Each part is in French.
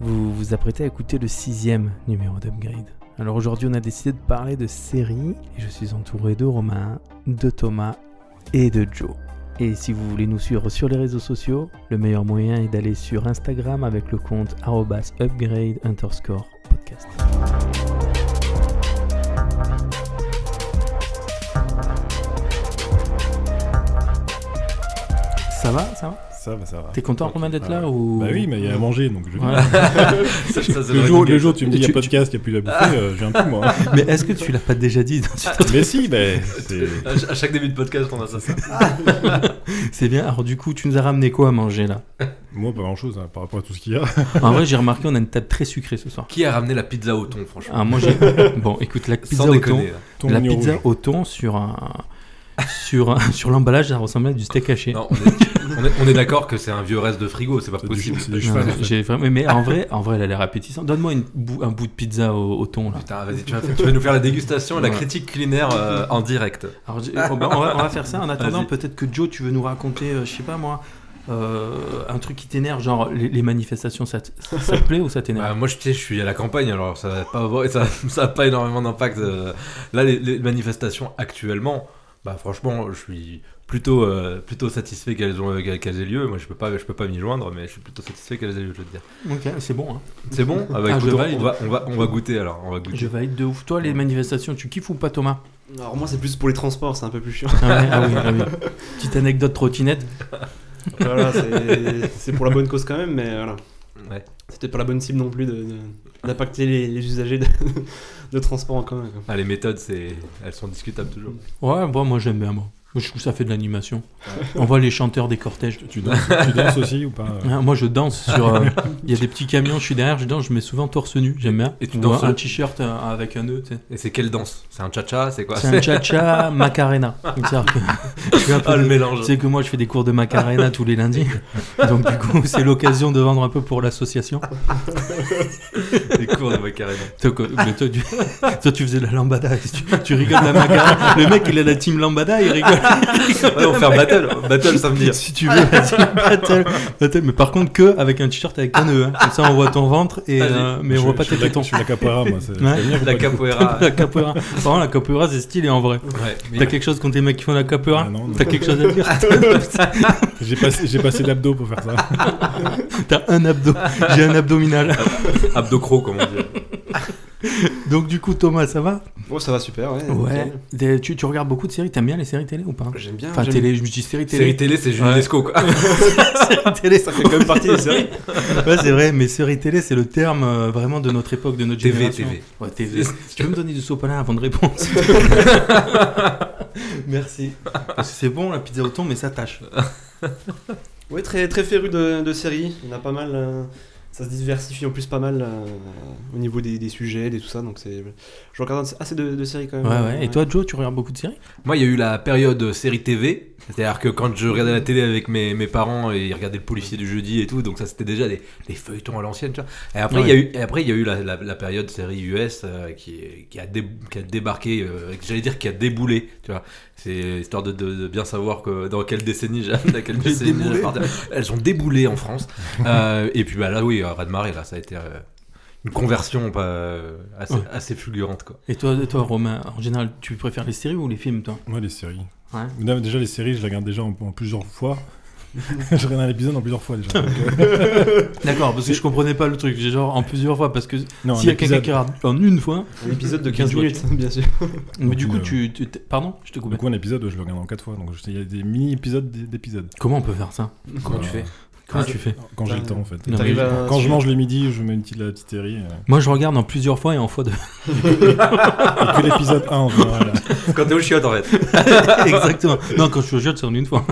Vous vous apprêtez à écouter le sixième numéro d'Upgrade. Alors aujourd'hui, on a décidé de parler de séries et je suis entouré de Romain, de Thomas et de Joe. Et si vous voulez nous suivre sur les réseaux sociaux, le meilleur moyen est d'aller sur Instagram avec le compte upgrade underscore podcast. Ça va, ça va Ça va, ça va. T'es content Ok. Romain d'être là Ah ouais. ou Bah oui, mais il y a à manger, donc je Voilà. Ça, ça, ça Le devrait jour, être le gay, jour, ça. tu me dis, il n'y a Tu- podcast, il n'y a plus à bouffer, euh, je viens plus, moi. Mais est-ce que tu l'as pas déjà dit dans une- mais si, mais c'est... À ch- À chaque début de podcast, on a ça. ça. C'est bien. Alors du coup, tu nous as ramené quoi à manger là Moi, pas grand-chose, hein, par rapport à tout ce qu'il y a. En vrai, j'ai remarqué on a une table très sucrée ce soir. Qui a ramené la pizza au thon, franchement Ah, moi j'ai bon, écoute la pizza Sans au thon, déconner. hein. là. Ton la oignon pizza rouge. au thon sur un sur un- sur l'emballage, ça ressemblait à du steak haché. Non, on est, on est- on est d'accord que c'est un vieux reste de frigo, c'est pas C'est du- possible. c'est du Non, cheval, en fait. j'ai vraiment mais en vrai, en vrai, elle a l'air appétissante. Donne-moi une bou- un bout de pizza au, au thon là. Ah, Putain, vas-y, tu vas, tu vas nous faire la dégustation et la Ouais. critique culinaire euh, en direct. Alors, j'ai- oh, bah, on, va, on va faire ça. En attendant, Vas-y. peut-être que Joe, tu veux nous raconter, euh, je sais pas moi, euh, un truc qui t'énerve, genre les, les manifestations, ça, te- ça te plaît ou ça t'énerve Bah, moi, je, tu sais, je suis à la campagne, alors ça n'a pas, avoir- ça, ça a pas énormément d'impact. euh. Là, les, les manifestations actuellement, bah, franchement, je suis plutôt, euh, plutôt satisfait qu'elles ont- qu'elles aient lieu. Moi, je peux pas, je peux pas m'y joindre, mais je suis plutôt satisfait qu'elles aient lieu, je veux dire. Ok, c'est bon. hein. C'est bon Ah bah Ah, écoute, je on, valide. on va, on, va, on va goûter alors. On va goûter. Je valide de ouf. Toi, les manifestations, tu kiffes ou pas, Thomas Alors moi c'est plus pour les transports, c'est un peu plus chiant. ah, ouais, ah oui, ah oui. Petite anecdote trottinette. Voilà, c'est- c'est pour la bonne cause quand même, mais voilà. Ouais. C'est peut-être pas la bonne cible non plus de- de- d'impacter les, les usagers de, de transport en commun. quoi. Ah, les méthodes, c'est... elles sont discutables toujours. Ouais, bon, moi j'aime bien, moi. Moi, Je trouve que ça fait de l'animation. On voit les chanteurs des cortèges. Tu danses, tu danses aussi ou pas euh Ah, Moi je danse sur. euh, Il y a des petits camions, je suis derrière, je danse, je mets souvent torse nu, j'aime bien. Et tu Ou danses- un t-shirt euh, avec un nœud, tu sais. Et c'est quelle danse C'est un cha-cha Bah, C'est quoi C'est un cha-cha Macarena. C'est-à-dire que je suis un peu Ah, le de- mélange. C'est que moi je fais des cours de Macarena tous les lundis. Donc du coup c'est l'occasion de vendre un peu pour l'association. Des cours de macarena. Toi, quoi, mais toi, tu... toi, tu faisais la lambada, tu, tu rigoles de la macarena. Le mec il a la team lambada, il rigole. Ouais, on fait un battle. Battle samedi. Si tu veux, vas-y, battle, battle. Mais par contre que avec un t-shirt avec un nœud. hein. Comme ça on voit ton ventre, et, Vas-y. euh, mais Je- on voit pas je suis tes la- tétons. Je suis la capoeira, moi. c'est- Ouais. c'est bien, faut La pas que- capoeira. La capoeira. Par contre, la capoeira c'est stylé en vrai. Ouais, mais- T'as quelque chose contre les mecs qui font la capoeira Ah, non, non. T'as quelque chose à dire euh, J'ai passé, j'ai passé d'abdos pour faire ça. T'as un abdo, j'ai un abdominal. Abdo cro, comme on dit. Donc du coup Thomas, ça va Bon Oh, ça va super, ouais. Ouais. nickel. T'es- Tu, tu regardes beaucoup de séries, t'aimes bien les séries télé ou pas J'aime bien. Enfin j'aime- télé, je me dis séries Série télé. télé, c'est Ouais. Junesco, quoi. Séries télé, ça fait quand même partie des séries. Ouais c'est vrai, mais séries télé c'est le terme euh, vraiment de notre époque, de notre TV, génération. TV. Ouais, TV. tu peux me donner du sopalin avant de répondre Merci. Parce que c'est bon la pizza au thon mais ça tâche. Ouais, très, très féru de, de séries. Il y en a pas mal. euh, ça se diversifie en plus pas mal euh, au niveau des, des sujets, des tout ça. Donc c'est. Je regarde assez de, de séries quand même. Ouais ouais. Et toi Joe, tu regardes beaucoup de séries Moi, il y a eu la période série TV. C'est-à-dire que quand je regardais la télé avec mes, mes parents et ils regardaient le policier du jeudi et tout, donc ça c'était déjà des, des feuilletons à l'ancienne, tu vois. Et après, il y a eu, et après, il y a eu la, la- la période série US euh, qui, est- qui a dé- qui a débarqué, euh, que j'allais dire qui a déboulé, tu vois. C'est histoire de, de- de bien savoir que, dans quelle décennie j'ai- dans quelle décennie j'ai parti. Elles ont déboulé en France. Euh, et puis bah, là, oui, à ras de marée, là, ça a été euh, une conversion pas, euh, assez, Ouais. assez fulgurante, quoi. Et toi, toi Romain, en général, tu préfères les séries ou les films toi Moi, les séries. Ouais. Non, mais Déjà, les séries, je les regarde déjà en, en plusieurs fois. je regarde un épisode en plusieurs fois déjà. euh, D'accord, parce que je comprenais pas le truc. J'ai genre en plusieurs fois parce que Non, s'il y un a quelqu'un épisode. qui regarde en une fois, Un épisode de Quinze 15 minutes, bien sûr. mais du une, coup euh, tu, tu- t'es- pardon, je te coupe. Du coup, un épisode, je le regarde en quatre fois. Donc, je- il y a des mini-épisodes d- d'épisodes. Comment on peut faire ça Comment Voilà. tu fais Comment tu fais Quand j'ai Bah, le temps, en fait. Non, T'arrives mais- à- Quand je mange le midi, je mets une petite, la petite série. euh, Moi je regarde en plusieurs fois et en fois deux. Et que l'épisode 1 en général. Quand t'es au chiotte, en fait. Exactement. Non, quand je suis au jeu, c'est en une fois.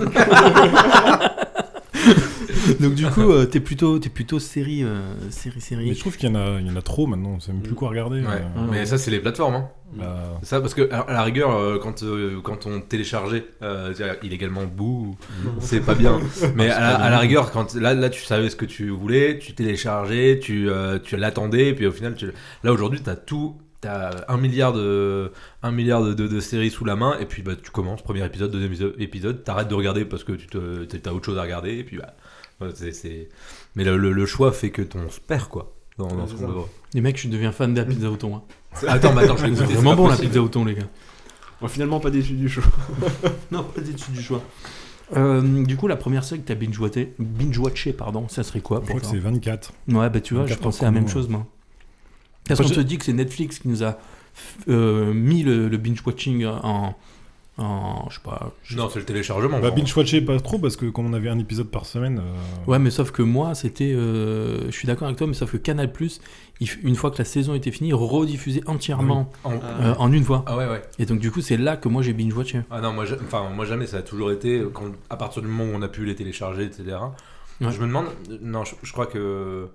Donc du coup, euh, t'es plutôt, t'es plutôt série, euh, série, Mais série. je trouve qu'il y, en a- il y en a trop maintenant, on sait même plus quoi regarder. Mm. Ouais. euh, Bah, Mais ça, c'est les plateformes. Hein. la- Ça, parce que à à la rigueur, euh, quand, euh, quand on téléchargeait euh, c'est-à-dire illégalement Boo, Mm. c'est pas bien. Mais à la, à la rigueur, quand, là, là, tu savais ce que tu voulais, tu téléchargeais, tu, euh, tu l'attendais, puis au final, tu... là aujourd'hui, t'as tout. T'as un milliard de un milliard de, de- de séries sous la main et puis bah tu commences premier épisode deuxième épiso- épisode t'arrêtes de regarder parce que tu te, t'as autre chose à regarder et puis bah ouais, c'est, c'est- mais le, le- le choix fait que ton se perd quoi dans, dans Ouais, ce c'est qu'on ça. veut voir. Les mecs, je deviens fan de la pizza au thon. hein. Attends, mais attends, je vais C'est goûter. vraiment pas bon la possible. pizza au thon, les gars. Bon, finalement, pas déçu du show. Non, pas dessus du choix. Euh, du coup, la première série que t'as binge-watché, binge-watché, pardon, ça serait quoi Je pour crois que toi c'est 24. Ah, Ouais, bah tu vois, je 24 pensais à la même chrono, chose, moi. Parce euh Moi, qu'on je- te dit que c'est Netflix qui nous a euh, mis le, le binge-watching en, en. Je sais pas. je- Non, c'est le téléchargement. Bah, genre. binge-watcher pas trop parce que comme on avait un épisode par semaine. euh, Ouais, mais sauf que moi, c'était. euh, je suis d'accord avec toi, mais sauf que Canal, il f- une fois que la saison était finie, rediffusait entièrement En- Ah, euh, en une fois. Ah ouais, ouais. Et donc, du coup, c'est là que moi j'ai binge-watché. Ah non, moi, ja- enfin, moi jamais, ça a toujours été, euh, quand, à partir du moment où on a pu les télécharger, etc. Ouais. Je me demande, euh, non, je, je crois que.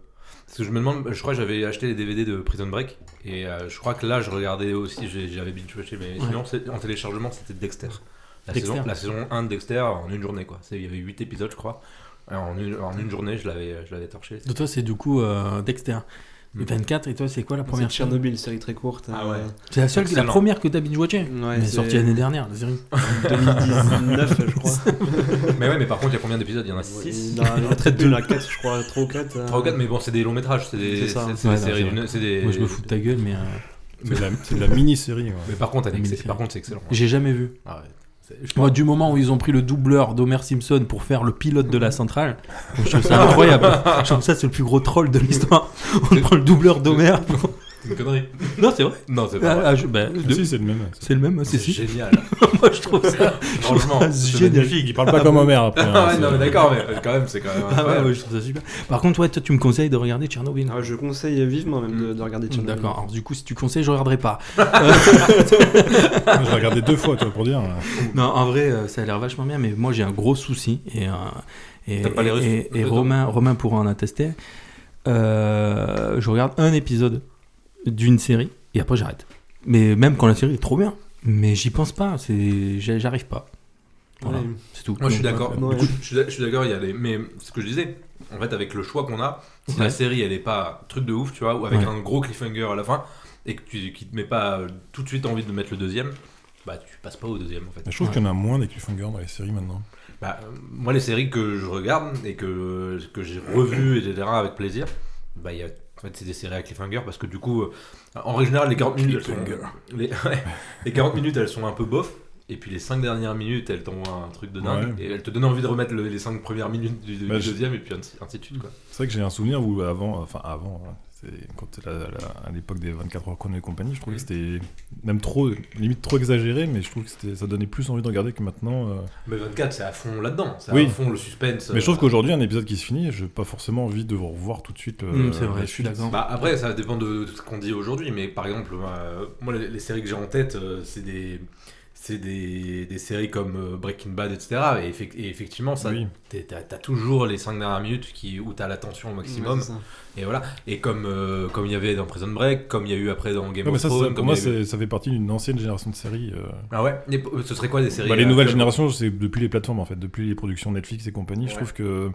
Parce que je me demande, je crois que j'avais acheté les DVD de Prison Break, et euh, je crois que là, je regardais aussi, j'ai- j'avais binge-watché, mais sinon, c'est- en téléchargement, c'était Dexter. La, Dexter. Saison, la saison 1 de Dexter en une journée, quoi. C'est- Il y avait 8 épisodes, je crois. Alors, en, une, en une journée, je l'avais je l'avais torché. De toi, c'est du coup euh, Dexter. Mm. 24, et toi, c'est quoi la première Première chaîne Tchernobyl, une série très courte. euh, Ah ouais. C'est la seule, la Excellent. première que t'as binge-watché. Ouais, Elle est c'est sortie l'année dernière, la série. 2019, je crois. mais ouais, mais par contre, il y a combien d'épisodes Il y en a 6 Non, il y en a très peu, là, 4, je crois, 3 ou euh. 4. 3 ou 4, mais bon, c'est des longs métrages, c'est des, C'est ça. c'est- c'est des Ouais, non, séries c'est vrai. d'une- c'est des- Moi, je me fous de ta gueule, mais euh, C'est de la, c'est de la mini-série. ouais. Mais par contre, elle est Mais excell- c'est- par contre, c'est excellent. j'ai jamais vu. Ah ouais. C'est- je Moi, du moment où ils ont pris le doubleur d'Homer Simpson pour faire le pilote de la centrale, je trouve ça incroyable. Je trouve ça c'est le plus gros troll de l'histoire. On prend le doubleur d'Homer. pour- C'est une connerie. Non, c'est vrai. Non, c'est pas Ah, vrai. ah, je- bah, Ah, de- si, c'est le même. C'est le même, c'est C'est si. génial. Moi, je trouve ça. Franchement, ça c'est génial. magnifique. Il parle Pas comme Homer après. hein, Ah ouais, non, mais d'accord, mais quand même, c'est quand même. Ah ouais, incroyable. ouais, je trouve ça super. Par contre, ouais, toi, tu me conseilles de regarder Tchernobyl. Ah, je conseille vivement même de, de regarder Tchernobyl. Mm. D'accord. Alors, du coup, si tu conseilles, je regarderai pas. Je l'ai regardé deux fois, toi, pour dire. là. Mmh. Non, en vrai, euh, ça a l'air vachement bien, mais moi j'ai un gros souci. Et, euh, et, T'as pas les et- ressources, et- et peut-être. Romain, Romain pourra en attester. Euh, je regarde un épisode d'une série et après j'arrête. Mais même quand la série est trop bien, mais j'y pense pas, c'est j'a- j'arrive pas. Voilà, Ouais. c'est tout. Moi, je suis Donc, d'accord. Ouais. Je- Je suis d'ac- je suis d'accord, il y a les. Mais ce que je disais, en fait, avec le choix qu'on a, si Ouais. la série, elle est pas truc de ouf, tu vois, ou avec Ouais. un gros cliffhanger à la fin, et que tu qui te met pas euh, tout de suite envie de mettre le deuxième, bah, tu passes pas au deuxième, en fait. Mais Je trouve qu'il y en a moins des cliffhangers dans les séries maintenant. Bah, euh, moi, les séries que je regarde et que, que j'ai revues, etc., avec plaisir, bah, il y a, en fait, c'est des séries à cliffhanger parce que du coup, euh, en règle générale, les 40 minutes, elles Cliffhanger. sont, les, ouais, les 40 minutes, elles sont un peu bof. Et puis les 5 dernières minutes, elles t'envoient un truc de dingue. Ouais. Et elles te donnent envie de remettre le- les 5 premières minutes du, du Bah, je- Bah, deuxième, et puis ainsi, ainsi de suite. Quoi. C'est vrai que j'ai un souvenir où avant, enfin avant, hein, c'est quand c'était la- la- à l'époque des 24 heures chrono et compagnie, je trouvais que c'était même trop, limite trop exagéré, mais je trouve que c'était- ça donnait plus envie de regarder que maintenant. euh. Mais 24, c'est à fond là-dedans. C'est Oui. à fond le suspense. Mais je trouve euh, qu'aujourd'hui, un épisode qui se finit, je n'ai pas forcément envie de revoir tout de suite. euh, Hum, c'est vrai, la je suis suite. d'accord. Bah après, ça dépend de ce qu'on dit aujourd'hui, mais par exemple, euh, moi, les, les séries que j'ai en tête, euh, c'est des, c'est des, des séries comme euh, Breaking Bad, etc. Et, effec- et effectivement, ça, Oui. t'es- t'as, t'as toujours les 5 dernières minutes qui, où t'as la tension au maximum. Ouais, c'est ça. et voilà. Et comme euh, comme il y avait dans Prison Break, comme il y a eu après dans Game Ouais, mais of ça, Thrones, c'est- pour comme moi, il y a eu- c'est- ça fait partie d'une ancienne génération de séries. euh. ah ouais. Et p- ce serait quoi des séries Bah, les euh, nouvelles actuelles générations, c'est depuis les plateformes en fait, depuis les productions Netflix et compagnie. Je Ouais. trouve que.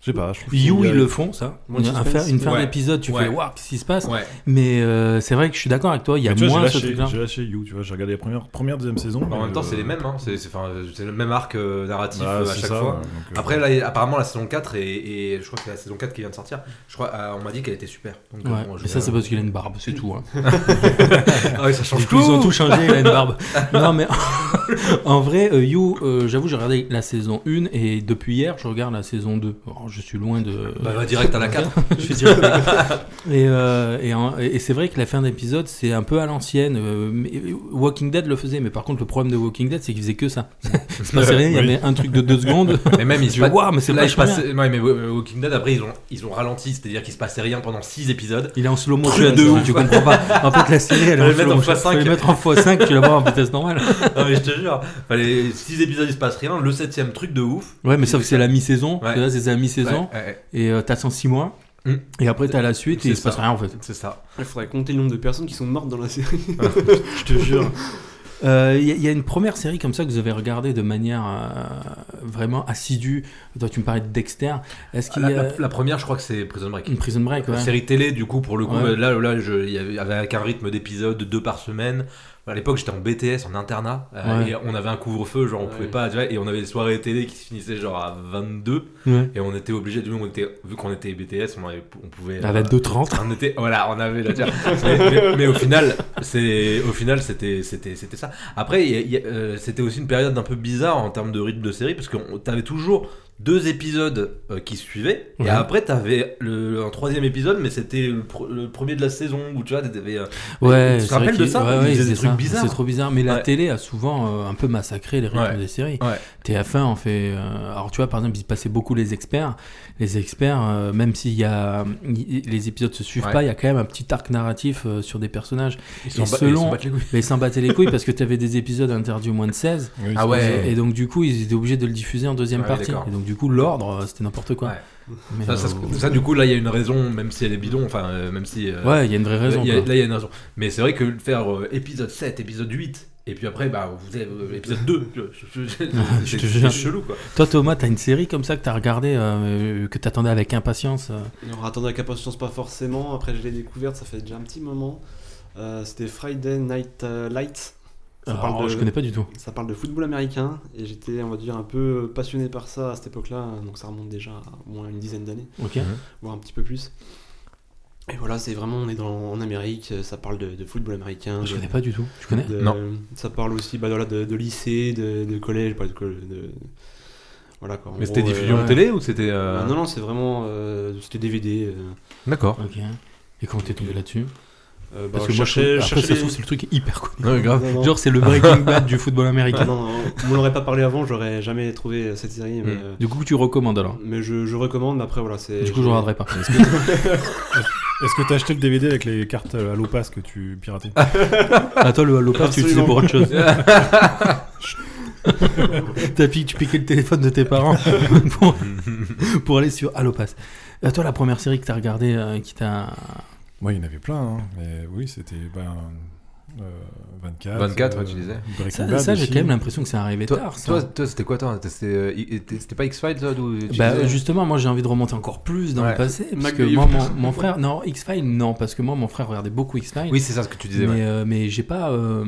Je sais pas. Je trouve You, qu'il y a- ils le font, ça. Moins de Une, suspense. affaire- une fin Ouais. d'épisode, tu Ouais. fais, waouh, qu'est-ce qui se passe Ouais. Mais euh, c'est vrai que je suis d'accord avec toi, il y a Mais tu vois, moins j'ai ce lâché- truc-là. J'ai lâché You, tu vois, j'ai regardé la première, première deuxième saison. Bah, en même mais, temps, c'est euh, les mêmes. hein. C'est, c'est, enfin, c'est le même arc euh, narratif bah, euh, à c'est chaque ça, fois. ouais, donc, euh, Après, là, apparemment, la saison 4, et, et je crois que c'est la saison 4 qui vient de sortir. Je crois, euh, on m'a dit qu'elle était super. Donc, euh, Ouais, bon, mais je vais- ça, c'est parce qu'il a une barbe, c'est tout. hein. Ah oui, ça change Du coup, tout. Ils ont tout changé, il a une barbe. Non, mais en vrai, euh, You, euh, j'avoue, j'ai regardé la saison 1 et depuis hier, je regarde la saison 2. Alors, je suis loin de. Bah, va direct à la 4. Je suis direct. et euh, et, en- et c'est vrai que la fin d'épisode, c'est un peu à l'ancienne. euh, mais Walking Dead le faisait, mais par contre, le problème de Walking Dead, c'est qu'il faisait que ça. Il se passait rien, il y Oui. avait un truc de deux secondes. Mais même, ils se Je vois, mais c'est Là, pas il se passait- ouais, mais euh, Walking Dead, après, ils ont, ils ont ralenti, c'est-à-dire qu'il se passait rien pendant 6 épisodes. Il est en slow Truc motion, de ça, ouf. tu comprends pas. En fait, la série, elle est Fallait en le mettre slow en motion. x5. Fallait le mettre en x5, tu la vois en vitesse normale. Non, mais je te jure. Enfin, les 6 épisodes, il se passe rien. Le 7ème truc de ouf. Ouais, mais sauf que c'est la mi-saison. Ouais. Là, c'est la mi-saison. Ouais, ouais, ouais, et euh, t'attends 6 mois Mm. et après t'as la suite et C'est il se passe ça. rien en fait. c'est ça. Il faudrait compter le nombre de personnes qui sont mortes dans la série. Je te jure. Il Euh, y, a- y a une première série comme ça que vous avez regardée de manière euh, vraiment assidue. Toi, tu me parlais de Dexter. Est-ce qu'il La, y a la- la première, je crois que c'est Prison Break. une Prison Break ouais. Série télé, du coup, pour le coup, Ouais. là, là je, il y avait avec un rythme d'épisodes deux par semaine. à l'époque j'étais en BTS, en internat, euh, Ouais. et on avait un couvre-feu, genre on Ouais. pouvait pas, tu vois, et on avait des soirées télé qui se finissaient genre à 22, Ouais. et on était obligé, du coup, on était, vu qu'on était BTS, on, avait- on pouvait. À la euh, 2h30. on était, voilà, on avait la tiens. mais, mais- mais au final, c'est, au final, c'était, c'était, c'était ça. Après, il y a- il y a, euh, c'était aussi une période un peu bizarre en termes de rythme de série, parce que on- t'avais toujours deux épisodes euh, qui suivaient, Ouais. et après t'avais le, un troisième épisode, mais c'était le, pr- le premier de la saison, où tu vois, t'avais, euh, Ouais, Tu te c'est rappelles vrai de qu'il- ça ouais, Ils ouais, faisaient c'est des trucs ça. bizarres. C'est trop bizarre. Mais la Ouais. télé a souvent euh, un peu massacré les rythmes Ouais. des séries. Ouais. TF1 en fait. euh, alors tu vois, par exemple, il se passait beaucoup les experts. Les experts, euh, même s'il y a y- y- les épisodes se suivent Ouais. pas, il y a quand même un petit arc narratif euh, sur des personnages. ils Et s'en ba- ils selon- s'en battent les couilles. Mais ils s'en battaient les couilles parce que tu avais des épisodes interdits au moins de 16. Oui, Ah c'est- ouais. Et donc du coup, ils étaient obligés de le diffuser en deuxième Ouais, partie. d'accord. Et donc du coup, l'ordre, euh, c'était n'importe quoi. Ouais. Mais, Ça, ça, euh, se- ça, du coup, là, il y a une raison, même si elle est bidon, enfin, euh, même si. euh, ouais, il y a une vraie raison. Il y a- quoi. là, il y a une raison. Mais c'est vrai que le faire euh, épisode 7, épisode 8, et puis après, bah, vous avez euh, épisode 2. je- je- je- Je C'est te jure. c'est chelou, quoi. Toi, Thomas, t'as une série comme ça que t'as regardée, euh, que t'attendais avec impatience. euh. Alors, attendez avec impatience, pas forcément. Après, je l'ai découverte, ça fait déjà un petit moment. Euh, C'était Friday Night euh, Lights. Ça Alors, parle de- Ah, oh, je connais pas du tout. Ça parle de football américain et j'étais, on va dire, un peu passionné par ça à cette époque-là, donc ça remonte déjà à au moins une dizaine d'années, Ok. voire un petit peu plus. Et voilà, c'est vraiment, on est dans, en Amérique, ça parle de, de football américain. Je de- connais pas du tout. Tu connais de- Ça parle aussi bah, voilà, de, de lycée, de, de collège, pas de, coll- de- Voilà quoi. en Mais c'était gros, diffusion ouais. télé ou c'était. euh, euh, Ah, Non, non, c'est vraiment. euh, c'était DVD. euh, D'accord. Ok. Et comment t'es tombé là-dessus euh, bah, Parce je moi, cherchais- je- je après, cherchais ça se trouve, les- c'est le truc hyper connu. Ouais, grave. Non, non. Genre, c'est le Breaking Bad du football Ah américain. non, non, on m'en aurait pas parlé avant, j'aurais jamais trouvé cette série. Mais, Mm. euh, Du coup, tu recommandes alors mais je, je recommande, mais après voilà, c'est. Hmm. Du coup, je regarderai pas. Est-ce que t'as acheté le DVD avec les cartes euh, à l'opas que tu piratais Ah, toi, le Halo Pass, tu l'utilisais Absolument. pour autre chose. T'as piqué, tu piquais le téléphone de tes parents pour, pour aller sur Halo Pass. Euh, toi, la première série que t'as regardée, euh, qui t'a. Moi, il y en avait plein, hein. mais oui, c'était ben, euh, 24. 24, ouais, tu disais. Breaking Ça, Bad ça, j'ai aussi. quand même l'impression que c'est arrivé Toi, tard. ça. toi, toi, c'était quoi, toi C'était euh, i- i- c'était pas X-Files, toi d'où tu Bah, disais justement, moi j'ai envie de remonter encore plus dans le Ouais. passé. Parce que MacGyver. moi, mon, mon frère. Non, X-Files, non, parce que moi, mon frère regardait beaucoup X-Files. Oui, c'est ça ce que tu disais. mais ouais. euh, mais j'ai pas. euh,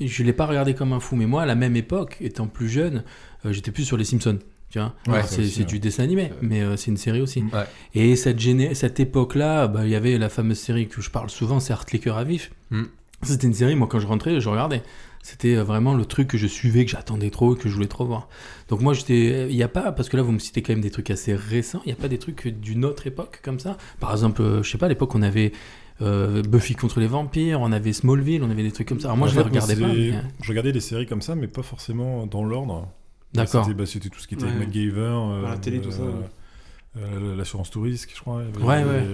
je l'ai pas regardé comme un fou. Mais moi, à la même époque, étant plus jeune, euh, j'étais plus sur les Simpsons. Tu vois Ouais, Alors, ça c'est aussi, hein. c'est ouais. du dessin animé, mais euh, c'est une série aussi. Ouais. Et cette, géné- cette époque-là, bah, il y avait la fameuse série que je parle souvent, c'est Art Liqueur à vif. Mm. C'était une série, moi quand je rentrais, je regardais. C'était euh, vraiment le truc que je suivais, que j'attendais trop, que je voulais trop voir. Donc moi, j'étais, il n'y a pas, parce que là, vous me citez quand même des trucs assez récents, il n'y a pas des trucs d'une autre époque comme ça. Par exemple, euh, je sais pas, à l'époque, on avait euh, Buffy contre les vampires, on avait Smallville, on avait des trucs comme ça. Alors moi, En je ne les fait, regardais pas. c'est- mais- euh, Je regardais des séries comme ça, mais pas forcément dans l'ordre. D'accord. C'était bah, c'était tout ce qui était Ouais. MacGyver, euh, Voilà, la télé, tout ça, euh, ouais. euh, l'assurance tout risque, je crois. il y avait- Ouais, il y ouais. avait-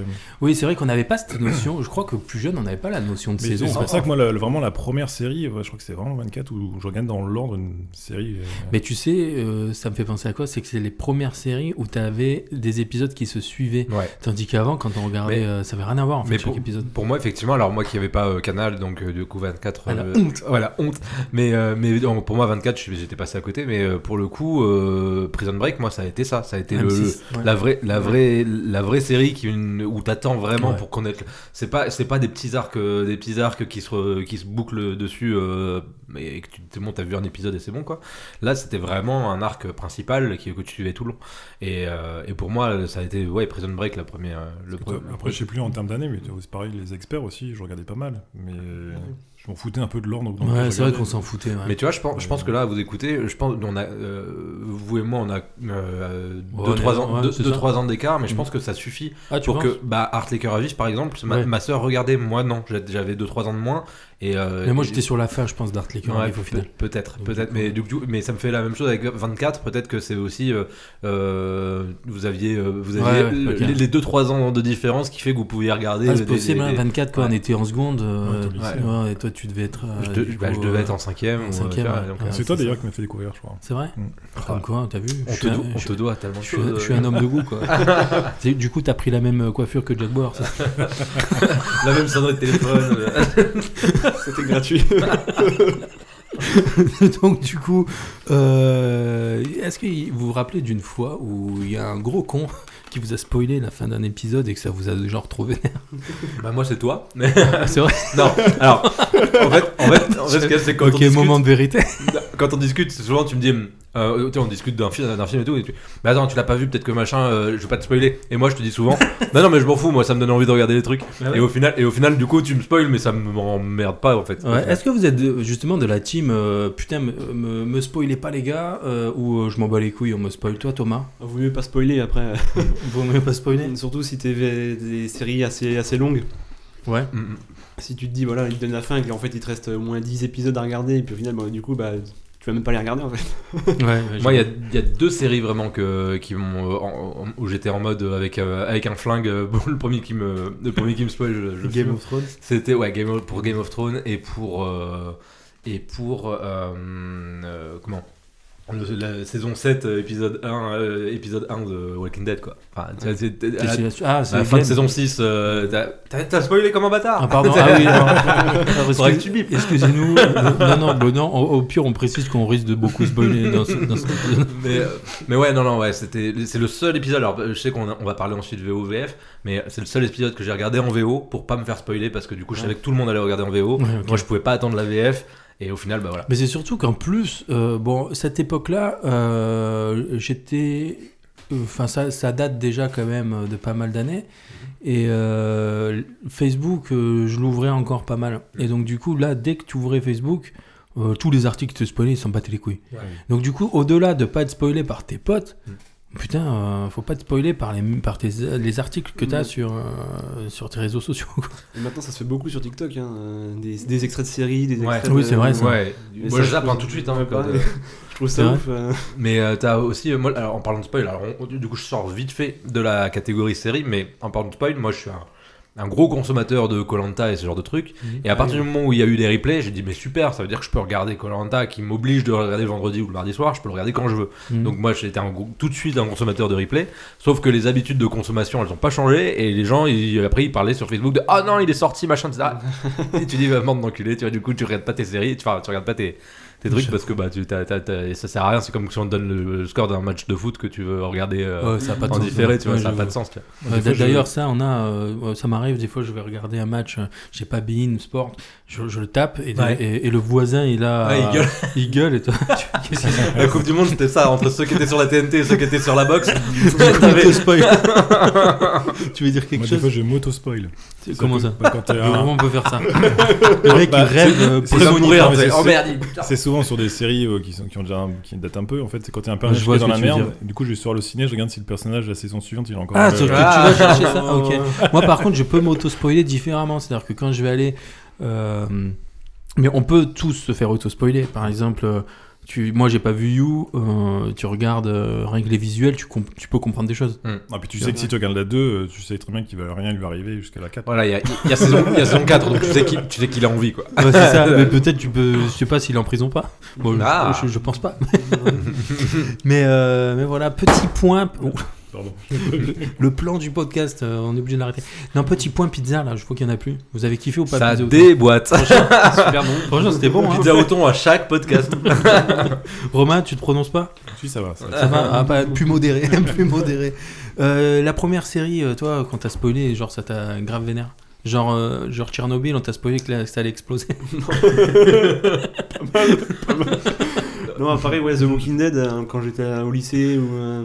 Oui, c'est vrai qu'on n'avait pas cette notion. Je crois que plus jeune, on n'avait pas la notion de Mais saison. C'est pour ça que moi, la- vraiment, la première série, ouais, je crois que c'est vraiment 24 où je regarde dans l'ordre une série. euh, Mais tu sais, euh, ça me fait penser à quoi C'est que c'est les premières séries où tu avais des épisodes qui se suivaient. Ouais. Tandis qu'avant, quand on regardait, Mais- euh, ça avait rien à voir en fait, mais chaque épisode. Pour moi, effectivement, alors moi qui n'avais pas euh, Canal, donc euh, du coup 24. Ah, la euh, honte. Voilà, honte. Mais, euh, mais non, pour moi, 24, je- j'étais passé à côté. Mais euh, pour le coup, euh, Prison Break, moi, ça a été ça. Ça a été le, M6, ouais. la vraie, la vraie, la vraie série qui une, où t'attends vraiment Ouais. pour connaître. C'est pas, c'est pas des petits arcs, euh, des petits arcs qui se, re- qui se bouclent dessus. euh, Mais que tu te montes, t'as vu un épisode et c'est bon quoi. Là, c'était vraiment un arc principal qui, que tu suivais tout le long. Et, euh, et pour moi, ça a été ouais Prison Break la première, le Après, premier. après, je sais plus en termes d'années, mais c'est pareil, les experts aussi, je regardais pas mal. Mais je m'en foutais un peu de l'ordre. dans lequel Ouais, je c'est vrai regardais. qu'on s'en foutait. ouais. Mais tu vois, je pense, je Ouais. pense que là, à vous écoutez, je pense, on a, euh, vous et moi, on a Ouais, 2-3 on est- ouais, ans, deux, c'est deux, ça. trois ans d'écart, mais je Mm. pense que ça suffit ah, tu pour penses que bah, Art Laker Avis, par exemple, ma, Ouais. ma soeur regardait, moi non, J'a- j'avais 2-3 ans de moins. Et, euh, Mais moi, et- j'étais sur la fin, je pense, d'Art Laker Ouais, Live, au final. peut- Peut-être, Donc, peut-être, du coup, mais du coup, mais ça me fait la même chose avec 24. Peut-être que c'est aussi, euh, euh, vous aviez, euh, vous Ouais, aviez ouais, le- ok. les- les 2-3 ans de différence qui fait que vous pouviez regarder. Ah, euh, c'est des- possible, des- hein, des- 24, quoi, Ouais. on était en seconde. euh, Ouais, au lycée. hein. ouais, et toi, tu devais être. euh, je, de- du bah, je coup, devais euh, être en cinquième. en ou, euh, cinquième, tu vois, ouais. donc, Ouais, C'est toi d'ailleurs qui m'a fait découvrir, je crois. C'est vrai Mm. Comme quoi, t'as vu euh, on je te, suis un- do- on je- te doit tellement je de suis, choses. euh, je suis un homme de goût, quoi. C'est- du coup, t'as pris la même coiffure que Jack Bauer, c'est ça La même sonnerie de téléphone. euh. C'était gratuit. Donc du coup, euh, est-ce que vous vous rappelez d'une fois où il y a un gros con qui vous a spoilé la fin d'un épisode et que ça vous a genre trop vénère. Bah, moi, c'est toi. Mais... C'est vrai. non, alors, en fait, en fait, en fait, ce qu'il y a, c'est quand on ok, discute- moment de vérité. Bah, quand on discute, souvent tu me dis, hum, euh, tu sais, on discute d'un film, d'un film et tout, et tu, mais attends, tu l'as pas vu, peut-être que machin, euh, je vais pas te spoiler. Et moi, je te dis souvent, bah non, non, mais je m'en fous, moi, ça me donne envie de regarder les trucs. Ah ouais. Et au final, et au final, du coup, tu me spoil, mais ça m'emmerde pas en fait. Ouais, Est-ce que vous êtes de- justement de la team euh, putain me, me, me spoilez pas les gars euh, ou euh, je m'en bats les couilles on me spoil toi Thomas Vaut mieux pas spoiler après. vaut mieux pas spoiler Surtout si t'es v- des séries assez, assez longues. ouais Mm, mm. Si tu te dis, voilà, il te donne la fin et qu'en fait il te reste au moins 10 épisodes à regarder, et puis au final, bah, du coup, bah, tu vas même pas les regarder en fait. ouais Moi, il y a, il y a deux séries vraiment que, qui m'ont, euh, en- en- où j'étais en mode euh, avec, euh, avec un flingue. euh, le premier qui me, le premier qui me spoil, je, je fume. of Thrones C'était ouais, Game of- pour Game of Thrones et pour euh, et pour euh, euh, comment Le- la saison 7 euh, épisode 1 euh, épisode 1 de Walking Dead quoi. Enfin, tu vois, c'est- à la- ah à c'est la fin de Game. saison 6 euh, t'as- t'as t'as spoilé comme un bâtard. ah pardon ah oui alors, Faudrait excuse- que tu bipes. excusez-nous non non bon, non au, au pire on précise qu'on risque de beaucoup spoiler dans ce, dans ce épisode. mais, euh, mais ouais, non, non, ouais, c'était, c'est le seul épisode. Alors, je sais qu'on a- on va parler ensuite VO, VF, mais c'est le seul épisode que j'ai regardé en VO pour pas me faire spoiler parce que du coup, je savais que tout le monde allait regarder en VO. Ouais, ok. Moi, je pouvais pas attendre la VF et au final, bah voilà. Mais c'est surtout qu'en plus, euh, bon, cette époque-là, euh, j'étais. Enfin, ça, ça date déjà quand même de pas mal d'années. Et euh, Facebook, euh, je l'ouvrais encore pas mal. Et donc, du coup, là, dès que tu ouvrais Facebook, euh, tous les articles te spoilaient, ils s'en battaient les couilles. Ouais. Donc, du coup, au-delà de pas être spoilé par tes potes, putain, euh, faut pas te spoiler par les, par tes, les articles que tu as Mm. sur, euh, sur tes réseaux sociaux. quoi. Et maintenant, ça se fait beaucoup sur TikTok, hein, euh, des, des extraits de séries, des Ouais. extraits Oui, de- c'est vrai, ça. Ouais, Mais moi ça, je je zappe trouve- hein, tout de suite. hein, ouais, quand, pareil. euh, Je trouve C'est ça ouf. euh. mais euh, t'as aussi, euh, moi, alors en parlant de spoil, alors on- du coup je sors vite fait de la catégorie série, mais en parlant de spoil, moi je suis un, un gros consommateur de Colanta et ce genre de trucs. Et à partir du moment où il y a eu les replays, j'ai dit mais super, ça veut dire que je peux regarder Colanta qui m'oblige de le regarder le vendredi ou le mardi soir, je peux le regarder quand je veux. Mm. Donc moi j'étais un gros- tout de suite un consommateur de replay, sauf que les habitudes de consommation elles ont pas changé et les gens ils- euh, après ils parlaient sur Facebook de ah non il est sorti machin de ça. et tu dis va merde d'enculé, tu vois du coup tu regardes pas tes séries, tu, enfin, tu regardes pas tes, tes trucs J'avoue. parce que bah tu t'as- t'as- t'as- et ça sert à rien, c'est comme si on te donne le, le score d'un match de foot que tu veux regarder euh, Ouais, ça a pas de en sens, différé, ouais. tu vois Ouais, ça a j'avoue. pas de sens. tu vois. Ouais, Des fois, je- Euh, D'ailleurs, ça, on a, euh, ça m'arrive des fois, je vais regarder un match, euh, j'ai pas Bein Sport, je, je le tape et, Ouais. et, et le voisin Ah, il a, Ouais, il gueule. il gueule et toi, tu- qu'est-ce qu'il fait La Coupe du Monde c'était ça entre ceux qui étaient sur la TNT et ceux qui étaient sur la boxe. T'as te spoil. Tu veux dire quelque Moi, des chose fois, je m'auto-spoil. C'est- Comment peut- ça bah, quand t'es un- Vraiment, on peut faire ça. Le mec Bah, il rêve euh, c'est- pour- comme mourir, mourir, t'sais. Oh, oh merde, merde. C'est souvent sur des séries euh, qui, sont, qui, ont déjà un- qui datent un peu. En fait, c'est quand t'es un Je personnage qui vois est ce dans que la tu veux merde. Du coup, je sors le ciné, je regarde si le personnage de la saison suivante, il est encore. Ah, là. sauf que tu Ah. vas chercher ça. Ah, ok. Moi, par contre, je peux m'auto-spoiler différemment. C'est-à-dire que quand je vais aller. euh, mais on peut tous se faire auto-spoiler. Par exemple, euh, tu, moi, j'ai pas vu You. euh, tu regardes euh, rien que les visuels, tu, comp- tu peux comprendre des choses. Ah, puis tu sais que si tu regardes la 2, euh, tu sais très bien qu'il va rien lui arriver jusqu'à la 4. Voilà, il y a, il y a saison, il y a saison 4, donc tu sais qu'il tu sais qu'il a envie, quoi. Ouais, c'est ça. mais peut-être, tu peux. Je sais pas s'il est en prison ou pas. Bon, je- Ah. je, je pense pas. mais, euh, mais voilà, petit point. Ouh, Pardon. Le plan du podcast, euh, on est obligé de l'arrêter. Non, petit point pizza, là. Je vois qu'il y en a plus. Vous avez kiffé ou pas Ça pizza au déboîte. super bon. Franchement, c'était bon. hein. Pizza au thon à chaque podcast. Romain, tu te prononces pas Si, ça va. Ça va. Ça Euh, va, ah, pas- plus modéré, plus modéré. Euh, la première série, euh, toi, quand t'as spoilé, genre ça t'a grave vénère. Genre, euh, genre Tchernobyl, on t'a spoilé que, la- que ça allait exploser. Non, pareil, ouais, The Walking Dead, euh, quand j'étais euh, au lycée, ou euh,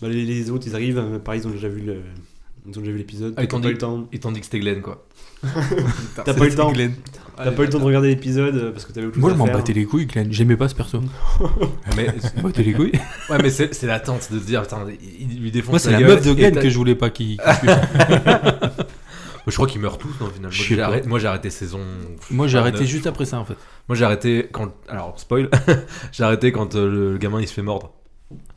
bah, les, les autres, ils arrivent, euh, pareil, ils ont déjà vu le- ils ont déjà vu l'épisode. Ah, T'as ils t'ont pas dit- eu le temps. Ils t'ont dit que c'était Glenn, quoi. T'as pas eu le temps. Ah, T'as pas eu le temps de regarder l'épisode euh, parce que t'avais autre Moi, chose je m'en à faire. battais les couilles, Glenn. J'aimais pas ce perso. Mais, Je m'en battais les couilles. ouais, mais c'est c'est l'attente de se dire, putain, il il lui défonce Moi, c'est la la, meuf de gueule, et Glenn t'as- que je voulais pas qui. Je crois qu'ils meurent tous, non, au final. Moi, Je sais j'ai pas. arrêté- Moi, j'ai arrêté saison. Moi, j'ai arrêté neuf. juste après ça, en fait. Moi, j'ai arrêté quand. Alors, spoil. j'ai arrêté quand euh, le le gamin il se fait mordre.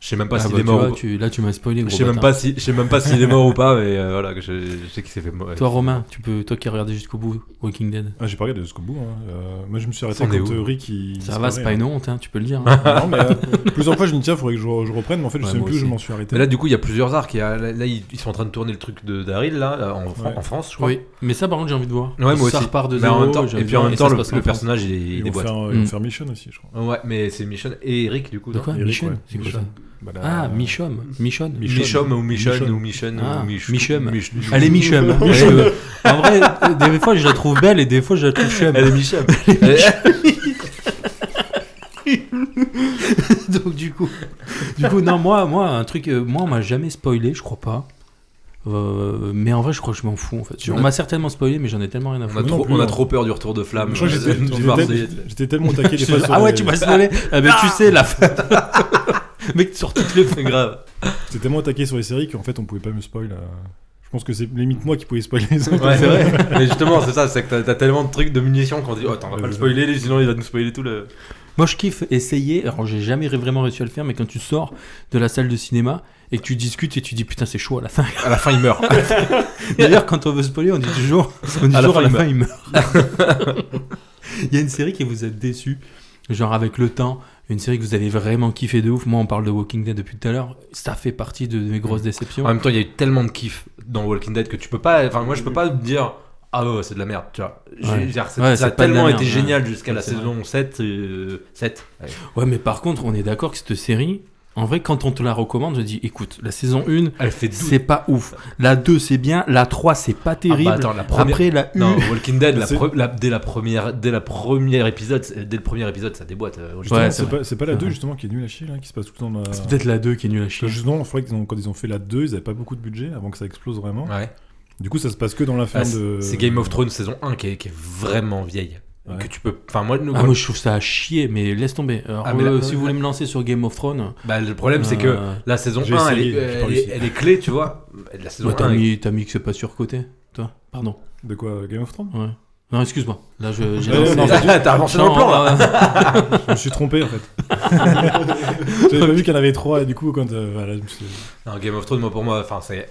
Je sais même pas Ah, s'il bah, est tu mort. vois, ou pas. tu- là, tu m'as spoilé, gros. Je sais même bâtard. pas si- je sais même pas s'il est mort ou pas, mais euh, voilà, que je, je sais qu'il s'est fait mordre. Toi, Romain, tu peux, toi qui as regardé jusqu'au bout Walking Dead. Ah, j'ai pas regardé jusqu'au bout. hein. Euh, moi, je me suis arrêté C'en est quand où euh, Rick il. Ça va, c'est pas énorme. une honte, hein, tu peux le dire. hein. Non, mais euh, plusieurs fois, je me dis, tiens, faudrait que je, je reprenne, mais en fait, je Ouais, sais même moi plus où je aussi. m'en suis arrêté. Mais là, du coup, il y a plusieurs arcs. Il y a- là, là, ils ils sont en train de tourner le truc de Daryl, là, euh, en, Fran- Ouais. en France, je crois. Oui, mais ça, par contre, j'ai envie de voir. Ouais, moi ça aussi. repart de Mais en zéro. même temps- j'ai et envie puis de en voir, même ça temps, se le, passe le en France. personnage, il, est- il ils vont déboîte. faire, ils vont Mm. faire Mission aussi, je crois. Ouais, mais c'est Mission et Eric, du coup. De non quoi Eric, Michel ouais. C'est quoi Michel. ça Bah, la- Ah, Michom. Michon. Michom ou Michon Michon. ou Michon Ah, ou Mich- Michem. Mich- Elle est Michum. Michum. en vrai, euh, des fois je la trouve belle et des fois je la trouve chum. Elle est Michum. Donc du coup, du coup, non, moi, moi, un truc, euh, moi, on m'a jamais spoilé, je crois pas. Euh, mais en vrai, je crois que je m'en fous en fait. Je- On m'a certainement spoilé, mais j'en ai tellement rien à On a foutre. non trop- plus, on a non. trop peur du retour de Ah, flamme. Je crois que euh, j'étais- du j'étais- Marseillais. J'étais tellement taqué Je des te fois jure, sur ah ouais, les- tu m'as spoilé. Ah ben, tu sais la fin. Mec, sur toutes les C'est grave. J'étais tellement taqué sur les séries qu'en fait on pouvait pas me spoil. euh, Je pense que c'est limite moi qui pouvais spoiler les autres. Ouais, c'est vrai. Mais justement, c'est ça, c'est que t'as- t'as tellement de trucs de munitions qu'on dit, oh, attends, on va pas le spoiler, lui, sinon il va nous spoiler tout le. Moi, je kiffe essayer. Alors, j'ai jamais vraiment réussi à le faire, mais quand tu sors de la salle de cinéma et que tu discutes et tu dis putain, c'est chaud à la fin. À la fin, il meurt. D'ailleurs, quand on veut spoiler, on dit toujours, on dit À la toujours, fin, à la il fin, il meurt. Il y a une série qui vous a déçu, genre avec le temps, une série que vous avez vraiment kiffé de ouf. Moi, on parle de Walking Dead depuis tout à l'heure. Ça fait partie de mes grosses déceptions. En même temps, il y a eu tellement de kiff dans Walking Dead que tu peux pas. Enfin, moi, je peux pas dire. Ah ouais, ouais, c'est de la merde, tu vois. J'ai- Mm. Ouais. genre, c'est- Ouais, ça a c'est pas de la tellement merde, été ouais. génial jusqu'à la Ouais, c'est saison 7. euh, 7. ouais. Ouais, mais par contre, on est d'accord que cette série, en vrai, quand on te la recommande, je dis écoute, la saison 1, Elle fait douze. c'est pas ouf. La 2, c'est bien. La 3, c'est pas Ah bah, terrible. attends, la première. Après, la 1. Non, Walking Dead, la C'est- pre- la- dès la première, dès la première épisode, c'est- dès le premier épisode, ça déboîte. euh, Walking Ouais, Justement, Dead. c'est c'est vrai. pas, c'est pas la C'est 2 vrai. justement qui est nulle à chier, là, qui se passe tout le temps dans la- C'est peut-être la 2 qui est nulle à Parce que chier. Justement, je crois qu'ils ont, quand ils ont fait la 2, ils avaient pas beaucoup de budget avant que ça explose vraiment. Ouais. Du coup, ça se passe que dans la Ah, ferme c'est de. c'est Game of Thrones saison 1 qui est, qui est vraiment vieille. Ouais. Que tu peux. Enfin, moi, nous, Ah, moi, je trouve ça à chier, mais laisse tomber. Alors, Ah, mais la- euh, si vous voulez me lancer sur Game of Thrones. bah, le problème, c'est que euh, la saison 1, j'ai elle, est, essayé, j'ai pas elle, est, réussi. elle est clé, tu vois. La saison Ouais, t'as 1 est- mis, t'as mis que c'est pas surcoté, toi Pardon. De quoi Game of Thrones Ouais. Non, excuse-moi. Là, je- j'ai Ouais, lancé. non, mais- T'as avancé dans le hein. plan, là. Je me suis trompé en fait. J'avais pas vu qu'il y en avait 3 et du coup, quand. euh, voilà, je me suis- Non, Game of Thrones, moi, pour moi, enfin, c'est.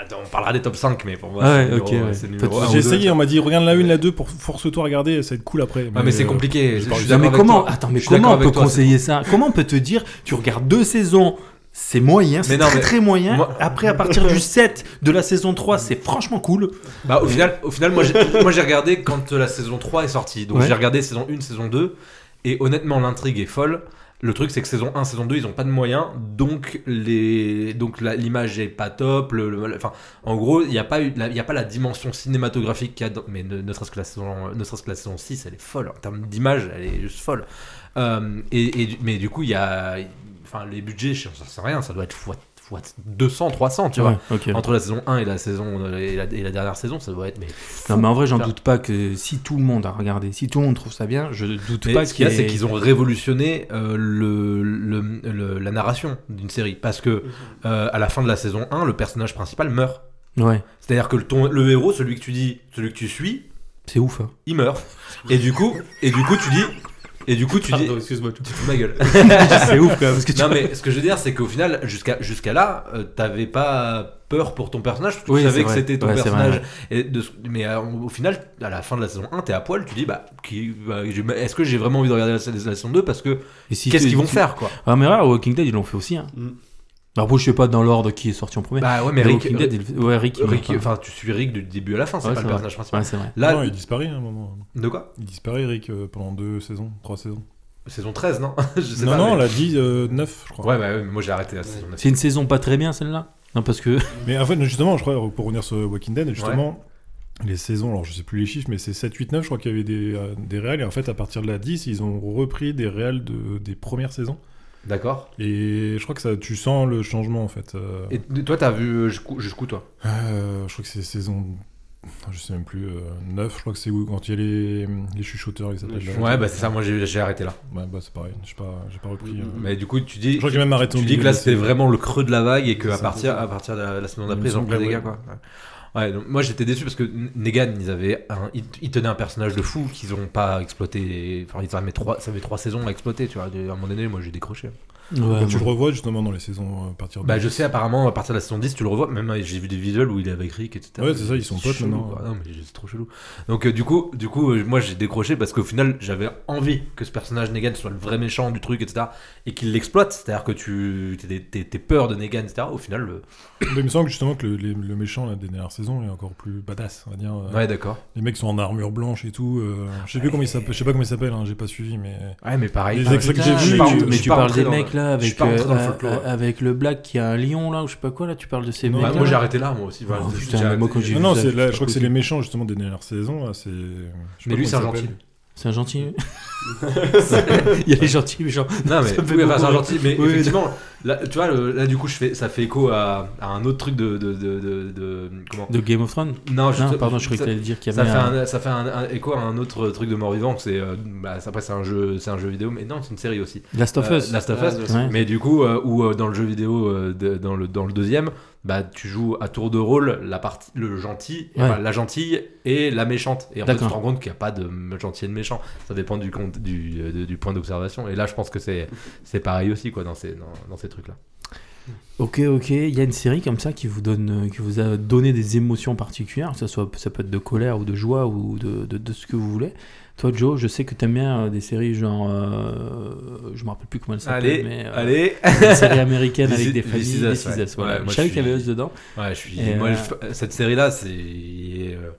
Attends, on parlera des top 5, mais pour moi, Ah ouais, c'est le ok, numéro- ouais. c'est le Pas de numéro soucis. un ou J'ai deux, essayé, tu on m'a dit regarde la 1, Ouais. la 2, pour... force-toi à regarder, ça va être cool après. vois. Ah, mais c'est euh, compliqué. j'ai je pas suis réussi. Non, d'accord mais avec comment toi. Attends, mais Je suis comment on d'accord peut avec toi, conseiller ça Comment on peut te dire tu regardes deux saisons, c'est moyen, c'est non, très mais- très moyen. moi- Après, à partir du 7 de la saison 3, c'est franchement cool. Bah, au final, au final moi, j'ai, moi, j'ai regardé quand euh, la saison 3 est sortie. Donc, Ouais. j'ai regardé saison 1, saison 2. Et honnêtement, l'intrigue est folle. Le truc, c'est que saison 1, saison 2, ils ont pas de moyens. Donc, les... donc la- l'image est pas top. le- le- le- Enfin, en gros, il n'y a, pas eu la- il y a pas la dimension cinématographique qu'il y a. Dans... Mais ne, ne serait-ce que la saison, ne serait-ce que la saison 6, elle est folle. En termes d'image, elle est juste folle. Euh, et, et du- mais du coup, il y a. Enfin, les budgets, je j'en sais rien. Ça doit être fois, fois 200, 300, tu vois. ok. Entre la saison 1 et la saison et la, et la dernière saison, ça doit être. Mais, Non, mais en vrai, j'en Faire. doute pas que si tout le monde a regardé, si tout le monde trouve ça bien, je doute mais pas ce qu'il y a, c'est ait- qu'ils ont révolutionné euh, le, le- le- la narration d'une série parce que euh, à la fin de la saison 1, le personnage principal meurt. Ouais, C'est-à-dire que le, ton- le héros, celui que tu dis, celui que tu suis, c'est ouf. hein. il meurt. Et du coup, et du coup, tu dis, et du coup, tu dis, excuse-moi. tu te fous de ma gueule. c'est ouf quand même, parce que tu- non mais ce que je veux dire, c'est qu'au final, jusqu'à jusqu'à là, euh, t'avais pas peur pour ton personnage, parce que Oui, tu c'est savais que vrai. c'était ton Ouais, c'est personnage. vrai, Et de ce- mais euh, au final, à la fin de la saison 1, t'es à poil, tu dis, bah, qui- bah, j'ai- mais est-ce que j'ai vraiment envie de regarder la, sa- la saison 2 Parce que Et si qu'est-ce tu- qu'ils vont tu- faire, quoi Ah, mais là, Walking Dead, ils l'ont fait aussi. Hein. Mm. Alors, bon, je sais pas dans l'ordre qui est sorti en premier. Bah ouais, mais The Rick, Walking Dead, il- ouais, Rick, il meurt, Rick- euh, hein. enfin, tu suis Rick du début à la fin, c'est Ouais, pas c'est le vrai. personnage principal. Ouais, c'est vrai. Là, Non, il disparaît hein, à un moment. de quoi Il disparaît, Eric, euh, pendant 2 saisons, 3 saisons. Saison 13, non Je sais Non, pas, non, mais- elle a dit 9, je crois. Ouais, bah, ouais, mais moi j'ai arrêté la saison 9. C'est une saison pas très bien celle-là. Non, parce que. Mais en fait, justement, je crois, pour revenir sur Walking Dead, justement, les saisons, alors je sais plus les chiffres, mais c'est 7, 8, 9, je crois qu'il y avait des, euh, des réals. Et en fait, à partir de la 10, ils ont repris des réals de, des premières saisons. D'accord. Et je crois que ça, tu sens le changement, en fait. euh. Et t- toi, t'as vu euh, jusqu'où, jusqu'où, toi Euh, je crois que c'est saison. Je sais même plus, euh, 9, je crois que c'est où Quand il y a les, les chuchoteurs, ils s'appellent. Les là. Ouais, bah c'est ça, moi j'ai j'ai arrêté là. Ouais, bah c'est pareil, j'ai pas, j'ai pas repris. euh. Mais du coup, tu dis. Je crois que j'ai même arrêté au Tu dis milieu que là de la c'était saison. vraiment le creux de la vague et que à C'est partir, à partir de la, la semaine d'après Il ils ont me pris semble, des ouais. gars quoi. Ouais. Ouais, donc moi j'étais déçu parce que N- Negan ils avaient un- ils, ils tenaient un personnage de fou qu'ils ont pas exploité. Enfin ils avaient trois, ça fait trois saisons à exploiter tu vois. À un moment donné moi j'ai décroché. Bah, Ouais, tu le bon. revois justement dans les saisons euh, à partir de. Bah je sais apparemment à partir de la saison 10 tu le revois. Même euh, j'ai vu des visuels où il est avec Rick etc. Ouais, c'est ça, ils sont potes chelou, maintenant. quoi. Non mais c'est trop chelou. Donc euh, du coup du coup euh, moi j'ai décroché parce qu'au final j'avais envie que ce personnage Negan soit le vrai méchant du truc etc. Et qu'il l'exploite. C'est-à-dire que tu t'es- t'es t'es peur de Negan etc. Au final euh, le Mais il me semble que justement que le, les- le méchant là, des dernières saisons est encore plus badass, on va dire. euh, Ouais, d'accord. Les mecs sont en armure blanche et tout. euh, je sais plus comment il s'appelle, je sais pas comment il s'appelle, hein, j'ai pas suivi, mais. Ouais, mais pareil. Les extraits que j'ai Putain, vus, mais par- tu- je mais tu parles des mecs là Je suis avec, pas rentré dans le euh, folklore, euh, ouais. avec le black qui a un lion là ou je sais pas quoi là tu parles de ces Non, mecs Bah, là. moi j'ai arrêté là, moi aussi. Oh, j'ai- putain, j'ai mais moi, arrêté- quand j'ai Non, vu non, ça, c'est, je là, sais je pas crois que c'est quoi. les méchants justement des dernières saisons. Là, c'est... je sais Mais pas lui, comment c'est un il s'appelle. gentil. C'est un gentil. Il y a les gentils, les gens. Non mais Ça fait oui, enfin, beaucoup c'est un rire. gentil, mais Oui, effectivement, là, tu vois, le- là du coup, je fais, ça fait écho à, à un autre truc de, de, de, de- de- comment De Game of Thrones Non, je- Non, pardon, je croyais que ça, t'allais dire qu'il y ça avait fait un... un, ça fait un, un écho à un autre truc de mort-vivant. que C'est, euh, bah, après, c'est un jeu, c'est un jeu vidéo, mais non, c'est une série aussi. Last of Euh, Us. Last of Ah, Us. The Last Ouais. Mais du coup, euh, où euh, dans le jeu vidéo, euh, de- dans, le, dans le deuxième, bah, tu joues à tour de rôle la partie, le gentil, Ouais. enfin, la gentille et la méchante. Et en fait, tu te D'accord. rends compte qu'il n'y a pas de m- gentil et de méchant. Ça dépend du, compte, du, euh, de- du point d'observation. Et là, je pense que c'est c'est pareil aussi quoi, dans ces, dans, dans ces trucs-là. Ok, ok. Il y a une série comme ça qui vous donne, euh, qui vous a donné des émotions particulières. Que ça soit, ça peut être de colère ou de joie ou de, de, de ce que vous voulez. Toi, Joe, je sais que t'aimes bien euh, des séries genre, euh, je me rappelle plus comment elle s'appelle, Allez, mais euh, Allez une série américaine This avec is- des This familles, is Us, This is ouais. Us, voilà. Ouais, moi, je savais je qu'il y avait suis- Us dedans. Ouais, je suis. Et moi, euh, je- cette série-là, c'est. euh,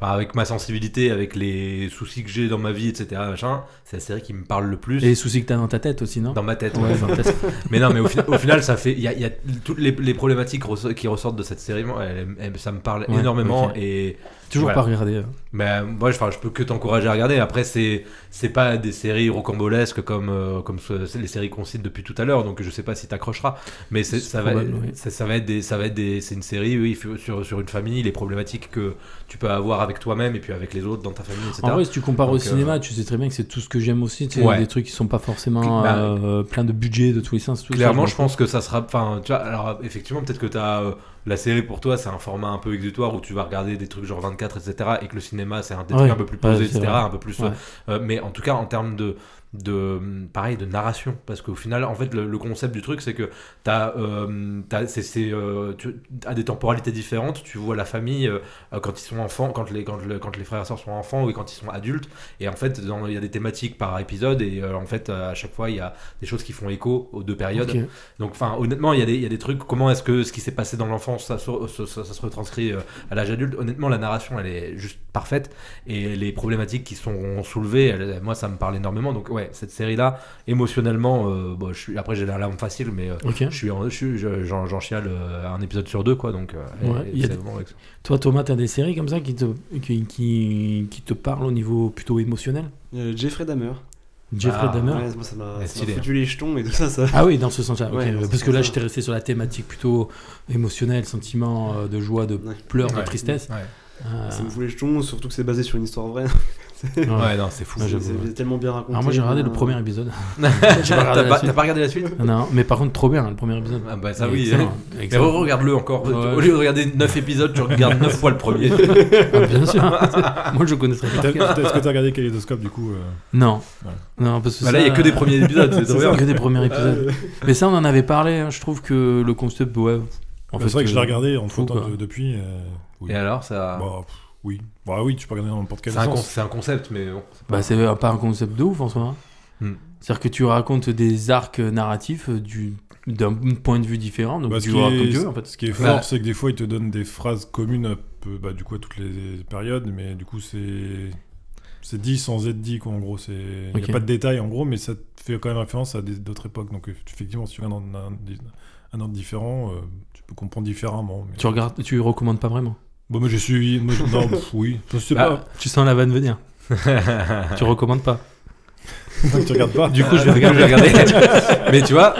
enfin, avec ma sensibilité, avec les soucis que j'ai dans ma vie, etc., machin, c'est la série qui me parle le plus. Et les soucis que t'as dans ta tête aussi, non Dans ma tête, ouais. Ouais, dans ta tête. Mais non, mais au, fina- au final, ça fait. Il y a, il y a toutes les, les problématiques reso- qui ressortent de cette série. moi, elle- elle- ça me parle Ouais, énormément. ok. Et Toujours Voilà. pas regardé. euh. mais moi, je, enfin, je peux que t'encourager à regarder. Après, c'est c'est pas des séries rocambolesques comme euh, comme ce- c'est les séries qu'on cite depuis tout à l'heure. Donc, je sais pas si t'accrocheras. Mais c'est- C'est ça va probable, oui. ça, ça va être des ça va être des c'est une série oui sur sur une famille, les problématiques que tu peux avoir avec toi-même et puis avec les autres dans ta famille, etc. En vrai, si tu compares au Donc, euh, cinéma, tu sais très bien que c'est tout ce que j'aime aussi. Tu sais, Ouais. des trucs qui sont pas forcément Bah, euh, plein de budget de tous les sens. tout ça, Clairement, je m'en pense que ça sera. Enfin, tu vois, alors effectivement, peut-être que t'as euh, la série pour toi, c'est un format un peu exutoire où tu vas regarder des trucs genre 24, etc. Et que le cinéma, c'est un des Ouais. trucs un peu plus posé, Ouais, c'est etc. vrai. Un peu plus. Ouais. euh, mais en tout cas, en termes de de pareil de narration parce qu'au final en fait le, le concept du truc c'est que t'as euh, t'as- c'est c'est, euh, tu- à des temporalités différentes tu vois la famille euh, euh, quand ils sont enfants quand les quand, le- quand les frères et sœurs sont enfants ou quand ils sont adultes et en fait dans- il y a des thématiques par épisode et euh, en fait à chaque fois il y a des choses qui font écho aux deux périodes Ok. donc, enfin, honnêtement, il y, a des- il y a des trucs. Comment est-ce que ce qui s'est passé dans l'enfance, ça, se- ça- ça- ça se retranscrit euh, à l'âge adulte Honnêtement, la narration, elle est juste parfaite. Et les problématiques qui sont soulevées, elles- moi, ça me parle énormément. Donc, ouais, cette série-là, émotionnellement, euh, bon, je suis, après, j'ai la larme facile, mais euh, Ok. je suis, en- je suis- je- j'en, j'en chiale euh, un épisode sur deux, quoi. Donc, euh, Ouais, et- il y a c'est des- vraiment avec ça. Toi, Thomas, t'as des séries comme ça qui te, qui, qui, qui te parlent au niveau plutôt émotionnel Euh, Jeffrey Dahmer. Jeffrey Ah, Dahmer Ouais, moi, ça m'a Ouais, ça stylé, hein. m'a foutu les jetons et tout ça. ça. Ah oui, dans ce sens-là. ok. Ouais, dans ce Parce que là, sens-là. j'étais resté sur la thématique plutôt émotionnelle, sentiment euh, de joie, de Ouais. pleurs, de Ouais. tristesse. Ouais. Euh, Ça me fout les jetons, surtout que c'est basé sur une histoire vraie. ouais. Ouais, non, c'est fou. Ouais, C'est Ah, j'avoue, c'est tellement bien raconté. Alors moi, j'ai regardé euh, le premier épisode. t'as, pas, regardé la t'as suite. pas regardé la suite non, mais par contre, trop bien, le premier épisode. Ah bah, ça, Et oui. excellent, Mais excellent. regarde-le encore. Ouais. Au lieu de regarder 9 épisodes, tu regardes 9 fois le premier. Ah, bien sûr. moi, je connaissais T'as- pas. t'as- Est-ce que t'as regardé Kaleidoscope du coup euh, Non. Ouais. Non, parce que Bah là, il y a ça, que des premiers épisodes, c'est trop C'est bien. Ah, ça, que des premiers épisodes. Mais ça, on en avait parlé. hein. Je trouve que le concept, ouais. En bah, C'est vrai que je l'ai euh, regardé en fou, flottant quoi. de- depuis. euh, oui. Et alors, ça. Bah, pff, oui. Bah oui, tu peux regarder dans n'importe quel Ah. c'est, un con- sens. c'est un concept, mais bon. c'est pas- Bah, c'est pas un concept de ouf en soi. hein. Hmm. C'est-à-dire que tu racontes des arcs narratifs euh, du- d'un point de vue différent, donc Bah, tu vois comme tu veux en fait. ce qui est fort, Bah. c'est que des fois, ils te donnent des phrases communes un peu, bah, du coup, à toutes les périodes, mais du coup, c'est. C'est dit sans être dit, quoi, en gros. c'est- Il n'y Ok. a pas de détails, en gros, mais ça te fait quand même référence à des- d'autres époques. Donc, effectivement, si tu regardes un, un, un ordre différent, euh, tu peux comprendre différemment. mais- Tu regardes, tu recommandes pas vraiment. Bon, moi, je suis. Moi, je- non, pff, oui. Je sais Bah, Tu sens la vanne venir. Ah, tu recommandes pas. pas. tu regardes pas. Du coup, je vais regarder. Ah, je vais regarder. mais tu vois,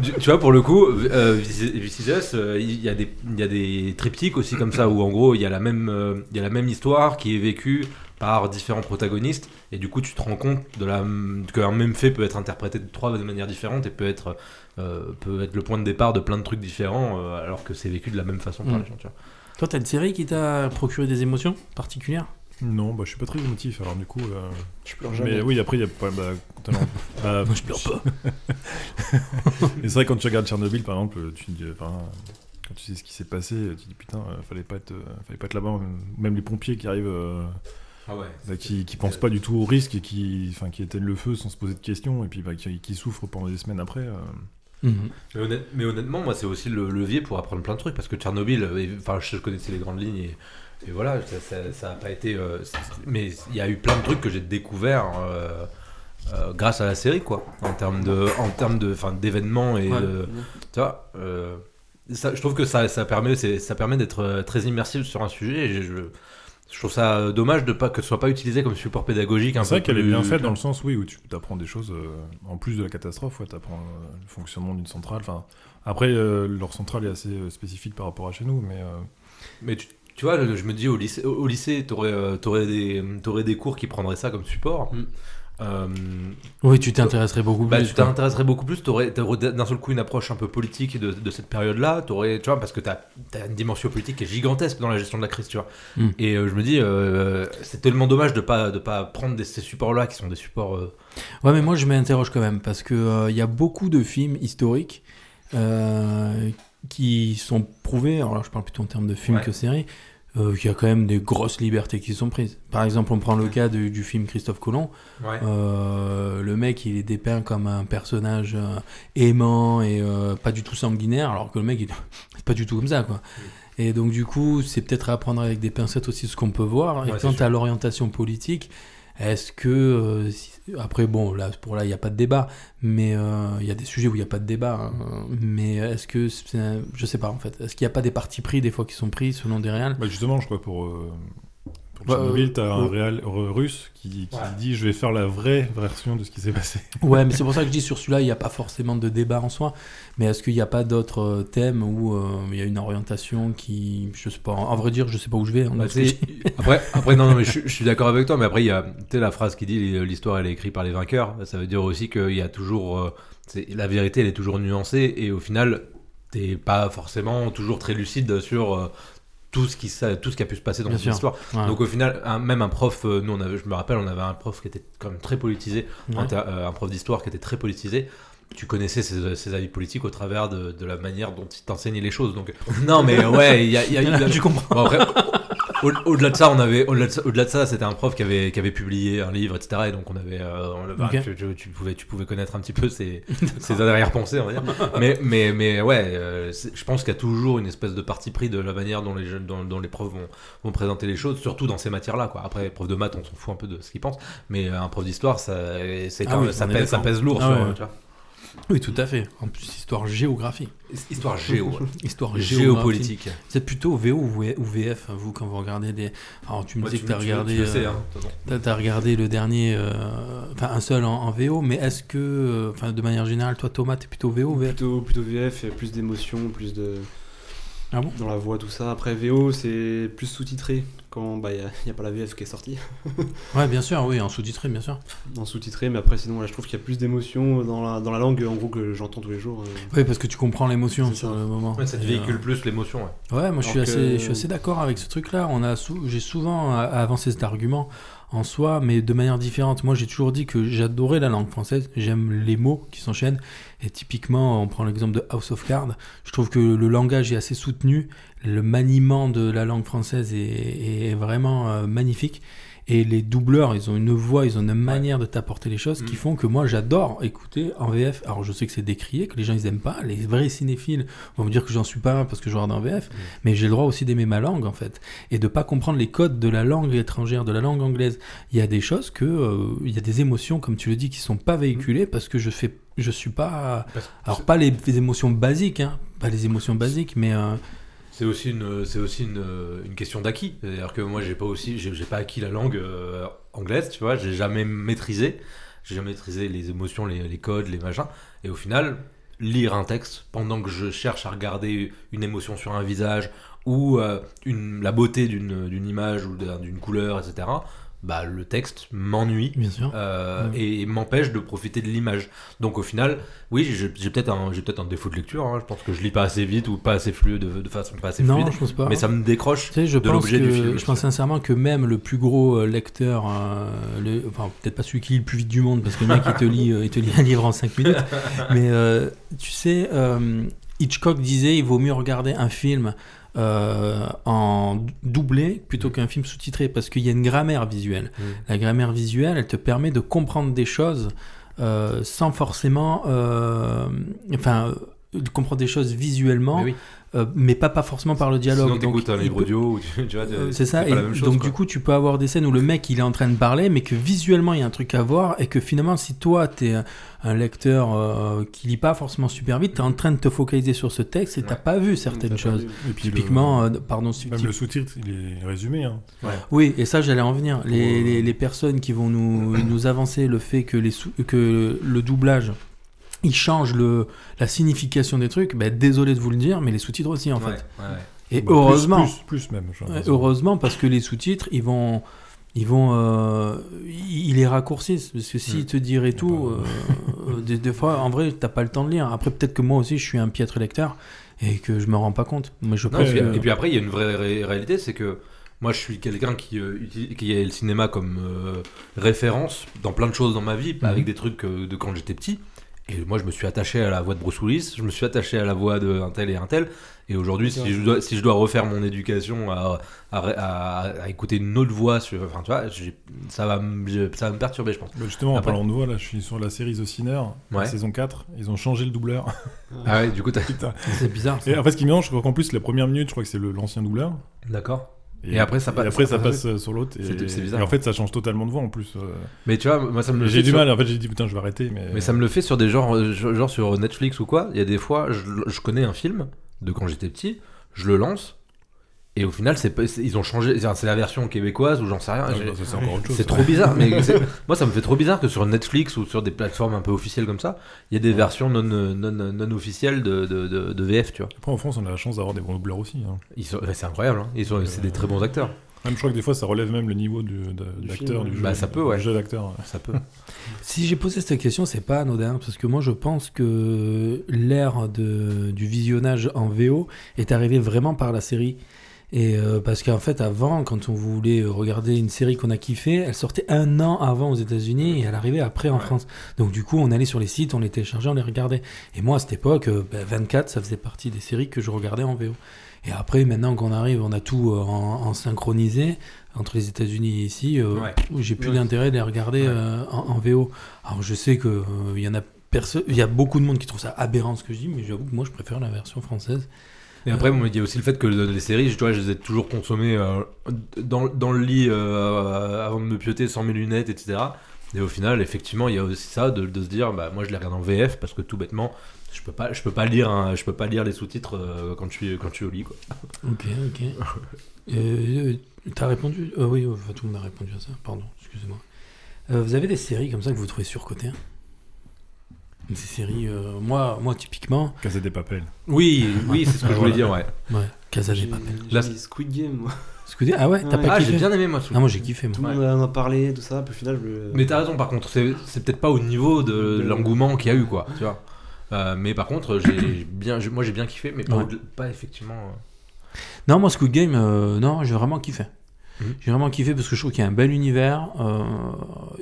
du- tu vois, pour le coup, euh, This Is Us, euh, il y, a des- il y a des triptyques aussi comme ça, où en gros, il y, a la même, euh, il y a la même histoire qui est vécue par différents protagonistes, et du coup, tu te rends compte de la, qu'un même fait peut être interprété de trois manières différentes et peut être, euh, peut être le point de départ de plein de trucs différents, euh, alors que c'est vécu de la même façon par Mm. les gens. tu vois. Toi, t'as une série qui t'a procuré des émotions particulières Non, bah, je suis pas très émotif, alors du coup. euh, Je pleure jamais. Mais oui, après, il y a pas. Bah, quand t'as- bah, Moi, je pleure pas. Et c'est vrai, quand tu regardes Tchernobyl, par exemple, tu te dis, enfin, quand tu sais ce qui s'est passé, tu te dis, putain, euh, fallait pas être, euh, fallait pas être là-bas. Même les pompiers qui arrivent, euh, bah, qui, qui pensent pas du tout au risque et qui, enfin, qui éteignent le feu sans se poser de questions, et puis bah, qui, qui souffrent pendant des semaines après. euh. Mhm. Mais, honnête- mais honnêtement, moi, c'est aussi le levier pour apprendre plein de trucs. Parce que Tchernobyl, euh, et- enfin, je connaissais les grandes lignes et, et voilà, ça- ça ça a pas été. euh, c'est- mais il y a eu plein de trucs que j'ai découvert euh, euh, grâce à la série, quoi. En termes de, en termes de, enfin, d'événements et Ouais. de- tu vois. euh, ça, je trouve que ça, ça permet, c'est- ça permet d'être euh, très immersif sur un sujet. Et je, je trouve ça euh, dommage de pas que ce soit pas utilisé comme support pédagogique. un C'est vrai peu qu'elle est bien plus- faite dans le sens, oui, où tu apprends des choses, euh, en plus de la catastrophe, ouais, tu apprends le fonctionnement d'une centrale. Enfin, après, euh, leur centrale est assez euh, spécifique par rapport à chez nous, mais euh, Mais tu, tu vois, je, je me dis au lycée, au lycée, t'aurais, euh, t'aurais des, t'aurais des cours qui prendraient ça comme support. Mm. Euh, Oui, tu t'intéresserais beaucoup bah, plus. tu quoi. t'intéresserais beaucoup plus, t'aurais, t'aurais d'un seul coup une approche un peu politique de, de cette période-là, t'aurais, tu vois, parce que t'as, t'as une dimension politique qui est gigantesque dans la gestion de la crise, tu vois. Mm. Et euh, je me dis, euh, c'est tellement dommage de pas, de pas prendre des- ces supports-là qui sont des supports. euh, Ouais, mais moi je m'interroge quand même parce que euh, il y a beaucoup de films historiques euh, qui sont prouvés. Alors là, je parle plutôt en termes de films Ouais. que séries. euh, qu'il y a quand même des grosses libertés qui sont prises. Par exemple, on prend le cas du, du film Christophe Colomb. Euh, le mec, il est dépeint comme un personnage euh, aimant et euh, pas du tout sanguinaire, alors que le mec, il c'est pas du tout comme ça, quoi. Mm. Et donc, du coup, c'est peut-être à apprendre avec des pincettes aussi ce qu'on peut voir. Et Ouais, c'est quant sûr. à l'orientation politique, est-ce que. euh, si- Après, bon, là, pour là, il n'y a pas de débat, mais euh, il y a des sujets où il n'y a pas de débat. hein. Mais est-ce que. c'est un- Je sais pas, en fait. Est-ce qu'il n'y a pas des partis pris, des fois, qui sont pris selon des réels bah, justement, je crois pour. euh, pour Bah, Tchernobyl, euh, t'as un euh, réal r- russe qui, qui Ouais. dit je vais faire la vraie version de ce qui s'est passé. Ouais, mais c'est pour ça que je dis sur celui-là, il n'y a pas forcément de débat en soi. Mais est-ce qu'il n'y a pas d'autres euh, thèmes où euh, il y a une orientation qui. Je sais pas. En vrai dire, je sais pas où je vais. hein, Bah, donc tu sais, après, après, non, non, mais je, suis- je suis d'accord avec toi, mais après, il y a tu sais, la phrase qui dit l'histoire elle est écrite par les vainqueurs. Ça veut dire aussi qu'il y a toujours. euh, c'est- la vérité elle est toujours nuancée et au final, t'es pas forcément toujours très lucide sur euh, tout, ce qui, s'a- tout ce qui a pu se passer dans Bien cette sûr. histoire. Ouais. Donc au final, un- même un prof, euh, nous, on avait, je me rappelle, on avait un prof qui était quand même très politisé, Ouais. un, ta- euh, un prof d'histoire qui était très politisé. Tu connaissais ses, ses avis politiques au travers de, de la manière dont il t'enseignait les choses. Donc non, mais ouais, il y a, il y a- il y a- Je comprends. Bon, après, au- au-delà de ça, on avait, au-delà de ça, au-delà de ça, c'était un prof qui avait, qui avait publié un livre, etc. Et donc on avait, euh, on le- bah, Ok. tu, tu- tu pouvais, tu pouvais connaître un petit peu ses, ses arrière-pensées, on va dire. Mais, mais, mais ouais, euh, c'est- je pense qu'il y a toujours une espèce de parti pris de la manière dont les jeunes, dont, dont les profs vont, vont présenter les choses, surtout dans ces matières-là. Quoi. Après, prof de maths, on s'en fout un peu de ce qu'ils pensent, mais euh, un prof d'histoire, ça, c'est Ah quand oui, même- ça, on est pèse, ça d'accord. pèse lourd. Ah sur, euh, ouais. tu vois. Oui, tout à fait. En plus, histoire géographie. Histoire géo, ouais. Histoire géopolitique. géopolitique. C'est plutôt VO ou V- ou VF, vous, quand vous regardez des. Alors, tu me Ouais, dis tu- que t'as tu- tu le regardé. sais, euh, hein, de toute façon. T'as t'as regardé le dernier, euh, enfin un seul en, en VO, mais est-ce que, euh, enfin de manière générale, toi Thomas, t'es plutôt VO ou VF Plutôt, plutôt VF, et plus d'émotion, plus de. Ah bon Dans la voix, tout ça. Après, VO, c'est plus sous-titré quand il bah, n'y a, y a pas la VF qui est sortie. Ouais, bien sûr, oui, en sous-titré, bien sûr. En sous-titré, mais après, sinon, là, je trouve qu'il y a plus d'émotion dans la, dans la langue, en gros, que j'entends tous les jours. euh. Oui, parce que tu comprends l'émotion C'est sur ça. le moment. Ouais, ça te Et, véhicule plus l'émotion, ouais. Ouais, moi je suis, Alors que- assez, je suis assez d'accord avec ce truc-là. On a sou- J'ai souvent a- avancé cet argument en soi, mais de manière différente. Moi j'ai toujours dit que j'adorais la langue française, j'aime les mots qui s'enchaînent. Et typiquement, on prend l'exemple de House of Cards. Je trouve que le langage est assez soutenu, le maniement de la langue française est, est vraiment euh, magnifique. Et les doubleurs, ils ont une voix, ils ont une manière de t'apporter les choses Mm. qui Mhm. font que moi j'adore écouter en VF. Alors je sais que c'est décrié, que les gens ils aiment pas, les vrais cinéphiles vont me dire que j'en suis pas un parce que je regarde en VF, mais j'ai le droit aussi d'aimer ma langue en fait et de pas comprendre les codes de la langue étrangère, de la langue anglaise. Il y a des choses que, euh, il y a des émotions comme tu le dis qui sont pas véhiculées parce que je fais, je suis pas, Parce- alors pas les, les émotions basiques, hein, pas les émotions basiques, mais euh, C'est aussi une, c'est aussi une, une question d'acquis. C'est-à-dire que moi, j'ai pas aussi, j'ai, j'ai pas acquis la langue euh, anglaise, tu vois. J'ai jamais maîtrisé, j'ai jamais maîtrisé les émotions, les, les codes, les machins. Et au final, lire un texte pendant que je cherche à regarder une émotion sur un visage ou euh, une, la beauté d'une, d'une image ou d'un- d'une couleur, etc. Bah, le texte m'ennuie bien sûr. euh, Ouais. et, et m'empêche de profiter de l'image. Donc au final, oui, j'ai j'ai peut-être un, j'ai peut-être un défaut de lecture. hein. Je pense que je lis pas assez vite ou pas assez fluide, de, de façon pas assez non, fluide. je pense pas. Mais ça me décroche. Tu sais, je de pense l'objet du que- film. Je pense sincèrement que même le plus gros euh, lecteur, euh, le- enfin peut-être pas celui qui lit le plus vite du monde, parce que le mec il te lit, euh, il te lit un livre en 5 minutes, mais euh, tu sais, euh, Hitchcock disait il vaut mieux regarder un film euh, en dou- doublé plutôt qu'un film sous-titré, parce qu'il y a une grammaire visuelle. Mm. La grammaire visuelle, elle te permet de comprendre des choses euh, sans forcément... euh, enfin de comprendre des choses visuellement, Mais oui. euh, mais pas, pas forcément par le dialogue. Sinon, Donc, t'écoutes un il livre peut- audio, ou tu, tu vois, euh, t'es- c'est ça, pas et la même chose, donc quoi. du coup tu peux avoir des scènes où le mec il est en train de parler mais que visuellement il y a un truc à voir et que finalement si toi t'es un- un lecteur euh, qui lit pas forcément super vite t'es en train de te focaliser sur ce texte et t'as Ouais. pas vu certaines choses. Et puis Typiquement, le- euh, pardon, si- même typ- le sous-titre, il est résumé. Hein. oui, et ça j'allais en venir. Les, Ouais. les- les personnes qui vont nous, nous avancer le fait que, les sous- que le doublage il change le, la signification des trucs, ben, désolé de vous le dire, mais les sous-titres aussi en fait. Ouais, ouais. Et Bah, plus- heureusement. Plus, plus même. j'ai Ouais, l'impression. heureusement, parce que les sous-titres, ils vont. Ils vont. euh, ils ils les raccourcissent. Parce que s'ils Mm. te diraient tout, bah, euh, euh, des, des fois, en vrai, t'as pas le temps de lire. Après, peut-être que moi aussi, je suis un piètre lecteur et que je me rends pas compte. Mais je Non, pense et, puis, que. et puis après, il y a une vraie ré- réalité, c'est que moi, je suis quelqu'un qui, euh, utilise- qui a le cinéma comme euh, référence dans plein de choses dans ma vie, Mhm. avec des trucs euh, de quand j'étais petit. Et moi, je me suis attaché à la voix de Bruce Willis, je me suis attaché à la voix d'un tel et un tel. Et aujourd'hui, si, je dois- si je dois refaire mon éducation à, à- à- à écouter une autre voix, sur- enfin, tu vois, j'ai- ça va, me- je- ça va me perturber, je pense. Bah, justement, en Après- parlant de voix, là, je suis sur la série The Sinner, la Ouais. saison 4. Ils ont changé le doubleur. Ah ouais, du coup, t'as. Putain. C'est bizarre. ça. Et en fait, ce qui me dérange, c'est qu'en plus, la première minute, je crois que c'est le- l'ancien doubleur. D'accord. Et après, ça passe- et après, ça ça passe passe- euh, sur l'autre. et- C'est- c'est bizarre. Et en fait, ça change totalement de voix en plus. euh. Mais tu vois, moi, ça me le J'ai fait du sur- mal. En fait, j'ai dit putain, je vais arrêter. Mais, Euh. Mais ça me le fait sur des genres, euh, ge- genre sur Netflix ou quoi. Il y a des fois, je, je connais un film de quand j'étais petit, je le lance, et au final, c'est pas- c'est- ils ont changé. c'est- C'est la version québécoise ou j'en sais rien. Ah, j'ai- bah, ça, c'est encore autre chose. c'est ça. trop bizarre. mais c'est- moi, ça me fait trop bizarre que sur Netflix ou sur des plateformes un peu officielles comme ça, il y a des versions non, euh, non, euh, non officielles de, de, de- de VF, tu vois. Après, en France, on a la chance d'avoir des bons doubleurs aussi. hein. Ils sont- C'est incroyable, hein. Ils sont- c'est des très bons acteurs. Même, Ah, je crois que des fois, ça relève même le niveau du, de- de Du l'acteur, film, du ouais. jeu. Bah, ça peut, ouais. du jeu d'acteur. Ça peut. Si j'ai posé cette question, c'est pas anodin, parce que moi je pense que l'ère de- du visionnage en VO est arrivée vraiment par la série. Et euh, parce qu'en fait, avant, quand on voulait regarder une série qu'on a kiffée, elle sortait un an avant aux États-Unis et elle arrivait après en Ouais. France. Donc du coup, on allait sur les sites, on les téléchargeait, on les regardait. Et moi, à cette époque, euh, ben, 24, ça faisait partie des séries que je regardais en VO. Et après, maintenant qu'on arrive, on a tout euh, en, en synchronisé entre les États-Unis et ici. euh, Ouais. où J'ai plus Ouais. d'intérêt de les regarder Ouais. euh, en, en VO. Alors je sais que euh, il y en a perso- il y a beaucoup de monde qui trouve ça aberrant ce que je dis, mais j'avoue que moi je préfère la version française. Et après, bon, il y a aussi le fait que le- les séries, je, tu vois, je les ai toujours consommées euh, dans, dans le lit euh, avant de me pioter sans mes lunettes, etc. Et au final, effectivement, il y a aussi ça de, de se dire, bah, moi je les regarde en VF parce que tout bêtement, je peux pas, je peux pas lire, un- je peux pas lire les sous-titres euh, quand je suis quand je suis au lit, quoi. Ok, ok. Euh, euh, T'as répondu Euh, Oui, euh, tout le monde a répondu à ça. Pardon, excusez-moi. Euh, vous avez des séries comme ça que vous trouvez surcotées hein Des séries, euh, moi, moi typiquement, Casser des papels. Oui, oui, c'est ce que je voulais dire, ouais. ouais, Casa de J'ai Papel. j'ai Là, mis Squid Game, moi. Excusez- ah ouais, t'as Ouais. pas Ah, kiffé j'ai bien aimé moi. ce- Ah, moi j'ai kiffé moi. Tout le monde en a parlé, tout ça. Puis au final, je le- Mais t'as raison, par contre, c'est c'est peut-être pas au niveau de l'engouement qu'il y a eu, quoi, tu vois. Euh, mais par contre, j'ai bien, moi j'ai bien kiffé, mais pas, Ouais. au-delà- pas effectivement. euh, Non, moi, Squid Game, euh, non, j'ai vraiment kiffé. Mhm. J'ai vraiment kiffé parce que je trouve qu'il y a un bel univers. euh,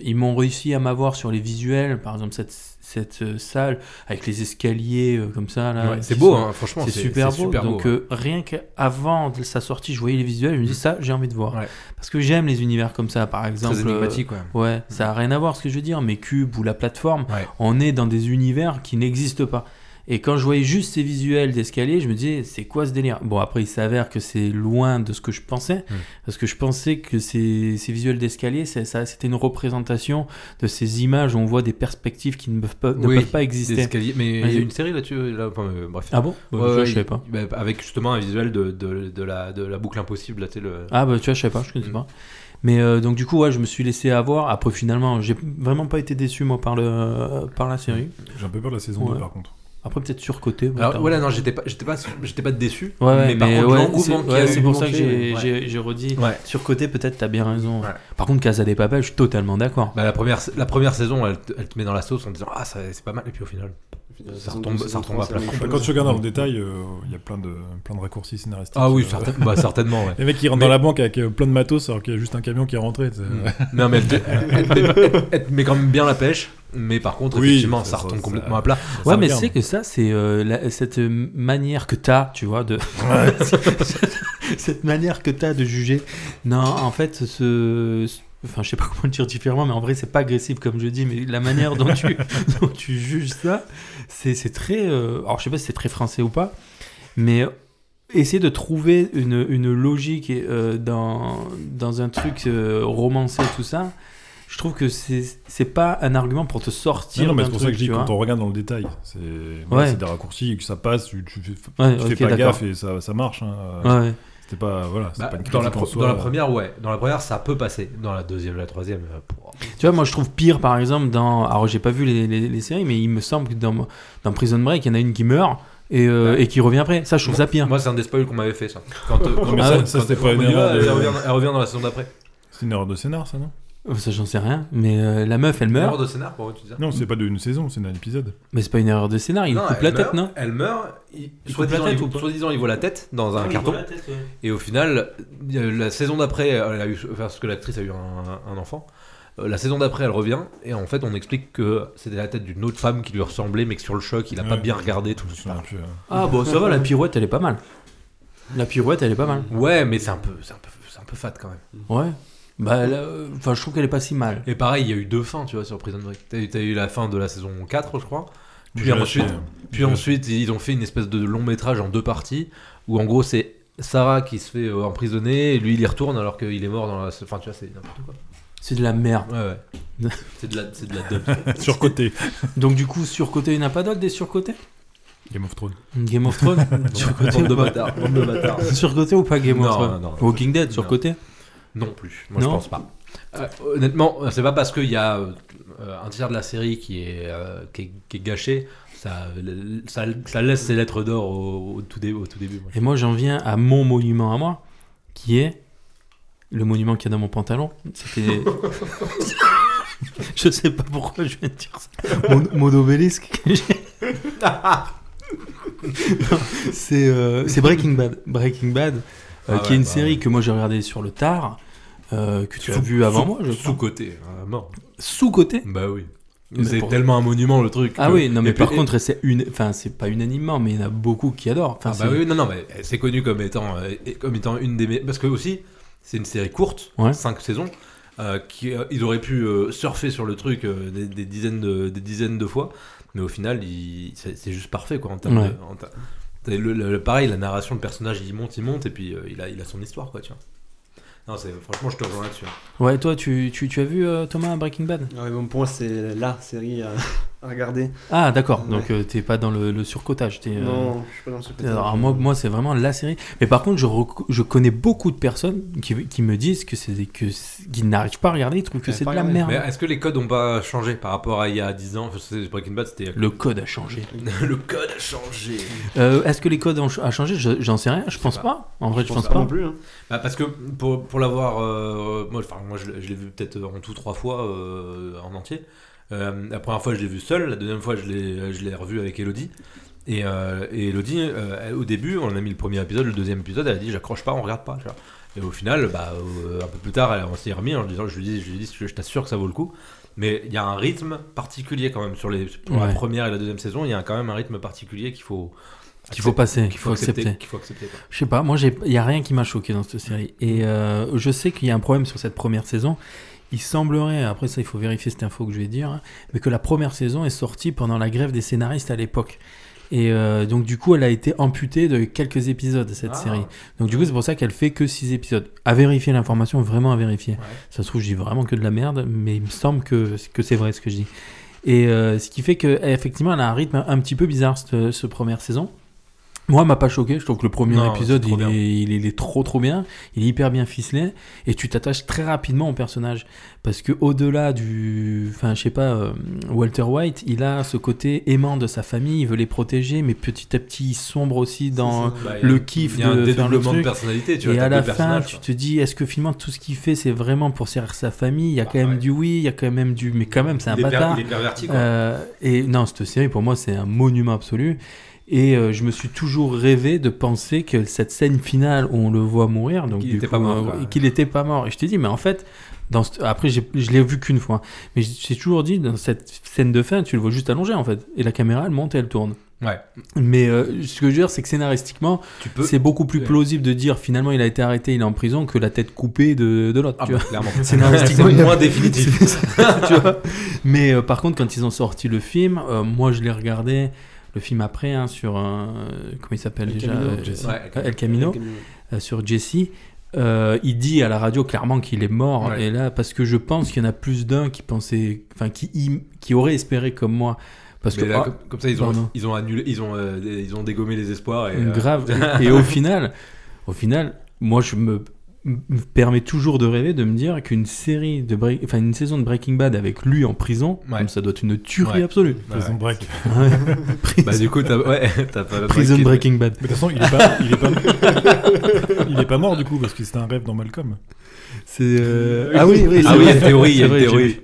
ils m'ont réussi à m'avoir sur les visuels, par exemple cette, cette euh, salle avec les escaliers euh, comme ça. là, Ouais, qui c'est beau, sont- hein, franchement. C'est super beau. Donc ouais. euh, rien qu'avant de sa sortie, je voyais les visuels, je me dis Mhm. ça, j'ai envie de voir. Ouais. Parce que j'aime les univers comme ça, par exemple. très Mm. énigmatique, ouais. euh, ouais, ça a rien à voir ce que je veux dire, mais Cube ou la plateforme, Ouais. on est dans des univers qui n'existent pas. Et quand je voyais juste ces visuels d'escalier, je me disais, c'est quoi ce délire Bon, après, il s'avère que c'est loin de ce que je pensais, Mm. parce que je pensais que ces, ces visuels d'escalier, c'est- ça- c'était une représentation de ces images où on voit des perspectives qui ne peuvent pas, ne Oui, peuvent pas exister. Escalier, mais il y a Vas-y. une série là-dessus, euh, là, enfin, euh, bref. Ah bon Bah, Ouais, ça, ouais, Je savais pas. bah, avec justement un visuel de, de, de la, de la boucle impossible, là, tu sais, le. Ah bah tu vois, je sais pas, je connais Mm. pas. Mais euh, donc du coup, ouais, je me suis laissé avoir. Après, finalement, j'ai vraiment pas été déçu, moi, par, le, par la série. J'ai un peu peur de la saison Ouais. 2, par contre. Après, peut-être surcoté. bon, Alors t'as- voilà, non, j'étais pas, j'étais pas, j'étais pas déçu. Ah, Ouais, ouais, mais par mais contre, ouais, l'engouement c'est- qu'il y ouais, a c'est eu- pour ça que j'ai ouais. j'ai- j'ai redit. Ouais. Sur côté, peut-être, t'as bien raison. Ouais. Par contre, Casa des Papel, je suis totalement d'accord. Bah, la première, la première saison, elle, te- elle te met dans la sauce en disant ah ça- c'est pas mal et puis au final. au final, ça saison retombe- deux, ça saison retombe trois, à c'est la plat. même Quand chose. tu regardes dans le détail, euh, il y a plein de, plein de raccourcis scénaristiques. Ah oui, euh, certain- bah, certainement. Ouais. Les mecs qui rentrent Mais- dans la banque avec euh, plein de matos alors qu'il y a juste un camion qui est rentré. tu sais. non mais elle, te- elle te- elle- elle te met quand même bien la pêche, mais par contre Oui, effectivement ça- ça ça- retombe ça- complètement à plat. Ça Ouais, mais regarde. c'est que ça, c'est euh, la- cette euh, manière que t'as, tu vois, de. cette manière que t'as de juger. Non, en fait, ce, Enfin, je sais pas comment le dire différemment, mais en vrai, c'est pas agressif comme je dis, mais la manière dont tu, dont tu juges ça, c'est c'est très. euh, alors, je sais pas si c'est très français ou pas, mais euh, essayer de trouver une, une logique euh, dans, dans un truc euh, romancé, tout ça, je trouve que c'est c'est pas un argument pour te sortir. Non, non, mais d'un c'est pour ça que truc, je dis tu quand vois. on regarde dans le détail, c'est voilà, c'est des raccourcis et que ça passe, tu, tu fais, tu Ouais, fais ok, d'accord. pas gaffe et ça, ça marche. euh. hein. Ouais, ouais. C'était pas voilà, c'était Bah, pas une dans, la critique en pre- soi. dans euh. la première, ouais. Dans la première, ça peut passer. Dans la deuxième, la troisième. euh, pour- Tu vois, moi je trouve pire par exemple dans. Alors j'ai pas vu les, les- les séries, mais il me semble que dans, dans Prison Break, il y en a une qui meurt et, euh, et qui revient après. Ça, je trouve ça pire. Moi, c'est un des spoils qu'on m'avait fait, ça. Quand, euh, quand- Non, mais Ah ça, ouais. ça, c'était quand- pas on une dit, erreur. ah, de- Elle revient elle revient dans la saison d'après. C'est une erreur de scénar, ça, non Euh, Ça, j'en sais rien. Mais euh, la meuf, elle Une meurt. erreur de scénar, pour eux, tu disais Non, c'est pas d'une saison, c'est d'un épisode. Mais c'est pas une erreur de scénar. Il Non, coupe elle la meurt, tête, non Elle meurt, il- Il coupe la soi-disant, tête il, ou pas soi-disant, il voit la tête dans un carton. Et au final, euh, la saison d'après, elle a eu, enfin, parce que l'actrice a eu un, un enfant, euh, la saison d'après, elle revient, et en fait, on explique que c'était la tête d'une autre femme qui lui ressemblait, mais que sur le choc, il a pas Ouais. bien regardé tout Je me ça. souviens plus. euh. Ah bon, ça va, la pirouette, elle est pas mal. La pirouette, elle est pas mal. Ouais, mais c'est un peu, c'est un peu, c'est un peu fat quand même. Ouais. Bah, là, euh, enfin, je trouve qu'elle est pas si mal. Et pareil, il y a eu deux fins, tu vois, sur Prison Break. T'as eu, t'as eu la fin de la saison 4, je crois. Puis J'ai ensuite, lâché, euh, Puis ensuite, ils ont fait une espèce de long métrage en deux parties, où en gros, c'est Sarah qui se fait euh, emprisonner, et lui, il y retourne alors qu'il est mort dans la. Enfin, tu vois, c'est n'importe quoi. C'est de la merde. Ouais, ouais. c'est de la, c'est de la dub. euh, Surcoté. Donc, du coup, surcoté, il n'y en a pas d'autres des surcotés Game of Thrones. Game of Thrones Surcoté Bande ou de pas bâtards, bande de bâtards. Surcoté ou pas Game Non, of Thrones non, non. Walking Dead, Non. surcoté Non plus, moi Non je pense pas. Euh, honnêtement, euh, c'est pas parce qu'il y a euh, un tiers de la série qui est, euh, qui est, qui est gâché, ça, ça, ça laisse ses lettres d'or au, au tout, dé- au tout début. moi. Et moi, j'en viens à mon monument à moi, qui est le monument qu'il y a dans mon pantalon. C'était. je sais pas pourquoi je viens de dire ça. Mon, mon obélisque que j'ai. Non, c'est euh, c'est Breaking Bad. Breaking Bad, euh, Ah qui ouais, est une bah série ouais. que moi j'ai regardée sur le tard, euh, que tu as Sous- vu avant sous- moi, je crois. Sous-côté, hein, à mort. Sous-côté Bah oui. Mais C'est pour- tellement un monument le truc. Ah que- oui, non, et mais puis- par et- contre, c'est une... enfin, c'est pas unanimement, mais il y en a beaucoup qui adorent. Enfin, Ah bah c'est- oui, non, non, mais c'est connu comme étant, euh, et- comme étant une des. me- Parce que aussi, c'est une série courte, Ouais. 5 saisons, euh, qui, euh, ils auraient pu euh, surfer sur le truc euh, des, des dizaines de, des dizaines de fois, mais au final, il- c'est c'est juste parfait, quoi. En termes Ouais. de- en ter- t'as le, le- le- pareil, la narration, le personnage, il monte, il monte, et puis euh, il, a, il a son histoire, quoi, tu vois. Non, c'est- franchement, je te rejoins là-dessus. hein. Ouais, toi, tu, tu, tu as vu euh, Thomas Breaking Bad Ah Ouais, bon, pour moi, c'est la série à, à regarder. Ah d'accord, Ouais. donc euh, t'es pas dans le, le surcotage. t'es, euh, Non, je suis pas dans ce t'es- alors, moi, moi c'est vraiment la série. Mais par contre, je, rec- je connais beaucoup de personnes qui, qui me disent que c'est que c'est- qu'ils n'arrivent pas à regarder, ils trouvent que Ouais, c'est de pas la regardé. merde. Mais est-ce que les codes ont pas changé par rapport à il y a 10 ans Enfin, c'est- Breaking Bad, c'était. Le code a changé. le code a changé. Euh, Est-ce que les codes ont ch- a changé Je- J'en sais rien. Je pense pas. pas. En vrai, je pense pas pas. non plus. hein. Bah, parce que pour, pour l'avoir, euh, moi, enfin, moi je, l'ai- je l'ai vu peut-être en tout trois fois euh, en entier. Euh, la première fois je l'ai vu seul, la deuxième fois je l'ai, je l'ai revu avec Elodie. Et, euh, et Elodie, euh, elle, au début, on a mis le premier épisode, le deuxième épisode, elle a dit j'accroche pas, on regarde pas. tu vois. Et au final, bah, euh, un peu plus tard, elle, on s'y est remis en disant je lui dis, je, lui dis, je t'assure que ça vaut le coup. Mais il y a un rythme particulier quand même sur les, pour la Ouais. première et la deuxième saison, il y a quand même un rythme particulier qu'il faut, Qu'il faut passer, qu'il faut accepter. Qu'il faut accepter quoi. Je sais pas, moi, il n'y a rien qui m'a choqué dans cette série. Et euh, je sais qu'il y a un problème sur cette première saison. Il semblerait, après ça, il faut vérifier cette info que je vais dire, hein, mais que la première saison est sortie pendant la grève des scénaristes à l'époque. Et euh, donc, du coup, elle a été amputée de quelques épisodes, cette Ah. série. Donc, du coup, c'est pour ça qu'elle fait que 6 épisodes. À vérifier l'information, vraiment à vérifier. Ouais. Ça se trouve, je dis vraiment que de la merde, mais il me semble que, que c'est vrai ce que je dis. Et euh, ce qui fait que effectivement, elle a un rythme un, un petit peu bizarre, cette, cette première saison. Moi, elle m'a pas choqué. Je trouve que le premier Non, épisode, c'est trop il bien. est, il est- il est trop trop bien. Il est hyper bien ficelé. Et tu t'attaches très rapidement au personnage. Parce que au-delà du. Enfin, je sais pas, euh, Walter White, il a ce côté aimant de sa famille. Il veut les protéger. Mais petit à petit, il sombre aussi dans. C'est ça. Bah, il y a- Le kiff Il y a de un faire le dédoublement de truc. personnalité, tu vois. Et t'as à deux la fin, personnages, tu quoi. te dis, est-ce que finalement tout ce qu'il fait, c'est vraiment pour servir sa famille Il y a Bah, quand même ouais. du oui, il y a quand même du. Mais quand même, c'est un Il est per- bâtard. Il est perverti, quoi. Euh, et non, cette série, pour moi, c'est un monument absolu. Et euh, je me suis toujours rêvé de penser que cette scène finale où on le voit mourir, donc Qu'il du était coup, pas mort, euh, quoi. et qu'il était pas mort. Et je t'ai dit, mais en fait, dans ce- après, j'ai- je l'ai vu qu'une hein. fois. Mais j'ai j'ai toujours dit, dans cette scène de fin, tu le vois juste allongé, en fait. Et la caméra, elle monte et elle tourne. Ouais. Mais euh, ce que je veux dire, c'est que scénaristiquement, Tu peux. c'est beaucoup plus Ouais. plausible de dire finalement il a été arrêté, il est en prison, que la tête coupée de, de l'autre. Ah, tu bah, vois. clairement. Scénaristiquement, il y c'est a- moins définitif. tu vois. Mais euh, par contre, quand ils ont sorti le film, euh, moi je l'ai regardé le film après hein, sur un- comment il s'appelle El déjà Camino, euh, Jesse. Ouais, euh, El Camino euh, sur Jesse. euh, il dit à la radio clairement qu'il est mort Ouais. et là parce que je pense qu'il y en a plus d'un qui pensait, enfin qui im- qui aurait espéré comme moi parce Mais que là, ah, comme, comme ça, ils ont, pardon. ils ont annulé, ils ont, euh, dé- ils ont dégommé les espoirs. Et, euh, grave. et au final, au final, moi je me, me permets toujours de rêver de me dire qu'une série de Break- enfin une saison de Breaking Bad avec lui en prison, Ouais. comme ça doit être une tuerie Ouais. absolue. Ah Ouais, Prison ouais. Break. Ouais. Prison, Bah, du coup, t'as ouais, t'as pas. Prison Breaking Bad. Mais de toute façon, il est pas, il est pas, il est pas mort du coup parce que c'était un rêve dans Malcolm. C'est euh, ah oui oui Ah c'est oui, il y vrai. C'est a une théorie, il y a une vrai, j'ai théorie. vu.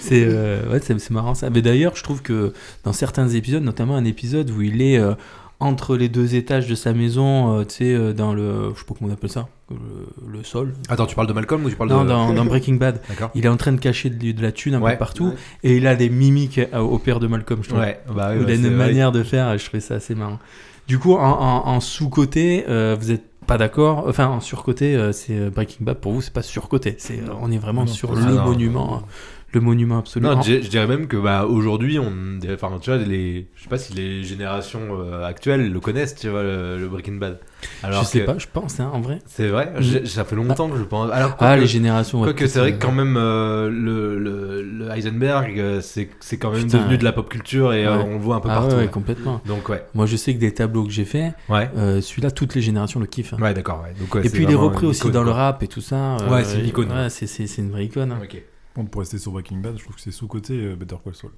C'est euh, ouais, c'est c'est marrant ça. Mais d'ailleurs, je trouve que dans certains épisodes, notamment un épisode où il est euh, entre les deux étages de sa maison, euh, tu sais, euh, dans le je sais pas comment on appelle ça, le, le sol. Attends, tu parles de Malcolm ou tu parles Non, de. dans, dans Breaking Bad. D'accord. Il est en train de cacher de, de la thune un Ouais. peu partout Ouais. et il a des mimiques à- au père de Malcolm, je trouve. Ouais, bah oui, il bah, a c'est une vrai. manière de faire et je trouvais ça assez marrant. Du coup, en, en- en sous-côté, euh, vous n'êtes pas d'accord. Enfin, en sur-côté, euh, c'est euh, Breaking Bad pour vous, c'est pas sur-côté. C'est, euh, on est vraiment Non, sur ah le non. monument, euh, le monument absolu. Non, En- je, je dirais même que bah aujourd'hui, on, enfin tu vois, les, je sais pas si les générations euh, actuelles le connaissent, tu vois, le, le Breaking Bad. Alors je sais que- pas, je pense, hein, en vrai. C'est vrai, j'ai- ça fait longtemps que je pense. Alors Ah, quoique- les générations. ouais, Quoique peut-être, c'est vrai euh, que quand même euh, le, le, le Heisenberg, euh, c'est c'est quand même Putain, devenu ouais. de la pop culture et euh, Ouais. on le voit un peu ah, partout. ouais, ouais, ouais. complètement. Donc ouais, Moi, je sais que des tableaux que j'ai faits, ouais, euh, celui-là, toutes les générations le kiffent. hein. ouais, d'accord. ouais. Donc, ouais, et c'est puis il est vraiment repris une aussi icône, dans le quoi. rap et tout ça. euh, Ouais, c'est une icône, ouais, c'est- c'est c'est une vraie icône. hein. Ok. Bon, pour rester sur Breaking Bad, je trouve que c'est sous-côté euh, Better Call Saul.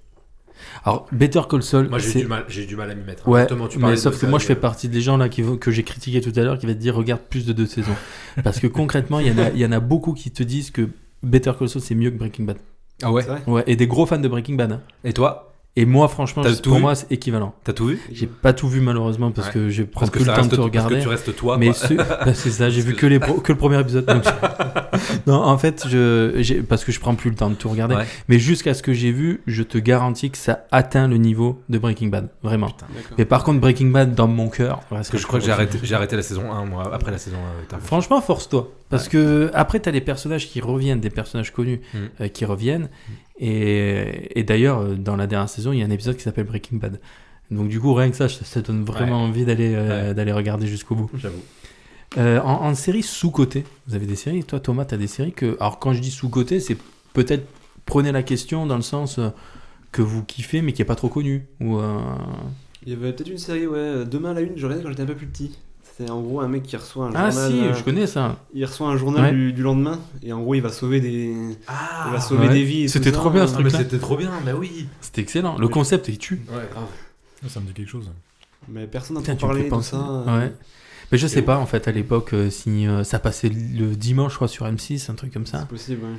Alors, Better Call Saul, Moi j'ai c'est- du mal, j'ai du mal à m'y mettre. Ouais, Justement, tu mais parlais de sauf que ça, moi je euh, fais partie des gens là qui vont- que j'ai critiqué tout à l'heure qui va te dire regarde plus de deux saisons. Parce que concrètement, il y, en a- il y en a beaucoup qui te disent que Better Call Saul c'est mieux que Breaking Bad. Ah ouais. C'est vrai Ouais, et des gros fans de Breaking Bad. hein. Et toi, Et moi, franchement, T'as c'est- tout pour vu moi c'est équivalent. t'as tout vu J'ai pas tout vu malheureusement parce Ouais. que je prends Parce que plus le ça temps reste- de tout parce regarder. que tu restes toi. Mais quoi. ce- bah, c'est ça, j'ai Parce vu que- que, les pro- que le premier épisode. donc je- non, en fait, je, j'ai- parce que je prends plus le temps de tout regarder. Ouais. Mais jusqu'à ce que j'ai vu, je te garantis que ça atteint le niveau de Breaking Bad, vraiment. D'accord. Mais par contre, Breaking Bad dans mon cœur. Parce Parce que je crois que j'ai arrêté, j'ai arrêté la saison 1 moi, après la saison euh, 1. putain. Franchement, force-toi. Parce que après, t'as les personnages qui reviennent, des personnages connus Mm. euh, qui reviennent. Mm. Et, et d'ailleurs, euh, dans la dernière saison, il y a un épisode qui s'appelle Breaking Bad. Donc du coup, rien que ça, ça, ça donne vraiment envie d'aller euh, d'aller regarder jusqu'au bout. J'avoue. Euh, en, en série sous-côté, vous avez des séries Toi, Thomas, t'as des séries que... Alors quand je dis sous-côté, c'est peut-être prenez la question dans le sens euh, que vous kiffez mais qui est pas trop connu. Ou, euh, Il y avait peut-être une série, ouais, euh, Demain à la Une, je regardais quand j'étais un peu plus petit. C'était en gros un mec qui reçoit un Ah journal. si, euh, je connais ça. Il reçoit un journal Ouais. du, du lendemain et en gros il va sauver des, il va Ah, sauver ouais. des vies. et tout C'était ça, trop bien, Ah, ce euh, truc. mais là. c'était trop bien, mais oui. C'était excellent. Le Mais- concept, il tue. Ouais, grave. Ah, Ça me dit quelque chose. euh, Mais personne n'a Putain, trop tu me fais parlé de penser. ça. euh, Ouais. Mais je sais Et- pas, en fait, à l'époque, euh, si euh, ça passait le dimanche, je crois, sur M6, un truc comme C'est ça. possible. ouais.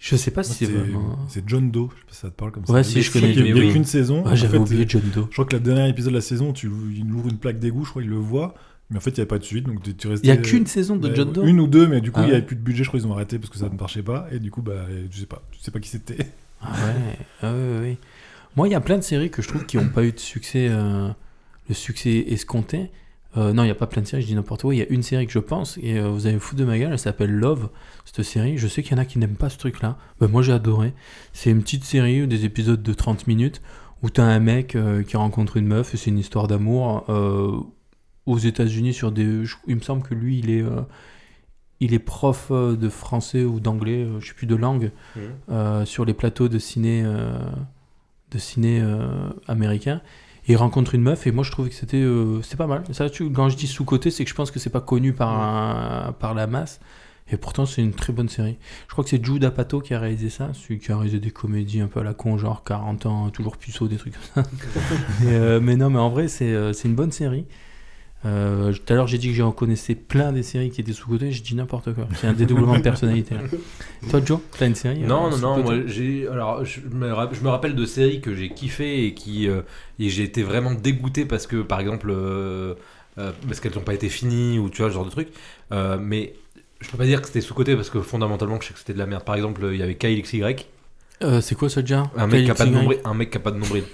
Je sais pas Moi, si c'est C'est vraiment. c'est John Doe, je sais pas si ça te parle comme ça. Ouais, si, Mais je connais, Il mais n'y a oui. qu'une saison. Ouais, En j'avais fait, euh, oublié John Doe. Je crois que le dernier épisode de la saison, tu, il ouvre une plaque d'égout, je crois, il le voit, mais en fait, il n'y a pas de suite, donc tu, tu restes. Il y a qu'une saison de euh, Ouais, John Doe. Une ou deux, mais du coup, Ah il n'y ouais. avait plus de budget, je crois, ils ont arrêté parce que ça ne marchait pas, et du coup, bah, je sais pas, tu sais pas qui c'était. Ah ouais, ah ouais, ouais, ouais. Moi, il y a plein de séries que je trouve qui n'ont pas eu de succès, euh, le succès escompté. Euh, non, il n'y a pas plein de séries, je dis n'importe quoi. Il y a une série que je pense, et euh, vous allez vous foutre de ma gueule, elle s'appelle Love, cette série. Je sais qu'il y en a qui n'aiment pas ce truc-là. mais moi, j'ai adoré. C'est une petite série, des épisodes de 30 minutes, où t'as un mec euh, qui rencontre une meuf, et c'est une histoire d'amour euh, aux États-Unis sur des. je- il me semble que lui, il est. euh, il est prof euh, de français ou d'anglais, euh, je sais plus de langue, Mmh. euh, sur les plateaux de ciné, euh, de ciné euh, américain. Et il rencontre une meuf et moi je trouvais que c'était euh, c'était pas mal. Ça, tu, quand je dis sous-côté, c'est que je pense que c'est pas connu par, un- par la masse. Et pourtant, c'est une très bonne série. Je crois que c'est Jude Apatow qui a réalisé ça, celui qui a réalisé des comédies un peu à la con, genre 40 ans, toujours puceau, des trucs comme ça. mais, euh, mais non, mais en vrai, c'est euh, c'est une bonne série. Euh, Tout à l'heure, j'ai dit que j'en connaissais plein des séries qui étaient sous-côté, je dis n'importe quoi. C'est un dédoublement de personnalité. là. Toi, Joe, t'as une série Non, euh, non, non, sous-côté moi j'ai. Alors, je me, rapp- je me rappelle de séries que j'ai kiffé et qui. euh, et j'ai été vraiment dégoûté parce que, par exemple, euh, euh, parce qu'elles n'ont pas été finies ou tu vois, ce genre de truc. Euh, mais je peux pas dire que c'était sous-côté parce que fondamentalement, je sais que c'était de la merde. Par exemple, il y avait KLXY, Euh, c'est quoi ça déjà un mec qui a pas de Kyle Xing- nombril. Un mec qui a pas de nombril.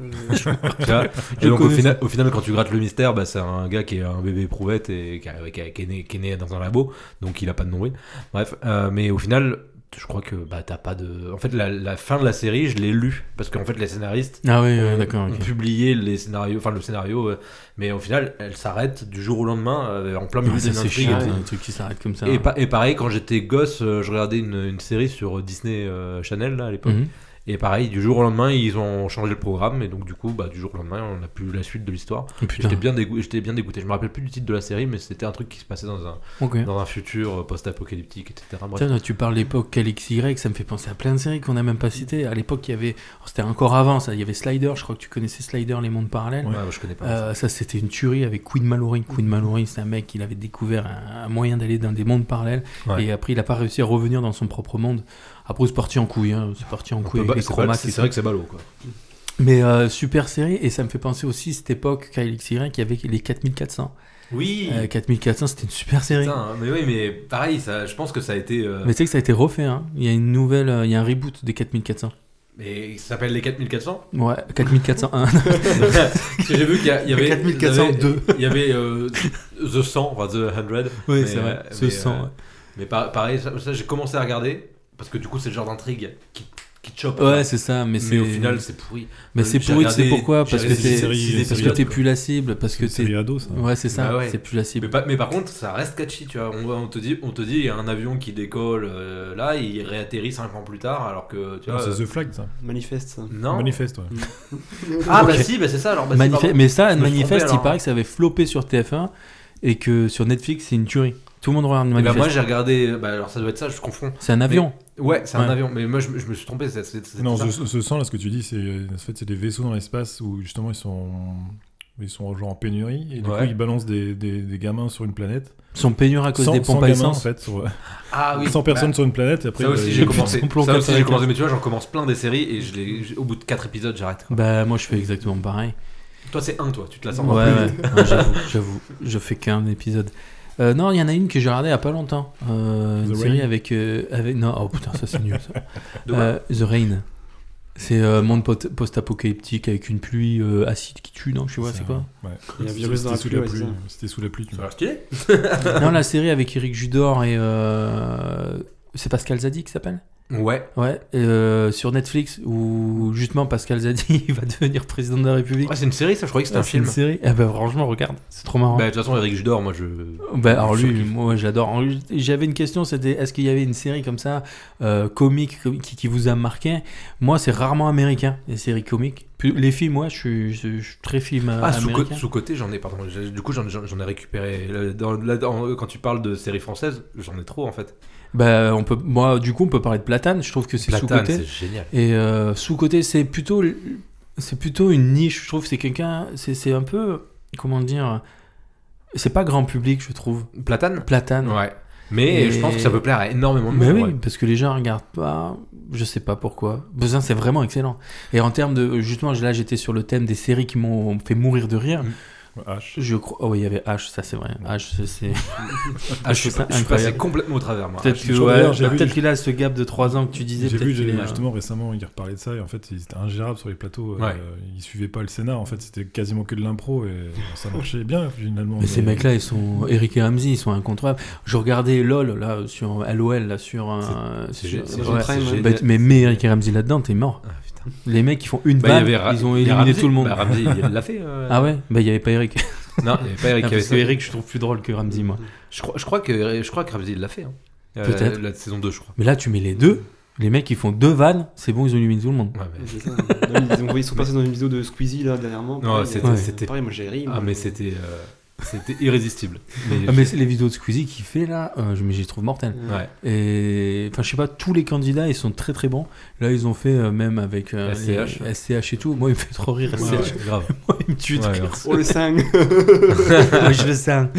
Euh, Tu vois Et Je donc, au, connais final, au final, quand tu grattes le mystère, bah, c'est un gars qui est un bébé éprouvette et qui, a- qui a- qui est, né, qui est né dans un labo, donc il a pas de nombril. Bref, euh, mais au final, je crois que bah, t'as pas de. En fait, la, la fin de la série, je l'ai lu parce qu'en fait, les scénaristes Ah oui, ont- ouais, d'accord. ont ok. publié les scénarios, enfin le scénario, euh, mais au final, elle s'arrête du jour au lendemain euh, en plein milieu Ouais, d'une Ah, ça c'est intrigue chiant, et tout. un truc qui s'arrête comme ça. Et, pa- et pareil, quand j'étais gosse, euh, je regardais une, une série sur Disney euh, Channel là, à l'époque. Mhm. Et pareil, du jour au lendemain, ils ont changé le programme. Et donc, du coup, bah, du jour au lendemain, on a plus la suite de l'histoire. Oh, putain. J'étais bien, dégoûté, j'étais bien dégoûté. Je me rappelle plus du titre de la série, mais c'était un truc qui se passait dans un, Ok. dans un futur euh, post-apocalyptique, etc. Bref. Tiens, tu parles l'époque XY, ça me fait penser à plein de séries qu'on n'a même pas citées. À l'époque, il y avait. alors, C'était encore avant ça, il y avait Slider, je crois que tu connaissais Slider, les mondes parallèles. Ouais, bah, je connais pas. Euh, ça, c'était une tuerie avec Queen Mallory. Queen Mallory, c'est un mec qui avait découvert un, un moyen d'aller dans des mondes parallèles. Ouais. Et après, il n'a pas réussi à revenir dans son propre monde. Après, c'est parti en couille. hein, C'est parti en On couille peut avec pas- les c'est, chromats pas- et c'est tout. vrai que c'est ballot, quoi. Mais euh, super série. Et ça me fait penser aussi à cette époque, KLXY, qui avait les 4400. Oui. Euh, 4400, c'était une super série. Putain, mais oui, mais pareil, ça, je pense que ça a été. euh, Mais tu sais que ça a été refait. hein. Il y a une nouvelle. euh, il y a un reboot des 4400. mais ça s'appelle les 4400 Ouais, 4401. Parce que j'ai vu qu'il y, a- il y avait. 4402. Il y avait euh, The 100, enfin The 100. oui, Mais, c'est euh, vrai. Ce mais, sang, euh, ouais. Mais par- pareil, ça, ça, j'ai commencé à regarder parce que du coup c'est le genre d'intrigue qui, qui te chope. Ouais, c'est ça, mais, c'est mais au final c'est pourri. mais c'est j'ai pourri, tu sais regardé- pourquoi j'ai Parce que regardé t'es, six séries, c'est six parce que épisodes, t'es quoi. plus la cible, parce que C'est une t'es, série ado, ça. ouais, c'est ça, Bah ouais. c'est plus la Mais, cible. pas- mais par contre ça reste catchy, tu vois. On, on te dit, on te dit il y a un avion qui décolle euh, là, et il réatterrit 5 ans plus tard alors que tu Non, vois. Ah, c'est euh, The Flag, ça. Manifeste. ça. non. Manifeste, ouais. Ah bah Ok. si, bah c'est ça alors. bah, c'est Manifeste- pas bon. mais ça, Je me suis manifeste, trompé, il alors. paraît que ça avait floppé sur TF1 et que sur Netflix, c'est une tuerie. Tout le monde regarde Bah, manifeste. moi j'ai regardé, bah alors ça doit être ça, je confonds. c'est un avion. Ouais, c'est un Ouais. avion, mais moi je, me- je me suis trompé. c'est- c'est- c'est- Non, c'est ça. ce, ce sang, là, ce que tu dis, c'est euh, en fait, c'est des vaisseaux dans l'espace où justement ils sont, ils sont genre en pénurie et du Ouais. coup ils balancent des, des, des gamins sur une planète. Sont peignures à cause Sans- des sans pompes à gamins, en essence. fait, sur- Ah oui. 100 bah, personnes sur une planète et après Ça aussi euh, j'ai ils- commencé. ils sont Ça aussi planqués j'ai avec commencé, mais tu vois j'en commence plein des séries et je les, j'ai- au bout de 4 épisodes j'arrête. quoi. Bah, moi, je fais exactement pareil. Toi c'est un toi, tu te la Ouais, sens pas. ouais, Ouais, j'avoue, j'avoue, je fais qu'un épisode. Euh, non, il y en a une que j'ai regardée il y a pas longtemps. Euh, The une Rain. série avec, euh, avec. Non, oh putain, ça c'est nul. ça. De quoi Euh, The Rain. C'est euh, monde pot- post-apocalyptique avec une pluie euh, acide qui tue, non Je sais pas, c'est quoi Ouais. Il y a un virus dans la C'était sous pluie, ouais, c'est ça. C'était sous la pluie. Tu Ça a vois. l'air stylé. Non, la série avec Eric Judor et. euh, c'est Pascal Zadi qui s'appelle Ouais. Ouais, euh, sur Netflix, où justement Pascal Zadi il va devenir président de la République. Ah, c'est une série, ça, je croyais que c'était un C'est une film. série. Ah bah franchement, regarde, c'est trop marrant. Bah, de Bah, toute façon, Eric Judor, moi je. Euh, alors je lui, kiffe. Bah, moi j'adore. J'avais une question, c'était est-ce qu'il y avait une série comme ça, euh, comique, qui, qui vous a marqué Moi, c'est rarement américain, les séries comiques. Puis Les films, moi, je suis, je- je suis très film euh, Ah, américain. sous côté, j'en ai, pardon. j'ai- Du coup, j'en j'en- j'en ai récupéré. Là, dans- là, dans- quand tu parles de séries françaises, j'en ai trop en fait. Bah, on peut, moi, du coup, on peut parler de Platane. Je trouve que c'est sous Platane, côté. c'est génial. Et euh, sous-côté, c'est plutôt, c'est plutôt une niche, je trouve. C'est quelqu'un, c'est c'est un peu, comment dire, c'est pas grand public, je trouve. Platane Platane. Ouais. Mais Et- je pense que ça peut plaire à énormément de Mais monde. oui, ouais. parce que les gens regardent pas, je sais pas pourquoi. Besoin, c'est vraiment excellent. Et en termes de, justement, là, j'étais sur le thème des séries qui m'ont fait mourir de rire. Ouais, H. Je crois, oh, il y avait H, ça c'est vrai. H, c'est- c'est Ah, je, Je trouve suis, ça je suis incroyable. passé complètement au travers, moi. Ah, peut-être je- que, je- ouais, d'ailleurs, j'ai vu- peut-être qu'il a ce gap de 3 ans que tu disais. J'ai peut-être vu qu'il j'ai- est- euh, justement récemment, il reparlait de ça et en fait, c'était ingérable sur les plateaux. euh, Ouais. Ils suivaient pas le scénar. En fait, c'était quasiment que de l'impro et ça marchait bien finalement. Mais ces mecs-là, ils sont Eric et Ramsey, ils sont incontrôlables. Je regardais LOL là sur LOL là sur un. C'est sur- gé- c'est ouais. génial. Prime, C'est ouais. Bah, génial. mais mais Eric et Ramsey là-dedans, t'es mort. Ah, putain. Les mecs, ils font une Bah, il balle, y avait Ra- ils ont il y a éliminé Ramsey. tout le monde. Bah, Ramsey, il l'a fait. euh. ah ouais, bah il y avait pas Eric. Non, il n'y avait pas Eric Ah, qui avait parce que ça. Eric, je trouve plus drôle que Ramsey moi. Je crois, je crois que, je crois que Ramsey, il l'a fait. hein. Euh, Peut-être. La saison 2, je crois. Mais là, tu mets les deux. Les mecs, ils font deux vannes, c'est bon, ils ont éliminé tout le monde. Ouais, mais- C'est ça. Non, ils, ont- ils sont passés dans une vidéo de Squeezie là dernièrement. Non, Pareil, c'était- euh, c'était- Pareil, moi j'ai ri. Ah, mais c'était. euh, C'était irrésistible. Mais- Ah, mais c'est les vidéos de Squeezie qu'il fait là, euh, je, mais j'y trouve mortel. Ouais. Et enfin, je sais pas, tous les candidats, ils sont très très bons. Là, ils ont fait euh, même avec euh, SCH. les- SCH et tout. Moi, il me fait trop rire. Ouais, SCH. ouais, grave. Moi, il me tue de Ouais, rire. grave. Oh le sang Moi, je veux ça.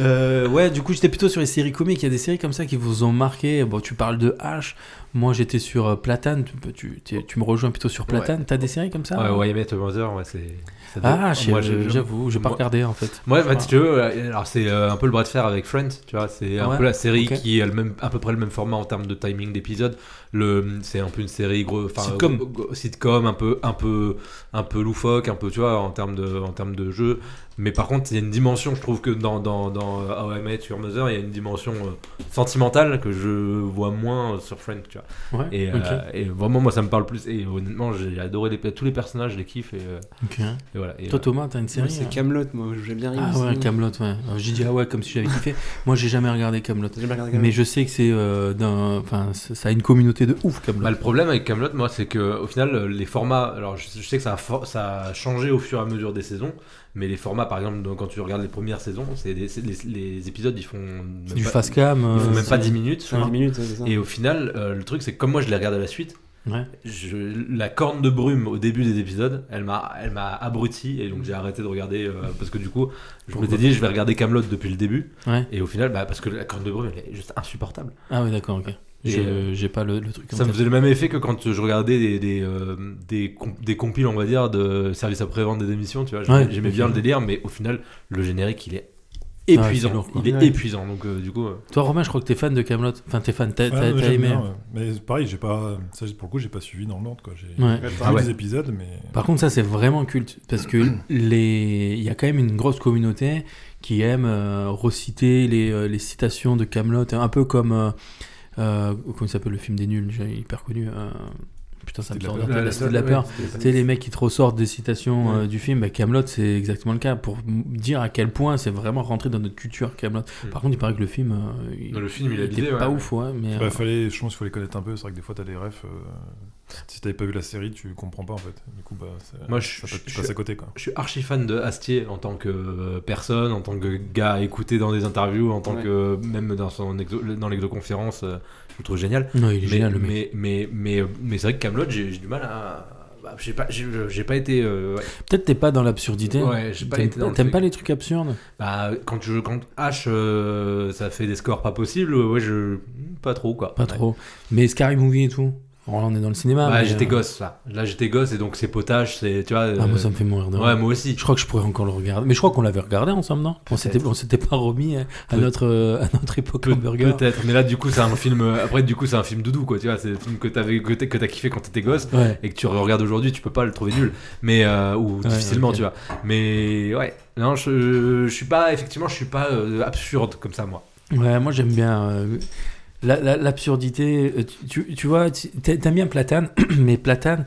Euh, ouais, du coup, j'étais plutôt sur les séries comiques. Il y a des séries comme ça qui vous ont marqué. Bon, tu parles de H. Moi, j'étais sur euh, Platane. Tu, peux- tu, t'es- tu me rejoins plutôt sur Platane. T'as des séries comme ça Ouais, hein ouais, Met Your Mother, ouais, c'est. ça doit- Ah, j'ai- moi, je- je- j'avoue, j'ai pas moi- regardé en fait. Moi, bah, si tu veux, euh, alors c'est euh, un peu le bras de fer avec Friends, tu vois. C'est un Ouais, peu la série ok. qui a le même, à peu près le même format en termes de timing d'épisode. Le, c'est un peu une série gros, enfin, Sitcom. gros- gros- sitcom, un peu, un peu, un peu loufoque, un peu, tu vois, en termes de, en termes de jeu. Mais par contre, il y a une dimension, je trouve que dans, dans, dans euh, How I Met Your Mother, il y a une dimension euh, sentimentale que je vois moins euh, sur Friends, tu vois. Ouais, Et, ok. euh, et vraiment, moi, ça me parle plus. Et honnêtement, j'ai adoré les, tous les personnages, je les kiffe. Et, euh, Ok. et voilà. Et, Toi, euh, Thomas, t'as une Moi, série C'est hein Camelot, moi, j'ai bien ri. Ah ouais, Camelot, ouais. Alors, J'ai dit ah ouais, comme si j'avais kiffé. Moi, j'ai jamais regardé Camelot. J'ai jamais regardé Mais je sais que c'est euh, d'un, enfin, c- ça a une communauté de ouf Camelot. Bah, le problème avec Camelot, moi, c'est que au final, euh, les formats. Alors, je, je sais que ça a, for- ça a changé au fur et à mesure des saisons, mais les formats, par exemple, donc, quand tu regardes les premières saisons, c'est des- c'est les, les épisodes, ils font même c'est du pas, fast cam. ils euh, font même pas c'est- 10 minutes. je Camelot. crois. 10 minutes, ouais, c'est ça. Et au final, euh, le truc, c'est que comme moi, je les regarde à la suite. Ouais. je- la corne de brume au début des épisodes, elle m'a, elle m'a abruti et donc j'ai arrêté de regarder euh, parce que du coup, je Pourquoi m'étais dit je vais regarder Camelot depuis le début Ouais. et au final, bah, parce que la corne de brume elle est juste insupportable. Ah oui, d'accord, ok. Et, J'ai, euh, j'ai pas le, le truc. en Ça me tête. faisait le même effet que quand je regardais des, des, euh, des, com- des compiles, on va dire, de service après-vente des émissions, tu vois. J'aimais Ouais. Ah, j'aimais bien le délire, mais au final, le générique, il est épuisant. c'est lourd, quoi. il est Ouais. épuisant, donc euh, du coup... euh, Toi, Romain, je crois que t'es fan de Camelot. Enfin, t'es fan, t'as, Ouais, t'as- ouais, t'as j'aime aimé. bien, ouais. Mais pareil, j'ai pas. Ça, pour le coup, j'ai pas suivi dans l'ordre, quoi. J'ai j'ai Ouais. vu Ah ouais. des épisodes, mais. Par contre, ça, c'est vraiment culte parce que les, il y a quand même une grosse communauté qui aime euh, reciter les, euh, les citations de Camelot, un peu comme euh, euh, comment il s'appelle le film des nuls, déjà, hyper connu. euh, Putain, ça me C'était de sort. la de la- C'était de la peur. Tu sais, les mecs qui te ressortent des citations euh, du film, bah, Camelot, c'est exactement le cas pour m- dire à quel point c'est vraiment rentré dans notre culture Camelot. Par contre, il paraît que le film, euh, il, Mm. Dans le film, il a était l'idée, pas ouais. ouf, ouais, mais Bah, euh, fallait, je pense qu'il faut les connaître un peu. C'est vrai que des fois, t'as des refs. euh, si t'avais pas vu la série, tu comprends pas en fait. Du coup, bah, c'est- Moi, je- ça passe- je- tu passes à côté quoi. Je suis archi fan de Astier en tant que euh, personne, en tant que gars écouté dans des interviews, en tant Ouais. que même dans son exo- dans l'exoconférence, euh, je le trouve génial. non, il est mais, génial le mec. mais mais mais euh, mais c'est vrai que Camelot, j'ai j'ai du mal à, bah, j'ai pas j'ai j'ai pas été euh, ouais. Peut-être t'es pas dans l'absurdité. Ouais, j'ai pas T'aimes été dans le t'aimes truc. pas les trucs absurdes Bah, quand, je, quand H, euh, ça fait des scores pas possibles, ouais, je. Pas trop, quoi. Pas Ouais. trop. Mais Scary Movie et tout. Alors là, on est dans le cinéma. Bah, mais, j'étais euh, gosse, là. Là, j'étais gosse, et donc c'est potage, c'est. Tu vois. Ah, moi, euh, ça me fait mourir de rire. Ouais, moi aussi. Je crois que je pourrais encore le regarder. Mais je crois qu'on l'avait regardé ensemble, non On s'était, Peut-être. on s'était pas remis à, à Peut- notre, euh, à notre époque Peut- hamburger. Peut-être, mais là, du coup, c'est un film. euh, Après, du coup, c'est un film doudou, quoi. Tu vois, c'est un film que t'avais- que t'as que t'as kiffé quand t'étais gosse. Ouais. Et que tu regardes aujourd'hui, tu peux pas le trouver nul, mais euh, ou Ouais, difficilement, ok. tu vois. Mais ouais, non, je, je suis pas effectivement, je suis pas euh, absurde comme ça, moi. Ouais, moi j'aime bien euh, la- la- l'absurdité. Euh, Tu, tu- tu vois, tu- t'a- t'aimes bien Platane, mais Platane,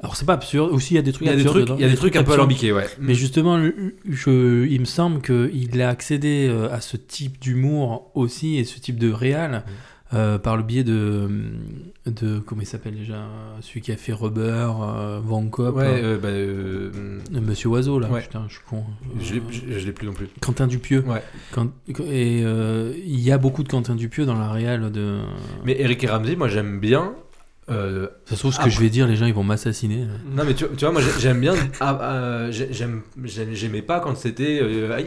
alors c'est pas absurde. Aussi, il y a des Il trucs y a des absurdes trucs, dedans, il y a des trucs un peu absurdes. alambiqués, ouais. Mais justement, le- je- il me semble qu'il a accédé euh, à ce type d'humour aussi et ce type de réal Mm. euh, par le biais de, mm, de comment il s'appelle déjà, euh, celui qui a fait Rubber, euh, Van Cop, ouais, euh, euh, bah, euh, Monsieur Oiseau là. Ouais. Putain, je suis con. je Euh, l'ai- je- je l'ai plus non plus. Quentin Dupieux. Ouais. Quand- et euh, il y a beaucoup de Quentin Dupieux dans la réal de. Mais Eric et Ramsey, moi j'aime bien. euh, Ça se trouve, ce que Après- je vais dire, les gens ils vont m'assassiner. là. non mais tu, tu vois, moi j'ai- j'aime bien. ah, ah, j'ai- j'aime, j'aime- j'aimais pas quand c'était. euh,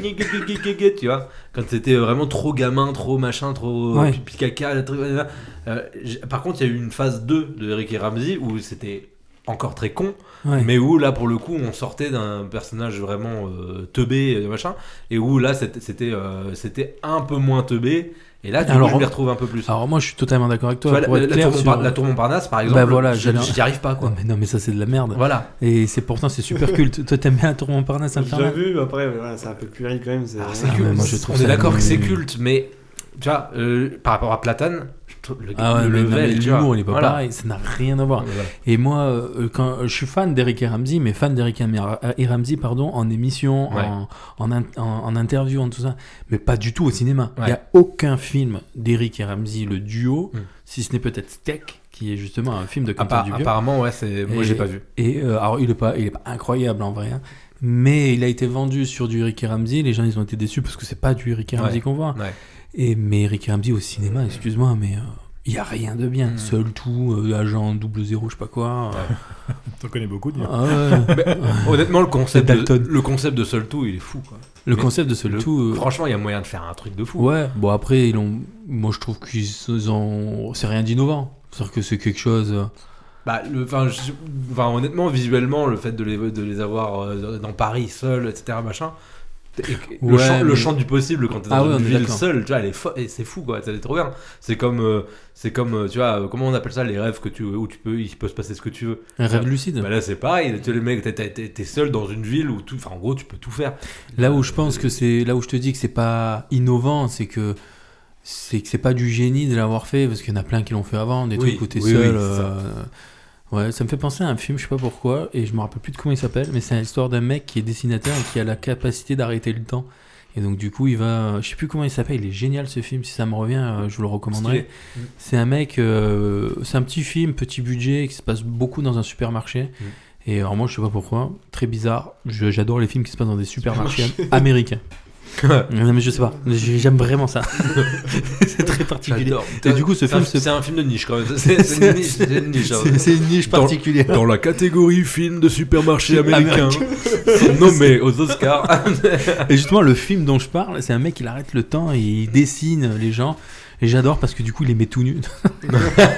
tu vois, quand c'était vraiment trop gamin, trop machin, trop euh, Ouais. pipi caca. le truc, blablabla. Euh, j'ai- par contre, il y a eu une phase 2 de Eric et Ramsey où c'était encore très con, Ouais. mais où là pour le coup on sortait d'un personnage vraiment euh, teubé euh, machin, et où là c'était c'était, euh, c'était un peu moins teubé, et là du Alors, coup, je les retrouve un peu plus. Alors moi je suis totalement d'accord avec Tu toi. vois, la, pour la, être clair tour sur- Montparnasse- la tour Montparnasse, par exemple, voilà, je- j'allais- j'y arrive pas Non, quoi. mais non mais ça c'est de la merde. Voilà. Et c'est pourtant c'est super culte. Toi t'aimes bien la tour Montparnasse J'ai Infernale vu, après, voilà, c'est un peu puéril quand même. c'est- Alors, c'est Ah, culte. mais moi, je trouve On ça est d'accord que c'est nul. culte, mais tu vois, euh, par rapport à Platane, je trouve le, Ah ouais, le mais non, mais level, tu vois. l'humour il est pas Voilà. pareil, ça n'a rien à voir. Voilà. Et moi, euh, quand je suis fan d'Eric et Ramsey, mais fan d'Eric et Ramsey pardon, en émission, Ouais. en, en, in- en- en interview, en tout ça, mais pas du tout au cinéma. Il Ouais. n'y a aucun film d'Eric et Ramsey, le duo, Mm. si ce n'est peut-être Steak, qui est justement un film de Quentin Appa- Dupieux. apparemment, ouais, c'est. Moi, Et- j'ai pas vu. Et euh, alors, il est pas, il est pas incroyable en vrai, hein, mais il a été vendu sur du Ricky Ramsey. Les gens, ils ont été déçus parce que c'est pas du Ricky Ramsey Ouais, qu'on voit. ouais. Et mais Ricky Ramsey au cinéma, excuse-moi, mais euh, il n'y y a rien de bien. Mm. Seul tout, euh, agent double zéro, je sais pas quoi. euh, T'en connais beaucoup, dis. ah ouais. Honnêtement, le concept, C'est Dalton. de, le concept de Seul Tout, il est fou. Quoi. le Mais concept de seul le- tout. euh, Franchement, il y a moyen de faire un truc de fou. Ouais, bon après ils ont moi je trouve qu'ils ont c'est rien d'innovant. C'est-à-dire que c'est quelque chose. euh, Bah, le, enfin, je- enfin, honnêtement, visuellement, le fait de les, de les avoir euh, dans Paris seul, etc., machin. et que- le, Ouais, champ, le mais- champ du possible quand t'es dans Ah ouais, une on est ville d'accord. seule, tu vois, elle est fo- et c'est fou quoi, ça est trop bien. C'est comme, euh, c'est comme, euh, tu vois, euh, comment on appelle ça, les rêves que tu, où tu peux, il peut se passer ce que tu veux. Un rêve lucide. Bah là, c'est pareil, tu vois, les mecs, t'es- t'es t'es- t'es seul dans une ville où tout, enfin, en gros, tu peux tout faire. Là où je pense que c'est, là où je te dis que c'est pas innovant, c'est que c'est que c'est pas du génie de l'avoir fait, parce qu'il y en a plein qui l'ont fait avant, des Oui, trucs où t'es oui, oui, seul. c'est ça. euh, Ouais, ça me fait penser à un film, je sais pas pourquoi, et je me rappelle plus de comment il s'appelle, mais c'est l'histoire d'un mec qui est dessinateur et qui a la capacité d'arrêter le temps. Et donc du coup, il va, je sais plus comment il s'appelle, il est génial ce film. Si ça me revient, euh, je vous le recommanderai. Stylé. Mm. C'est un mec, euh, c'est un petit film, petit budget, qui se passe beaucoup dans un supermarché. Mm. Et alors moi, je sais pas pourquoi, très bizarre. Je- J'adore les films qui se passent dans des supermarchés américains. non mais je sais pas, J'ai- j'aime vraiment ça. c'est très particulier. J'adore. Et du coup, ce C'est un- film, se- c'est un film de niche quand même. C'est c'est une niche. c'est une niche, hein. c'est c'est une niche Dans- particulière. Dans la catégorie film de supermarché américain, nommé aux Oscars. Et justement, le film dont je parle, c'est un mec qui arrête le temps et il dessine les gens. Et j'adore parce que du coup, il les met tout nus.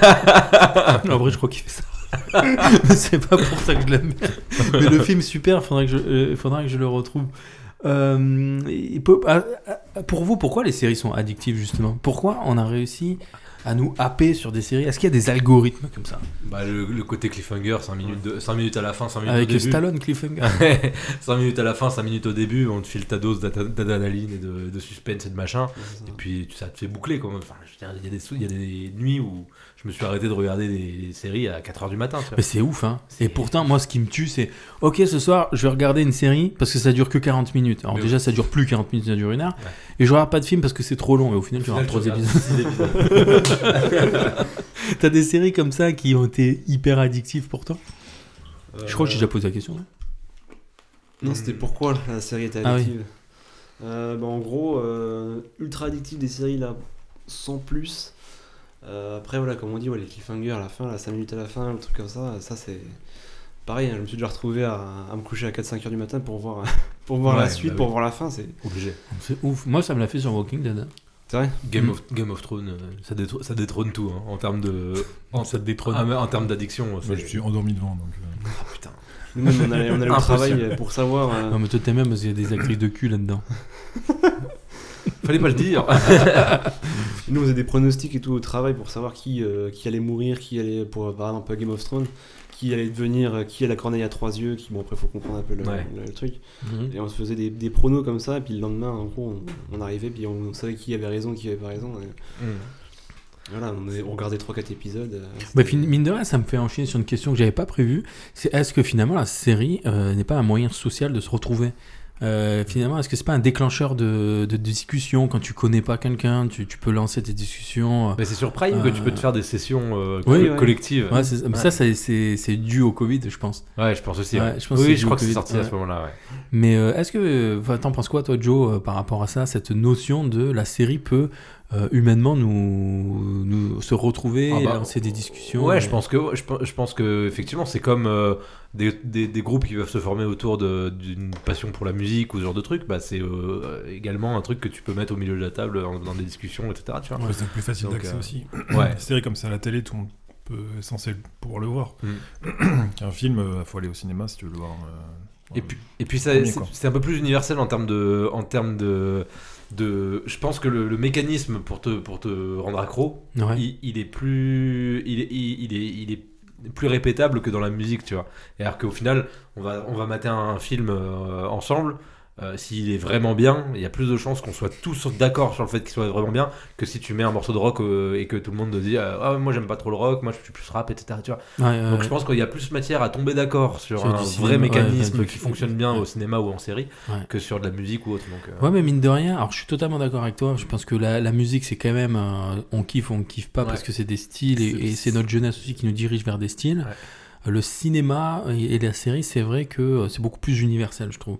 en vrai, je crois qu'il fait ça. Mais c'est pas pour ça que je l'aime. Mais le film, super, faudrait que je, euh, faudra que je le retrouve. Euh, et peu- ah, ah, pour vous, pourquoi les séries sont addictives justement Pourquoi on a réussi à nous happer sur des séries Est-ce qu'il y a des algorithmes comme ça Bah, le, le côté cliffhanger, 5 minutes, de, 5 minutes à la fin, 5 minutes Avec au début. Stallone, Cliffhanger 5 minutes à la fin, 5 minutes au début, on te file ta dose d'ata- d'adrénaline et de, de suspense et de machin. Et puis tu- ça te fait boucler quand même. Enfin, je veux dire, il y, a des sou- il y a des nuits où je me suis arrêté de regarder des, des séries à 4h du matin. tu vois. Mais c'est ouf, hein. Et pourtant, moi, ce qui me tue, c'est Ok, ce soir, je vais regarder une série parce que ça dure que 40 minutes. Alors, Mais déjà, ça dure plus 40 minutes, ça dure une heure. Ouais. Et je regarde pas de film parce que c'est trop long. Et au final, tu Au final, regardes trois tu regardes épisodes. six épisodes. T'as des séries comme ça qui ont été hyper addictives pour toi Euh, Je crois que j'ai déjà posé la question. hein. Non, c'était pourquoi la série était Ah oui. addictive. Euh, bah, en gros, euh, ultra addictive des séries là, sans plus. Euh, après, voilà, comme on dit, ouais, les cliffhangers à la fin, là, 5 minutes à la fin, le truc comme ça, ça c'est. Pareil, hein, je me suis déjà retrouvé à, à me coucher à 4-5 heures du matin pour voir, pour voir Ouais, la suite, bah pour oui. voir la fin. C'est Obligé. C'est ouf. Moi, ça me l'a fait sur Walking Dead. hein. c'est vrai Game, of, Game of Thrones, euh, ça détrône, ça détrône tout hein, en termes de. En, Ça te détrône. ah, mais en termes d'addiction. Moi, je c'est- suis endormi devant, donc. euh, Ah, putain. Nous, on allait, on allait au Impossible. travail euh, pour savoir. euh, Non, mais toi, t'aimes même parce qu'il y a des actrices de cul là-dedans. Fallait pas le dire. Nous, on faisait des pronostics et tout au travail pour savoir qui, euh, qui allait mourir, qui allait, pour euh, par exemple Game of Thrones, qui allait devenir, euh, qui a la corneille à trois yeux, qui, bon, après, faut comprendre un peu le, Ouais. le- le truc. Mhm. Et on se faisait des, des pronos comme ça, et puis le lendemain, en gros, on, on arrivait, puis on, on savait qui avait raison, qui avait pas raison. et Hmm. voilà, on, est- on regardait 3-4 épisodes. euh, Bah, c'était- fin- mine de rien, ça me fait enchaîner sur une question que j'avais pas prévue. C'est est-ce que finalement la série euh, n'est pas un moyen social de se retrouver Euh, Finalement, est-ce que c'est pas un déclencheur de, de discussion quand tu connais pas quelqu'un, tu, tu peux lancer des discussions euh. Mais c'est sur Prime que tu peux te faire des sessions euh, co- Oui, ouais. collectives. Ouais, c'est- mais Ça, c'est- c'est c'est dû au Covid, je pense. Ouais, je pense aussi. Ouais, ouais. je pense que oui, c'est je du crois que c'est Covid, sorti à ouais. ce moment-là. Ouais. Mais euh, est-ce que enfin, t'en penses quoi, toi, Joe, euh, par rapport à ça, cette notion de la série peut euh, humainement nous, nous se retrouver, Ah bah, lancer des discussions Ouais, euh. je pense que je, pe- je pense que effectivement, c'est comme euh, des, des- des groupes qui peuvent se former autour de- d'une passion pour la musique ou ce genre de truc. Bah, c'est euh, également un truc que tu peux mettre au milieu de la table en- dans des discussions, etc. Tu vois. après, c'est plus facile Donc, d'accès euh, aussi. Ouais. Une série comme ça à la télé, tout le monde peut, est censé pouvoir le voir. Un film, euh, faut aller au cinéma si tu veux le voir. euh, Mm. Et puis, et puis ça, Premier, c'est quoi. c'est un peu plus universel en termes de, en termes de, de. Je pense que le, le mécanisme pour te, pour te rendre accro, Ouais. il, il est plus, il est, il, il est, il est plus répétable que dans la musique, tu vois. Et alors qu'au final, on va, on va mater un, un film euh, ensemble. euh, S'il est vraiment bien, il y a plus de chances qu'on soit tous d'accord sur le fait qu'il soit vraiment bien que si tu mets un morceau de rock euh, et que tout le monde te dit euh, ah moi j'aime pas trop le rock, moi je suis plus rap, etc. Tu vois. Ouais, ouais, Donc ouais. je pense qu'il y a plus matière à tomber d'accord sur, Sur un du vrai cinéma, ouais, mécanisme ouais, du- qui fonctionne bien au cinéma ou en série Ouais. que sur de la musique ou autre. Donc, euh, Ouais, mais mine de rien, alors je suis totalement d'accord avec toi. Je pense que la, la musique, c'est quand même. euh, on kiffe, on kiffe pas, Ouais. parce que c'est des styles et, et c'est notre jeunesse aussi qui nous dirige vers des styles. Ouais. Euh, Le cinéma et et la série, c'est vrai que euh, c'est beaucoup plus universel, je trouve.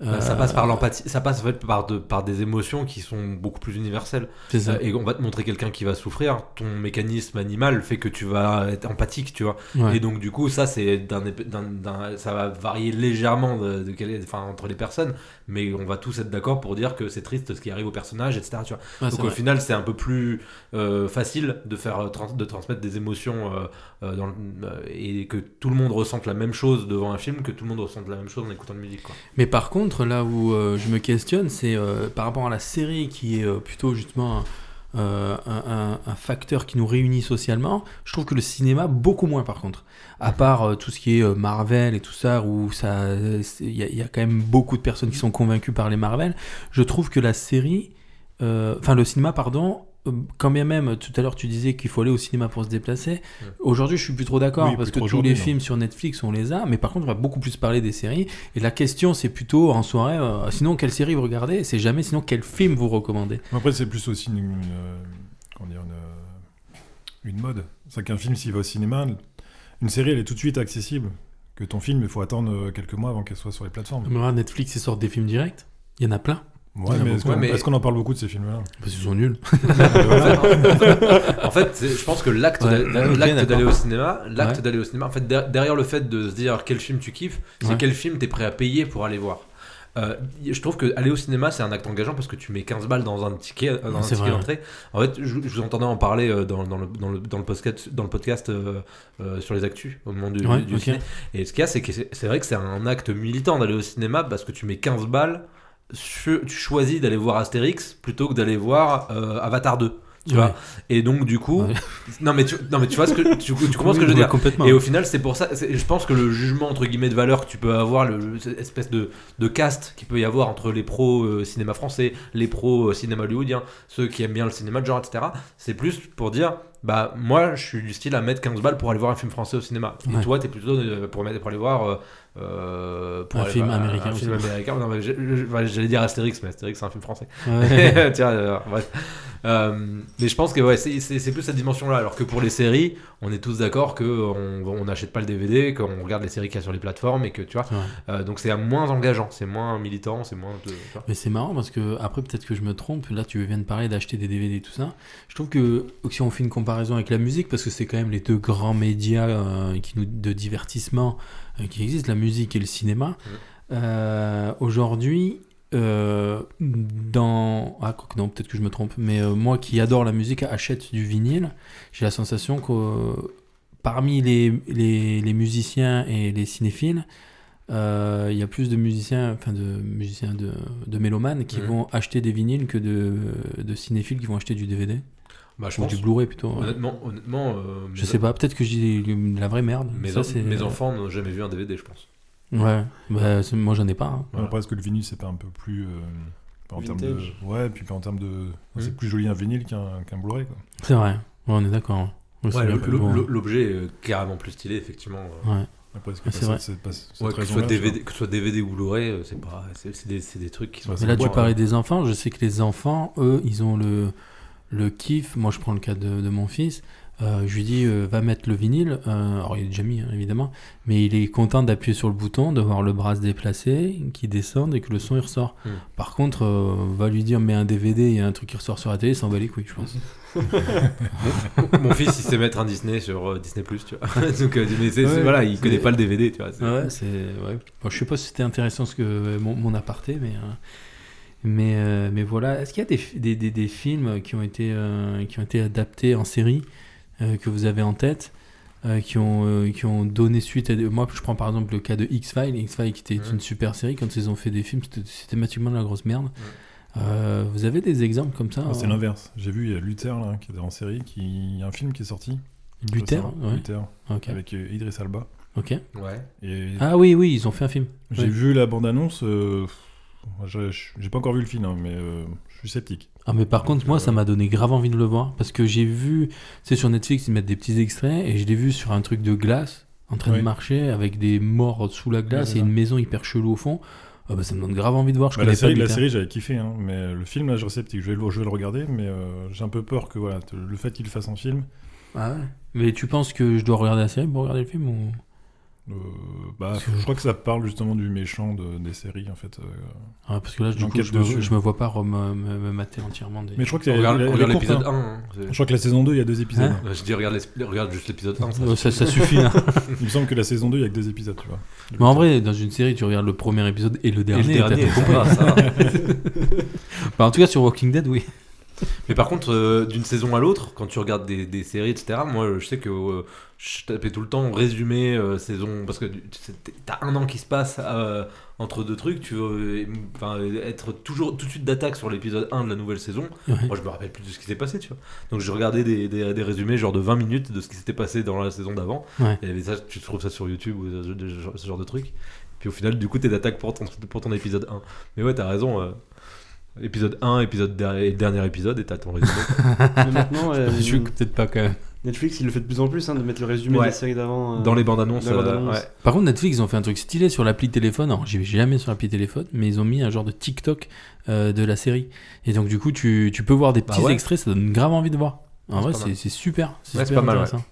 Euh, ça passe par l'empathie, ça passe en fait par, de, par des émotions qui sont beaucoup plus universelles. C'est ça. Euh, Et on va te montrer quelqu'un qui va souffrir, ton mécanisme animal fait que tu vas être empathique, tu vois. Ouais. Et donc du coup, ça c'est d'un, ép- d'un- d'un- ça va varier légèrement de, de quel- enfin, entre les personnes, mais on va tous être d'accord pour dire que c'est triste ce qui arrive au personnage, etc. Tu vois. Ouais, Ah, c'est donc au vrai. final, c'est un peu plus euh, facile de faire euh, trans- de transmettre des émotions euh, euh, dans le- euh, et que tout le monde ressente la même chose devant un film que tout le monde ressente la même chose en écoutant de la musique. Quoi. Mais par contre, là où euh, je me questionne, c'est euh, par rapport à la série qui est euh, plutôt justement euh, un, un- un facteur qui nous réunit socialement. Je trouve que le cinéma, beaucoup moins par contre. À part euh, tout ce qui est euh, Marvel et tout ça, où ça, euh, c'est- il y, a- il y a quand même beaucoup de personnes qui sont convaincues par les Marvel, je trouve que la série, euh, enfin le cinéma, pardon, euh, quand bien même, tout à l'heure tu disais qu'il faut aller au cinéma pour se déplacer, Ouais. aujourd'hui je suis plus trop d'accord Oui, parce plus que trop tous les aujourd'hui, non. films sur Netflix on les a, mais par contre on va beaucoup plus parler des séries et la question, c'est plutôt en soirée, euh, sinon quelle série vous regardez C'est jamais sinon quel film vous recommandez. Après, c'est plus aussi une, une, euh, comment dire, une, euh, une mode. C'est qu'un film, s'il va au cinéma, une série, elle est tout de suite accessible. Que ton film, il faut attendre euh, quelques mois avant qu'elle soit sur les plateformes. Mais regarde, Netflix, ils sortent des films directs. Il y en a plein. Ouais, Il y en a mais est-ce beaucoup. qu'on Ouais, mais- est-ce qu'on en parle beaucoup de ces films-là Parce qu'ils sont nuls. en fait, c'est- je pense que l'acte Ouais. d'a- d'a- Ok, l'acte d'accord. d'aller au cinéma, l'acte Ouais. d'aller au cinéma, en fait, der- derrière le fait de se dire quel film tu kiffes, c'est Ouais. quel film t'es prêt à payer pour aller voir. Euh, y- je trouve que aller au cinéma c'est un acte engageant parce que tu mets 15 balles dans un ticket, euh, dans un C'est ticket vrai, d'entrée. En fait, je, je vous entendais en parler euh, dans, dans le, dans, le, dans le podcast, dans le podcast euh, euh, sur les actus au moment du, Ouais, du ok. ciné. Et ce qu'il y a, c'est que c'est c'est vrai que c'est un acte militant d'aller au cinéma parce que tu mets 15 balles, sur- tu choisis d'aller voir Astérix plutôt que d'aller voir euh, Avatar 2. Tu vois, Ouais. et donc du coup, Ouais. non mais tu, non mais tu vois ce que tu, tu comprends ce que je veux Ouais, dire. Complètement. Et au final, c'est pour ça. c'est- Je pense que le jugement entre guillemets de valeur que tu peux avoir, le, cette espèce de, de caste qui peut y avoir entre les pros euh, cinéma français, les pros euh, cinéma hollywoodien, ceux qui aiment bien le cinéma de genre, etc. C'est plus pour dire, bah moi, je suis du style à mettre 15 balles pour aller voir un film français au cinéma. Ouais. Et toi, t'es plutôt euh, pour mettre pour aller voir. euh, euh, pour Un aller film voir américain un film aussi. américain. Non, mais j'ai- j'ai- J'allais dire Astérix, mais Astérix c'est un film français. Ouais. Tiens, euh, bref. Euh, mais je pense que ouais, c'est- c'est c'est plus cette dimension-là. Alors que pour les séries, on est tous d'accord que on on n'achète pas le DVD, qu'on regarde les séries qu'il y a sur les plateformes et que tu vois. C'est vrai. euh, donc c'est un moins engageant, c'est moins militant, c'est moins. de- tu vois. Mais c'est marrant parce que, après, peut-être que je me trompe. Là, tu viens de parler d'acheter des DVD et tout ça. Je trouve que si on fait une comparaison avec la musique, parce que c'est quand même les deux grands médias euh, qui nous, de divertissement euh, qui existent, la musique et le cinéma, euh, aujourd'hui, euh, dans. Ah, quoi que non, peut-être que je me trompe, mais euh, moi qui adore la musique, achète du vinyle, j'ai la sensation que euh, parmi les, les, les musiciens et les cinéphiles, euh, il y a plus de musiciens, enfin de musiciens de, de mélomanes qui Mhm. vont acheter des vinyles que de, de cinéphiles qui vont acheter du DVD Bah, je ou pense. du Blu-ray plutôt. ouais. Honnêtement, honnêtement euh, Je mes- sais pas, peut-être que je dis de la vraie merde. Mes, Ça, en- c'est- mes enfants n'ont jamais vu un DVD, je pense. Ouais, Bah, c'est- moi j'en ai pas. hein. Voilà. Après, est-ce que le vinyle, c'est pas un peu plus. euh, en termes de... Vintage. Ouais, puis en termes de. Mm. C'est plus joli un vinyle qu'un qu'un Blu-ray, quoi. C'est vrai, ouais, on est d'accord. hein. Ouais, c'est Ouais, le- bien plus le- beau, hein. le- L'objet est carrément plus stylé, effectivement. euh. Ouais. Après, est-ce Ah, que c'est vrai. c'est pas cette Ouais, que, ce soit raison-là, tu vois. DVD, que ce soit DVD ou Blu-ray, euh, c'est pas, c'est c'est des, c'est des trucs qui sont. Ouais, Mais c'est là, bon, tu hein. parlais des enfants. Je sais que les enfants, eux, ils ont le, le kiff. Moi, je prends le cas de, de mon fils. Euh, je lui dis, euh, va mettre le vinyle. Euh, alors, il est déjà mis, hein, évidemment. Mais il est content d'appuyer sur le bouton, de voir le bras se déplacer, qui descende et que le son, il ressort. Hmm. Par contre, euh, va lui dire, mets un DVD, il y a un truc qui ressort sur la télé, il s'en bat les couilles, je pense. Mon fils, il sait mettre un Disney sur euh, Disney Plus, tu vois. Donc, euh, mais c'est- c'est- Ouais. voilà, il connaît C'est- pas le DVD, tu vois. c'est- Ouais, c'est ouais. Bon, je sais pas si c'était intéressant ce que mon, mon aparté, mais euh, mais euh, mais voilà. Est-ce qu'il y a des, des, des- des films qui ont été euh, qui ont été adaptés en série euh, que vous avez en tête? euh, qui, ont, euh, qui ont donné suite à des... Moi, je prends par exemple le cas de X-Files. X-Files qui était Ouais. une super série, quand ils ont fait des films, c'était systématiquement de la grosse merde. Euh, vous avez des exemples comme ça Ah, c'est hein l'inverse. J'ai vu il y a Luther, là, qui était en série, qui... il y a un film qui est sorti. Luther Ça, ouais. Luther, ok. avec euh, Idris Alba. ok. Ouais. Et Ah oui, oui, ils ont fait un film. j'ai ouais. vu la bande-annonce. euh, moi, je- je- J'ai pas encore vu le film, hein, mais euh, je suis sceptique. Ah mais par contre Donc, moi euh, ça m'a donné grave envie de le voir parce que j'ai vu c'est sur Netflix ils mettent des petits extraits et je l'ai vu sur un truc de glace en train de Oui. marcher avec des morts sous la Ouais, glace c'est et ça. une maison hyper chelou au fond Ah bah, ça me donne grave envie de voir je Bah, connais la série, pas la Luther. série j'avais kiffé, hein, mais le film, là, je suis sceptique. Je vais, le- je vais le regarder, mais euh, j'ai un peu peur que voilà, te- le fait qu'il fasse un film. Ah ouais. mais tu penses que je dois regarder la série pour regarder le film ou Euh, bah, je crois que ça parle justement du méchant de- des séries en fait. euh, Ah, parce que là, du coup, J'enquête je me, dessus. je me vois pas rem- me, me mater entièrement des. Mais je crois que On c'est- regarde elle est on regarde courte, l'épisode hein. 1. hein. Je crois que la saison 2, il y a deux épisodes. Hein hein. Euh, Je dis, regarde, les- regarde juste l'épisode 1. Ça, Ouais, ça, ça suffit. hein. il me semble que la saison 2, il y a que deux épisodes, tu vois. Mais en vrai, dans une série, tu regardes le premier épisode et le Et le dernier. t'as dernier, tout ça compris. va, ça va. Bah, en tout cas, sur Walking Dead, oui. Mais par contre, euh, d'une saison à l'autre, quand tu regardes des, des séries, etc., moi je sais que euh, je tapais tout le temps résumé euh, saison. Parce que tu- tu- t'as un an qui se passe euh, entre deux trucs, tu veux euh, enfin, être toujours tout de suite d'attaque sur l'épisode 1 de la nouvelle saison. Ouais. Moi je me rappelle plus de ce qui s'est passé, tu vois. Donc je regardais des, des- des résumés genre de 20 minutes de ce qui s'était passé dans la saison d'avant. Ouais. Et ça, tu trouves ça sur YouTube ou ce genre- ce genre de truc. Puis au final, du coup, t'es d'attaque pour ton, pour ton épisode 1. Mais ouais, t'as raison. euh, épisode 1, épisode der- et dernier épisode, et t'as ton résumé. Mais maintenant, euh, Je suis peut-être pas quand même. Netflix, il le fait de plus en plus hein, de mettre le résumé Ouais. de la série d'avant. euh, Dans les bandes annonces. Dans les bandes-annonces. Par contre, Netflix, ils ont fait un truc stylé sur l'appli téléphone. Alors, j'y vais jamais sur l'appli téléphone, mais ils ont mis un genre de TikTok euh, de la série. Et donc, du coup, tu, tu peux voir des Bah petits ouais. extraits, ça donne grave envie de voir. En C'est vrai, pas c'est mal. c'est super. Ouais, c'est super pas mal, ouais. intéressant.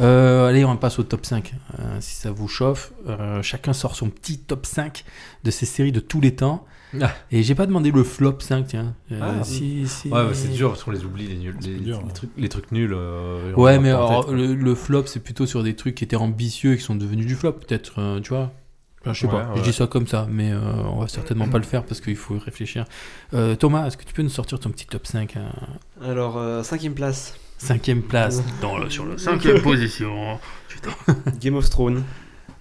Euh, allez, on passe au top 5. Euh, si ça vous chauffe, euh, chacun sort son petit top 5 de ses séries de tous les temps. Ah. Et j'ai pas demandé le flop 5, tiens. Euh, Ah. si, si. Ouais, mais c'est dur parce qu'on les oublie, les nuls. C'est Les, dur, les hein. trucs, les trucs nuls. euh, on Ouais, en mais parle alors, peut-être, quoi. le, le flop, c'est plutôt sur des trucs qui étaient ambitieux et qui sont devenus du flop, peut-être, euh, tu vois. Enfin, je sais Ouais, pas, ouais. je dis ça comme ça, mais euh, on va certainement pas le faire parce qu'il faut y réfléchir. Euh, Thomas, est-ce que tu peux nous sortir ton petit top 5 hein Alors, euh, cinquième place, Cinquième place dans le- sur la cinquième position. hein. Game of Thrones.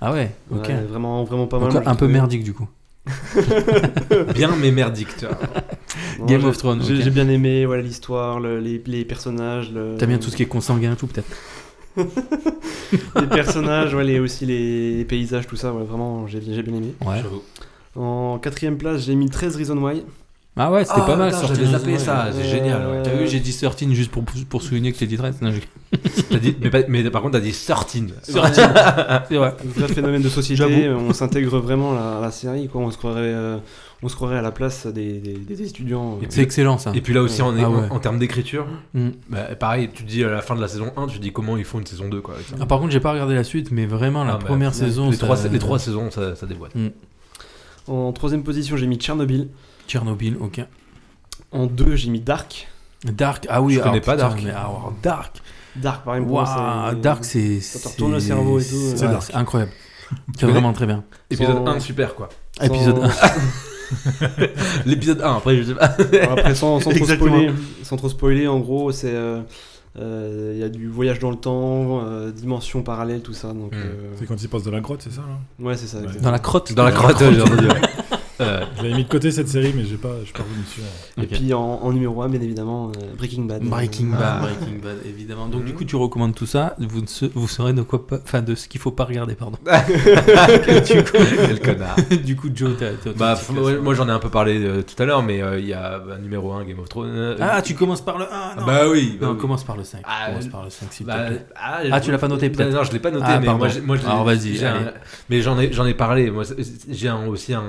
Ah ouais, ok. Ouais, vraiment, vraiment pas mal. Donc, moi, un j'ai peu trouvé. merdique du coup. Bien, mais merdique, tu vois. Non, Game j'ai- of Thrones, J'ai ok. j'ai bien aimé voilà, l'histoire, le- les, les personnages. le- T'as bien tout ce qui est consanguin, tout peut-être. Les personnages, ouais, les- aussi les paysages, tout ça. ouais, vraiment, j'ai j'ai bien aimé. Ouais. J'avoue. En quatrième place, j'ai mis 13 Reasons Why. Ah ouais, c'était Ah, pas mal. attends, sortir j'avais dans- zappé ça, c'est Euh, génial. ouais. T'as vu, j'ai dit 13 juste pour, pour souligner que t'es dit 13. Non, je- T'as dit- mais, pas- mais par contre, t'as dit sortine. C'est vrai. Vrai phénomène de société, Euh, J'avoue. on s'intègre vraiment à la, à la série, quoi. On se croirait, euh, on se croirait à la place des, des- des étudiants. euh. C'est excellent ça. Et puis là aussi, on est, Ah ouais. en, en termes d'écriture, Mm. bah, pareil, tu te dis à la fin de la saison 1, tu te dis comment ils font une saison 2. Quoi, avec ça. Ah, par contre, j'ai pas regardé la suite, mais vraiment la Ah, mais- première ouais, saison. les, ça- trois, les trois saisons, ça, ça déboîte. En troisième position, j'ai mis Tchernobyl. Tchernobyl, ok. En deux, j'ai mis Dark. Dark, ah oui, Je alors, connais pas putain, Dark. mais alors, Dark, Dark, par exemple. Ah, pour moi, Waouh, c'est- Dark, c'est. ça te retourne le cerveau et tout, c'est- euh. ouais, Dark. c'est incroyable. C'est vraiment très bien. Épisode Sans- 1, super quoi. sans- Épisode 1. L'épisode 1, après, je sais pas. Alors après, sans, sans trop Exactement. spoiler, sans trop spoiler, en gros, c'est. euh, euh, Il y a du voyage dans le temps, euh, dimension parallèle, tout ça. Donc, Hmm. euh, C'est quand il passe de la grotte, c'est ça là Ouais, c'est ça. Ouais. exactement. Dans la crotte. Dans la crotte, j'ai entendu. ouais. Euh, J'avais mis de côté cette série, mais j'ai pas, je suis pas revenu dessus. hein. Et puis en, en numéro 1, bien évidemment, euh, Breaking Bad. Breaking Euh, Bad, Breaking Bad, évidemment. Donc, Mm. du coup, tu recommandes tout ça. Vous, ne se- vous saurez de, quoi pas- enfin, de ce qu'il faut pas regarder, pardon. Bah. Quel connard. du coup, Joe, t'as. t'as- Bah, t'as- f- moi, moi, j'en ai un peu parlé euh, tout à l'heure, mais euh, il y a bah, numéro 1 Game of Thrones. euh, Ah, tu commences par le 1. Non. bah oui. bah Non, oui. commence par le 5. Ah, commence le- par le 5, s'il te Bah, plaît. ah, Ah, je- tu l'as pas noté, peut-être. Bah, Non, je l'ai pas noté, Ah, mais pardon. moi, j'ai- moi je l'ai- Alors, vas-y, j'ai allez. un- Mais j'en ai, j'en ai parlé. Moi, c'est- j'ai un, aussi un.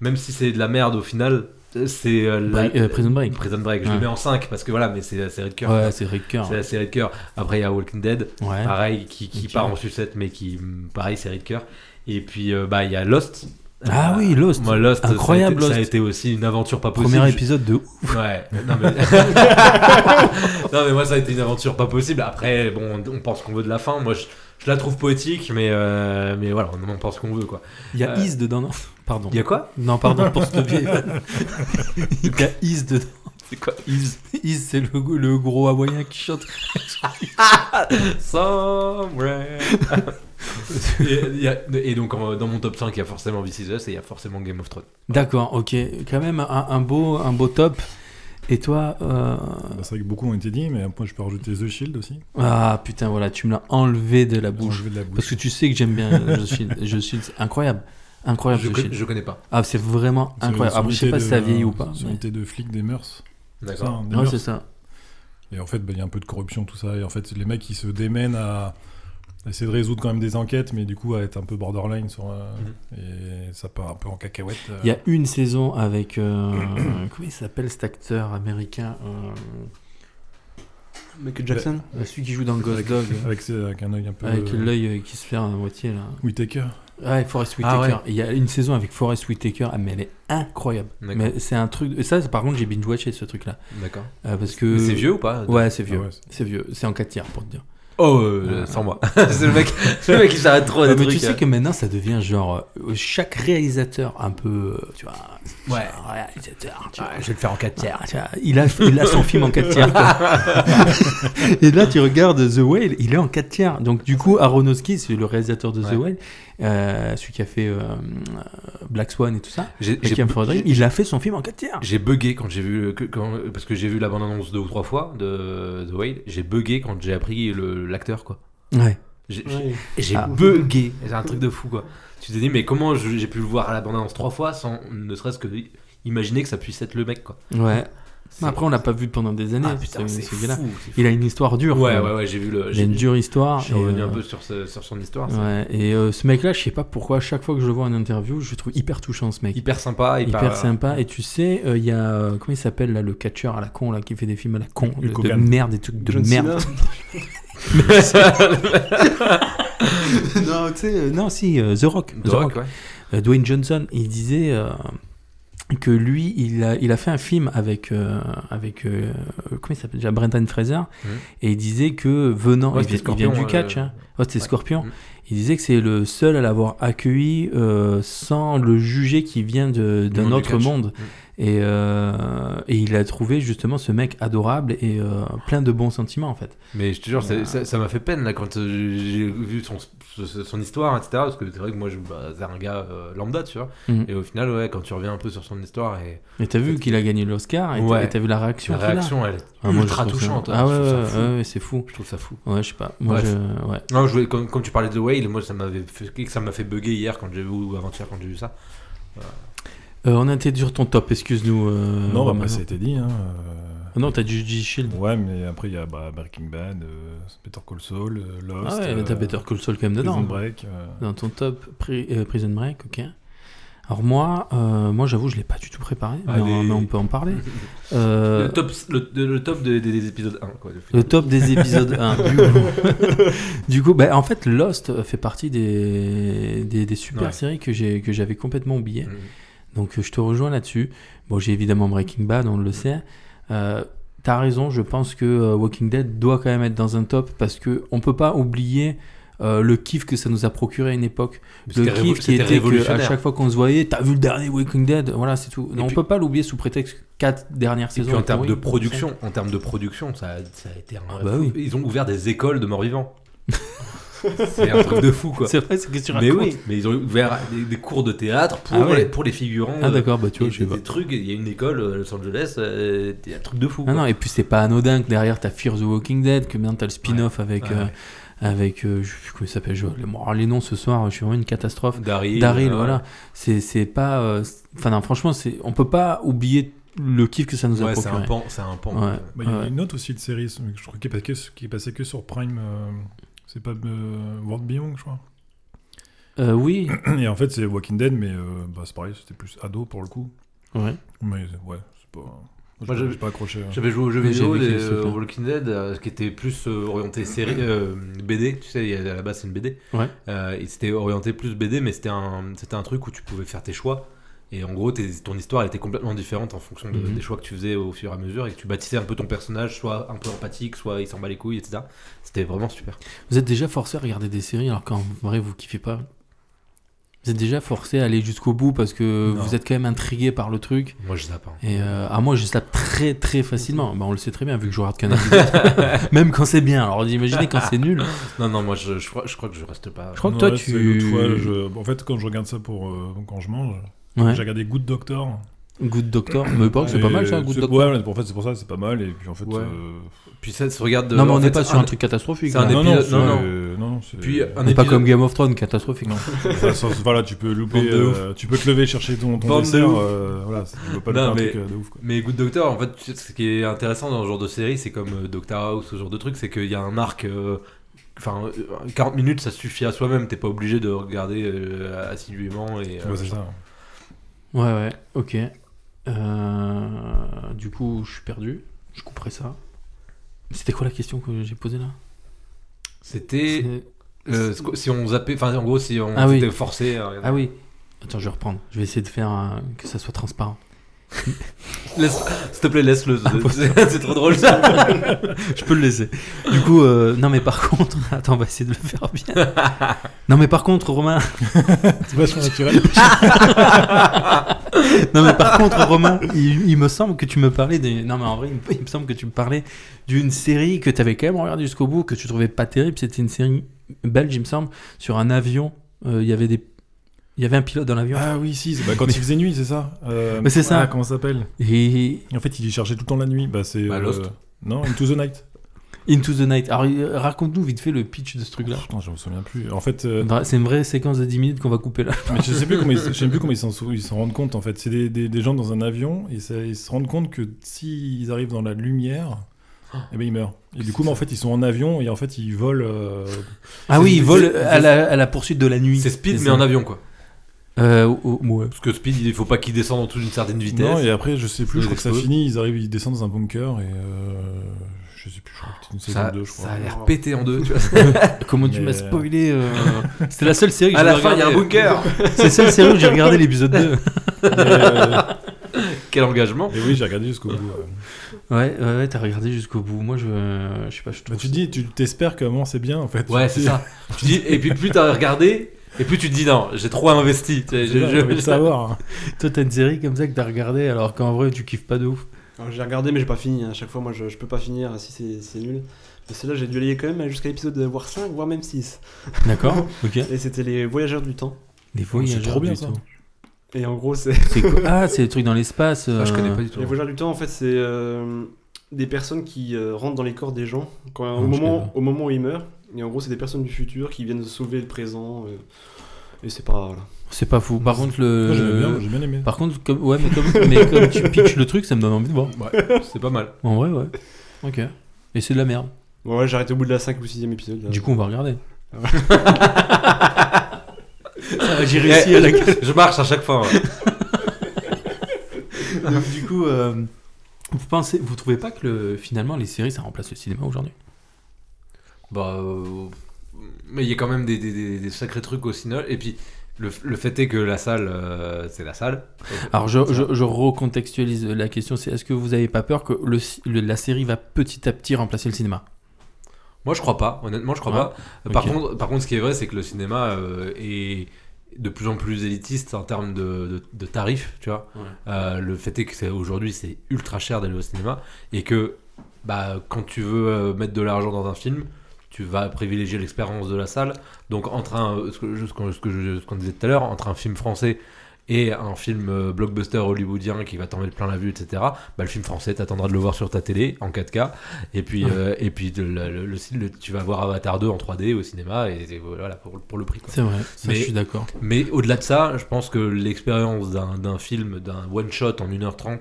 Même si c'est de la merde au final, c'est euh, la- Break- euh, Prison Break. Prison Break. Je Ouais. le mets en 5 parce que voilà, mais c'est la série de cœur. Ouais, c'est Rick Kerr. C'est la série de cœur. Après, il y a Walking Dead, Ouais. pareil, qui, qui Ok. part en sucette, mais qui, pareil, série de cœur. Et puis, euh, bah, il y a Lost. Ah Euh, oui, Lost. Moi, Lost, Incroyable, ça a, été, ça a Lost. été aussi une aventure pas possible. Premier épisode de ouf. Ouais, non mais... non mais moi ça a été une aventure pas possible. Après, bon, on pense qu'on veut de la fin. Moi je, je la trouve poétique, mais, euh, mais voilà, on en pense qu'on veut quoi. Il y a Euh, Is dedans, non Pardon. Il y a quoi Non, pardon pour ce biais. Il y a Is dedans. C'est quoi Is Is, c'est le, go- le gros hawaïen qui chante. Somewhere. et, il y a- et donc en- dans mon top 5, il y a forcément This Is Us et il y a forcément Game of Thrones. D'accord, ok. Quand même un, un beau, un beau top. Et toi euh, Bah, c'est vrai que beaucoup ont été dit, mais moi je peux rajouter The Shield aussi. Ah putain, voilà, tu me l'as enlevé de la Bouge. bouche. de la Parce bouche. que tu sais que j'aime bien euh, The Shield. The Shield, c'est incroyable. Incroyable, Je, The con- Shield. je connais pas. Ah, c'est vraiment C'est incroyable. sur Après, je sais l'unité pas si ça de- vieillit ou pas. Sur mais- l'unité de flics des mœurs. Ça, D'accord. hein, des Non, mœurs. c'est ça. Et en fait, bah, il y a un peu de corruption, tout ça. Et en fait, les mecs, ils se démènent à à essayer de résoudre quand même des enquêtes, mais du coup, à être un peu borderline. Sur, euh, Mhm. Et ça part un peu en cacahuète. euh. Il y a une saison avec. euh, comment il s'appelle cet acteur américain euh, Ah, Michael Jackson Euh, Celui qui joue dans Ghost Avec- Dog, Avec, ses- avec un œil un peu. avec Euh, l'œil euh, qui se fait à moitié là. Whitaker. Ouais, Forest Ah Whitaker. Il y a une saison avec Forest Whitaker, ah, mais elle est incroyable. D'accord. Mais c'est un truc. et Ça, c'est- par contre, j'ai binge watché ce truc-là. D'accord. Euh, parce que. Mais C'est vieux ou pas Ouais, c'est vieux. Ah ouais, c'est- C'est vieux. C'est en 4 tiers pour te dire. Oh, euh, Ah. sans moi. c'est le mec, c'est le euh. mec qui s'arrête trop à Ouais, des mais trucs. tu sais que maintenant, ça devient genre. euh, chaque réalisateur un peu. euh, Tu vois. Ouais. un Réalisateur. Tu vois, Ouais, je vais le faire en 4 tiers. Ah, tu vois, il, a, il a son film en 4 tiers. quoi. et là, tu regardes The Whale, il est en 4 tiers. Donc, du coup, Aronofsky, c'est le réalisateur de The Ouais. Whale, euh, celui qui a fait euh, euh, Black Swan et tout ça, J'ai- j'ai- Requiem for a Dream, il a fait son film en 4 tiers. J'ai bugué quand j'ai vu que- quand, parce que j'ai vu la bande annonce deux ou trois fois de The Whale. J'ai bugué quand j'ai appris le- l'acteur quoi. Ouais. J'ai j'ai- Ouais. j'ai Ah. bugué. C'est un truc de fou quoi. Tu te dis mais comment je- j'ai pu le voir à la bande annonce trois fois sans ne serait-ce que imaginer que ça puisse être le mec quoi. ouais. C'est- Mais après, on l'a pas vu pendant des années. ah, putain ce- c'est ce fou. gars-là. c'est fou. Il a une histoire dure. Ouais quand même. ouais ouais j'ai vu le. Il a J'ai une dure histoire. j'ai et, revenu un euh, peu sur ce- sur son histoire. c'est ouais. Et euh, ce mec-là, je sais pas pourquoi, chaque fois que je le vois en interview, je le trouve hyper touchant ce mec. Hyper sympa hyper. hyper sympa. Et tu sais, euh, il y a. euh, comment il s'appelle là, le catcheur à la con, là, qui fait des films à la con, de, Hugo de Kahn. merde, des trucs de John merde. non, tu sais, euh, non, si, euh, The Rock. The Rock, Rock. ouais. Euh, Dwayne Johnson, il disait. euh, que lui, il a, il a fait un film avec, euh, avec euh, comment il s'appelle déjà, Brendan Fraser, Mhm. et il disait que venant, Ouais, il, c'était vient, il vient Scorpion, du euh, catch, hein. Oh, c'était ouais. Scorpion, Mhm. il disait que c'est le seul à l'avoir accueilli euh, sans le juger qui vient de- d'un monde du autre catch. Mm. monde. Et, euh, et il a trouvé justement ce mec adorable et euh, plein de bons sentiments en fait. Mais je te jure, c'est- Ouais. ça ça m'a fait peine là quand euh, j'ai vu son, ce- son histoire, etc. Parce que c'est vrai que moi, je bah, c'est un gars euh, lambda, tu vois. Mhm. Et au final, ouais, quand tu reviens un peu sur son histoire et Et t'as vu qu'il a gagné l'Oscar et t'as- Ouais. et t'as vu la réaction la qu'il a réaction, elle est Ah, moi, je ultra trouve ça- touchante. hein, Ah ouais, je, trouve ouais, ça fou. ouais, ouais, c'est fou. je trouve ça fou. Ouais, je sais pas. Moi, Bref. je- ouais. Non, je voulais, comme, comme tu parlais de The Whale, moi, ça m'avait fait, que ça m'a fait bugger hier quand j'ai vu, ou avant-hier quand j'ai vu ça. Euh, on a été dur ton top, excuse-nous. euh, non, bah, Romain. après, ça a été dit. Hein. euh, Ah Non, t'as du G Shield. Ouais, mais après, il y a bah, Breaking Bad, euh, Better Call Saul, euh, Lost. Ah ouais, t'as euh, Better Call Saul quand même Prison dedans. hein. Break. euh, Dans ton top, pri- euh, Prison Break, ok. Alors moi, euh, moi j'avoue, je l'ai pas du tout préparé, mais on, Allez. mais on peut en parler. Euh, Ah, Le top, le, le top des, des- des épisodes 1, quoi. Le top des épisodes 1. Du coup, Du coup, bah, en fait, Lost fait partie des, des, des super Ouais. séries que j'ai- que j'avais complètement oubliées. Mhm. Donc, euh, je te rejoins là-dessus. Bon, j'ai évidemment Breaking Bad, on le sait. Euh, T'as raison, je pense que euh, Walking Dead doit quand même être dans un top parce que on peut pas oublier euh, le kiff que ça nous a procuré à une époque. Le C'était révo- kiff qui c'était était que à révolutionnaire. chaque fois qu'on se voyait, t'as vu le dernier Walking Dead, voilà, c'est tout. Et on puis- peut pas l'oublier sous prétexte que quatre dernières Et saisons. puis en étaient termes de pourries. production, en termes de production, ça, a- ça a été un vrai bah fou. oui. Ils ont ouvert des écoles de morts-vivants. c'est un truc de fou quoi. C'est vrai, c'est que tu Mais racontes. oui, mais ils ont ouvert des, des cours de théâtre pour, Ah ouais. les, pour les figurants. Ah euh, d'accord, bah et tu vois, je sais des, pas. des trucs, il y a une école euh, à Los Angeles, euh, il y a un truc de fou. Ah quoi. non, et puis c'est pas anodin que derrière t'as Fear the Walking Dead, que maintenant t'as le spin-off avec, Ouais, euh, ouais. avec euh, je sais plus comment il s'appelle, je- les, oh, les noms ce soir, je suis vraiment une catastrophe. Daryl, Daryl, euh, voilà. C'est, c'est pas. euh, c'est- Enfin, non, franchement, c'est, on peut pas oublier le kiff que ça nous a Ouais, c'est un procuré. pan. C'est un pan. Ouais. bah, Il y en a Ouais. une autre aussi de série, ce- je crois, qui est pas- qui est, qui est passée que sur Prime. euh, C'est pas euh, World Beyond, je crois. Euh, oui, Et en fait, c'est Walking Dead, mais euh, bah, c'est pareil, c'était plus ado pour le coup. ouais. Mais euh, ouais, c'est pas. Moi, Moi, j'ai j'avais- j'ai pas accroché. hein. J'avais joué aux jeux Mais vidéo, j'avais les, kiffé ce euh, truc-là. Walking Dead, euh, qui était plus euh, orienté série, euh, BD, tu sais, il y a- à la base c'est une BD. Ouais. Euh, et c'était orienté plus BD, mais c'était un, c'était un truc où tu pouvais faire tes choix. Et en gros, tes- ton histoire elle était complètement différente en fonction de- Mhm. des choix que tu faisais au fur et à mesure et que tu bâtissais un peu ton personnage, soit un peu empathique, soit il s'en bat les couilles, etc. C'était vraiment super. Vous êtes déjà forcé à regarder des séries alors qu'en vrai vous kiffez pas. Vous êtes déjà forcé à aller jusqu'au bout parce que Non. vous êtes quand même intrigué par le truc. Moi je zappe. hein. Et euh, ah, moi je slappe très très facilement. Bah, on le sait très bien vu que je regarde Canal. même quand c'est bien. Alors imaginez quand c'est nul. Non, non, moi je, je, crois, je crois que je reste pas. Je crois que Non, toi ouais, c'est tu. l'autre fois, je- En fait, quand je regarde ça pour euh, quand je mange, Ouais. j'ai regardé Good Doctor. Good Doctor. Mais pas que c'est pas Et mal ça, Good c'est- Doctor. Ouais, en fait, c'est pour ça, c'est pas mal. Et puis en fait, Ouais. euh, Ah, Puis ça se regarde. euh, Non mais en on n'est fait, pas sur un truc catastrophique. c'est un là. des- non, épisode- c'est- non, non. euh, non, c'est- Puis un On n'est pas épisode. comme Game of Thrones catastrophique. Non. Enfin, ça, voilà, tu peux louper, Bande de euh, tu peux te lever chercher ton, ton Bande de dessert, ouf. euh, voilà, tu peux pas Non, louper un mais- truc euh, de ouf. Quoi. Mais Good Doctor, en fait, tu sais, ce qui est intéressant dans ce genre de série, c'est comme euh, Doctor House, ce genre de truc, c'est qu'il y a un arc. euh, Enfin, euh, 40 minutes, ça suffit à soi-même, t'es pas obligé de regarder euh, assidûment. Et, euh, Ouais, c'est ça. Ouais ouais. Ok. Euh, Du coup je suis perdu. Je couperai ça. C'était quoi la question que j'ai posée là C'était C'est- euh, si on zappait, enfin en gros si on Ah oui. était forcé. à regarder. Ah oui. Attends, je vais reprendre. Je vais essayer de faire euh, que ça soit transparent. Laisse- S'il te plaît, laisse-le. Ah, C'est c'est trop drôle ça. Je peux le laisser. Du coup, euh, non mais par contre, attends, on va essayer de le faire bien. Non mais par contre, Romain. C'est vachement naturel. Non mais par contre, Romain, il, il me semble que tu me parlais des. Non mais en vrai, il me, il me semble que tu me parlais d'une série que t'avais quand même regardé jusqu'au bout, que tu trouvais pas terrible. C'était une série belge, il me semble, sur un avion. Euh, Il y avait des. Il y avait un pilote dans l'avion. Ah oui, si, c'est- bah, quand Mais- il faisait nuit, c'est ça. Euh, Mais c'est ça. ah, Comment ça s'appelle Et Et En fait, il y cherchait tout le temps la nuit. Bah, c'est. Bah, Lost. Non, Into the Night. Into the Night. Alors euh, raconte-nous vite fait le pitch de ce truc-là. Putain, je me souviens plus. En fait, euh, Dra- C'est une vraie séquence de 10 minutes qu'on va couper là. mais je sais plus comment ils, je sais plus comment ils s'en sou- ils s'en rendent compte. En fait, c'est des, des- des gens dans un avion et ça- ils se rendent compte que s'ils arrivent dans la lumière, eh ben ils meurent. Et du coup, mais en fait, ils sont en avion et en fait, ils volent. euh, Ah oui, il c'est- vole c'est- à la, à la poursuite de la nuit. C'est speed C'est mais ça. en avion quoi. Euh, ou- ou- ouais. Parce que speed, il faut pas qu'il descende en dessous d'une certaine vitesse. Non, et après, je sais plus. Ils Je crois que ça explosent. finit. Ils arrivent, ils descendent dans un bunker et euh, je sais plus. Je crois que c'était une saison ça, 2 je crois. ça a l'air pété en deux. Tu vois. Comment tu Mais- m'as spoilé euh, C'est la seule série que à j'ai la fin, il y a un regardée. bunker. C'est la seule série où j'ai regardé l'épisode 2. Et, Quel engagement. euh, et oui, j'ai regardé jusqu'au bout. ouais. Ouais, ouais, ouais, t'as regardé jusqu'au bout. Moi, je, euh, je sais pas, je Bah, trouve. tu dis, tu t'espères comment c'est bien en fait. Ouais, c'est ça. Tu dis, et puis plus t'as regardé, et plus tu te dis non, j'ai trop investi. Tu sais, Je, je- je- veux le savoir. Toi, t'as une série comme ça que t'as regardé alors qu'en vrai, tu kiffes pas de ouf. Alors, J'ai regardé, mais j'ai pas fini. hein. À chaque fois, moi, je, je peux pas finir si c'est- c'est nul. Mais celle-là, j'ai dû aller quand même à- jusqu'à l'épisode euh, voire 5, voire même 6. D'accord, ok. Et c'était les voyageurs du temps. Des fois, il y a C'est genre trop bien, du ça. tout. Et en gros, c'est C'est quoi Ah, c'est le truc dans l'espace. Ah, je euh, connais pas du tout. les voyageurs du temps. En fait, c'est euh, des personnes qui euh, rentrent dans les corps des gens quand, au, je moment, connais au moment où ils meurent. Et en gros, c'est des personnes du futur qui viennent sauver le présent. euh, et c'est pas. voilà. C'est pas fou. Par contre, Moi, j'aimais bien, le. j'ai bien aimé. Euh, Par contre, comme, ouais, mais comme, mais comme tu pitches le truc, ça me donne envie de voir. Ouais, c'est pas mal. En vrai, ouais. Ok. Et c'est de la merde. Bon, ouais, j'arrête au bout de la 5 ou 6ème épisode. là. Du coup, on va regarder. J'ai Ah, réussi à la- Eh, Je marche à chaque fois. hein. ouais. Donc, du coup, euh, vous pensez, vous trouvez pas que le, finalement les séries ça remplace le cinéma aujourd'hui Bah, euh, mais il y a quand même des, des- des- des sacrés trucs au cinéma. Et puis, le, le fait est que la salle, euh, c'est la salle. Alors je, je- je recontextualise la question, c'est est-ce que vous avez pas peur que le, ci- le- la série va petit à petit remplacer le cinéma Moi, je crois pas. Honnêtement, je crois Ouais. pas. Par, Ok. contre, par contre, ce qui est vrai, c'est que le cinéma euh, est de plus en plus élitiste en termes de, de- de tarifs, tu vois. Ouais. Euh, le fait est que c'est- aujourd'hui, c'est ultra cher d'aller au cinéma et que bah, quand tu veux euh, mettre de l'argent dans un film, tu vas privilégier l'expérience de la salle. Donc, entre un, euh, ce que je- ce qu'on ce que je- ce qu'on disait tout à l'heure, entre un film français et un film euh, blockbuster hollywoodien qui va t'en mettre plein la vue, etc. Bah, le film français, t'attendras de le voir sur ta télé en 4K. Et puis, euh, et puis le, le- le- le- tu vas voir Avatar 2 en 3D au cinéma et, et voilà pour, pour le prix. quoi. C'est vrai, ça, Mais- je suis d'accord. Mais au-delà de ça, je pense que l'expérience d'un d'un film, d'un one shot en 1h30,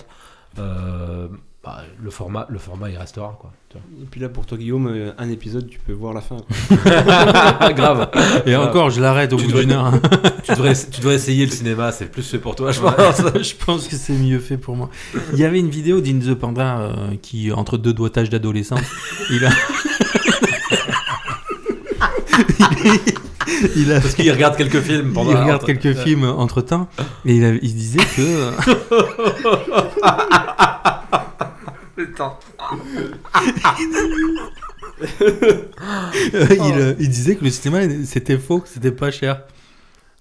euh, bah, le format, le format, il restera quoi. tu Et puis là, pour toi, Guillaume, euh, un épisode, tu peux voir la fin. quoi. vois. Grave. Et Voilà. encore, je l'arrête au Tu bout dois- d'une heure. Tu devrais, tu devrais essayer le cinéma, c'est plus fait pour toi, je pense. je pense que c'est mieux fait pour moi. Il y avait une vidéo d'In the Panda euh, qui, entre deux doigtages d'adolescents, il a... il a Parce qu'il regarde quelques films pendant. il regarde quelques films entre temps et il, a- il disait que Putain. euh, il, euh, il disait que le cinéma c'était faux que c'était pas cher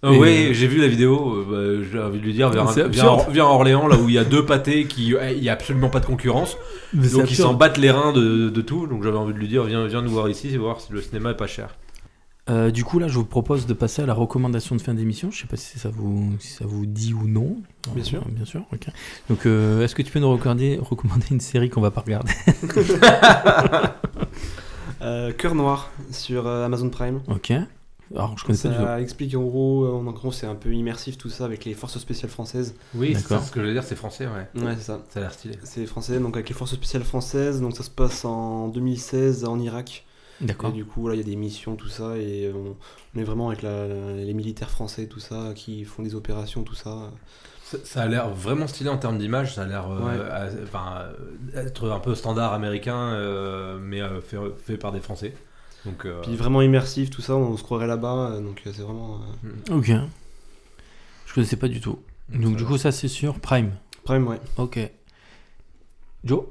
Euh, Et, oui, euh, j'ai vu la vidéo. euh, bah, j'ai envie de lui dire, viens, C'est viens, absurde. viens à Orléans, là où il y a deux pâtés, qui, euh, il n'y a absolument pas de concurrence. Mais c'est Donc ils s'en absurde. battent les reins de, de tout. Donc j'avais envie de lui dire, viens, viens nous voir ici, voir si le cinéma est pas cher. Euh, du coup là je vous propose de passer à la recommandation de fin d'émission je sais pas si ça vous si ça vous dit ou non Euh, Bien sûr. bien sûr ok donc euh, est-ce que tu peux nous recommander recommander une série qu'on va pas regarder Euh, Cœur noir sur euh, Amazon Prime. ok alors je connais pas du tout Ça explique en gros, euh, en gros c'est un peu immersif tout ça avec les forces spéciales françaises. Oui, c'est D'accord. ça, ce que je veux dire, c'est français, ouais. Ouais, c'est ça. Ça a l'air stylé. C'est français, donc avec les forces spéciales françaises, donc ça se passe en 2016 en Irak. Et d'accord du coup, là, il y a des missions, tout ça, et on, on est vraiment avec la- la- les militaires français, tout ça, qui font des opérations, tout ça. Ça, ça a l'air vraiment stylé en termes d'image, ça a l'air euh, à- enfin, euh, être un peu standard américain, euh, mais euh, fait, fait par des Français. Donc, euh, Puis vraiment immersif, tout ça, on se croirait là-bas, euh, donc euh, c'est vraiment. euh, Ok. Je connaissais pas du tout. Donc Mm, ça du va. coup, ça c'est sûr. Prime. Prime, ouais. Ok. Joe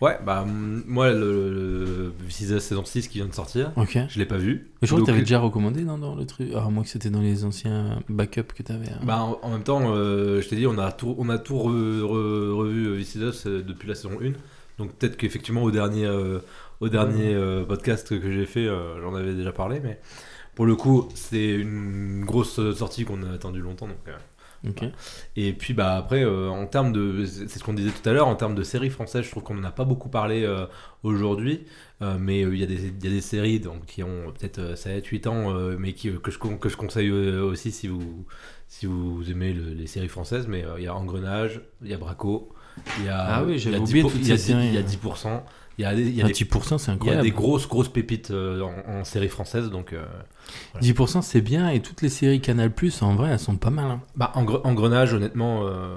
ouais, bah m- moi, le, le 6 saison 6 qui vient de sortir, Ok. je l'ai pas vu. Mais je crois que Donc, euh, t'avais déjà recommandé non, dans le truc. Ah, moi que c'était dans les anciens backups que t'avais. hein. Bah, en, en même temps, euh, je t'ai dit, on a tout, on a tout re- re- revu euh, This Is Us, euh, depuis la saison 1. Donc peut-être qu'effectivement, au dernier, euh, au dernier euh, podcast que j'ai fait, euh, j'en avais déjà parlé. Mais pour le coup, c'est une grosse euh, sortie qu'on a attendue longtemps. Donc, euh. Ok. Et puis bah, après, euh, en termes de. C'est c'est ce qu'on disait tout à l'heure, en termes de séries françaises, je trouve qu'on n'en a pas beaucoup parlé euh, aujourd'hui. Euh, mais euh, il y, a des- il y a des séries donc, qui ont euh, peut-être 7-8 ans, euh, mais qui, euh, que, je, con- que je conseille euh, aussi si vous, si vous aimez le- les séries françaises. Mais euh, il y a Engrenage, il y a Braco, il y a. Ah oui, il y a j'avais 10 oublié pour- toutes Il y a ces 10 il y a séries. 10%. Il y a des, il y a des- 10%, c'est il y a incroyable. des grosses, grosses pépites euh, en, en séries françaises. Donc. euh, 10% c'est bien et toutes les séries Canal Plus en vrai elles sont pas mal. hein. Bah, engre- engrenage, honnêtement, euh,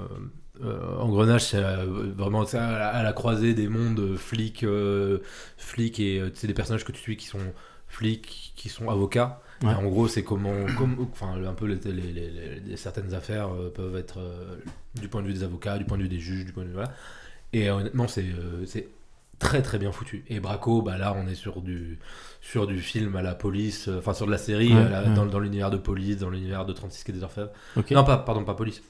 euh, engrenage, c'est euh, vraiment c'est à, la- à la croisée des mondes euh, flics, euh, flics et euh, tu sais, des personnages que tu suis qui sont flics, qui sont avocats. Ouais. Et en gros, c'est comment, comme, enfin, un peu les, les- les- les- les- certaines affaires euh, peuvent être euh, du point de vue des avocats, du point de vue des juges, du point de vue voilà. Et euh, honnêtement, c'est euh, c'est très très bien foutu. Et Braco, bah là, on est sur du sur du film à la police, euh, enfin sur de la série Ouais, à la- ouais. dans, dans l'univers de police, dans l'univers de 36 quai des Orfèvres. Ok. Non, pas, pardon, pas police.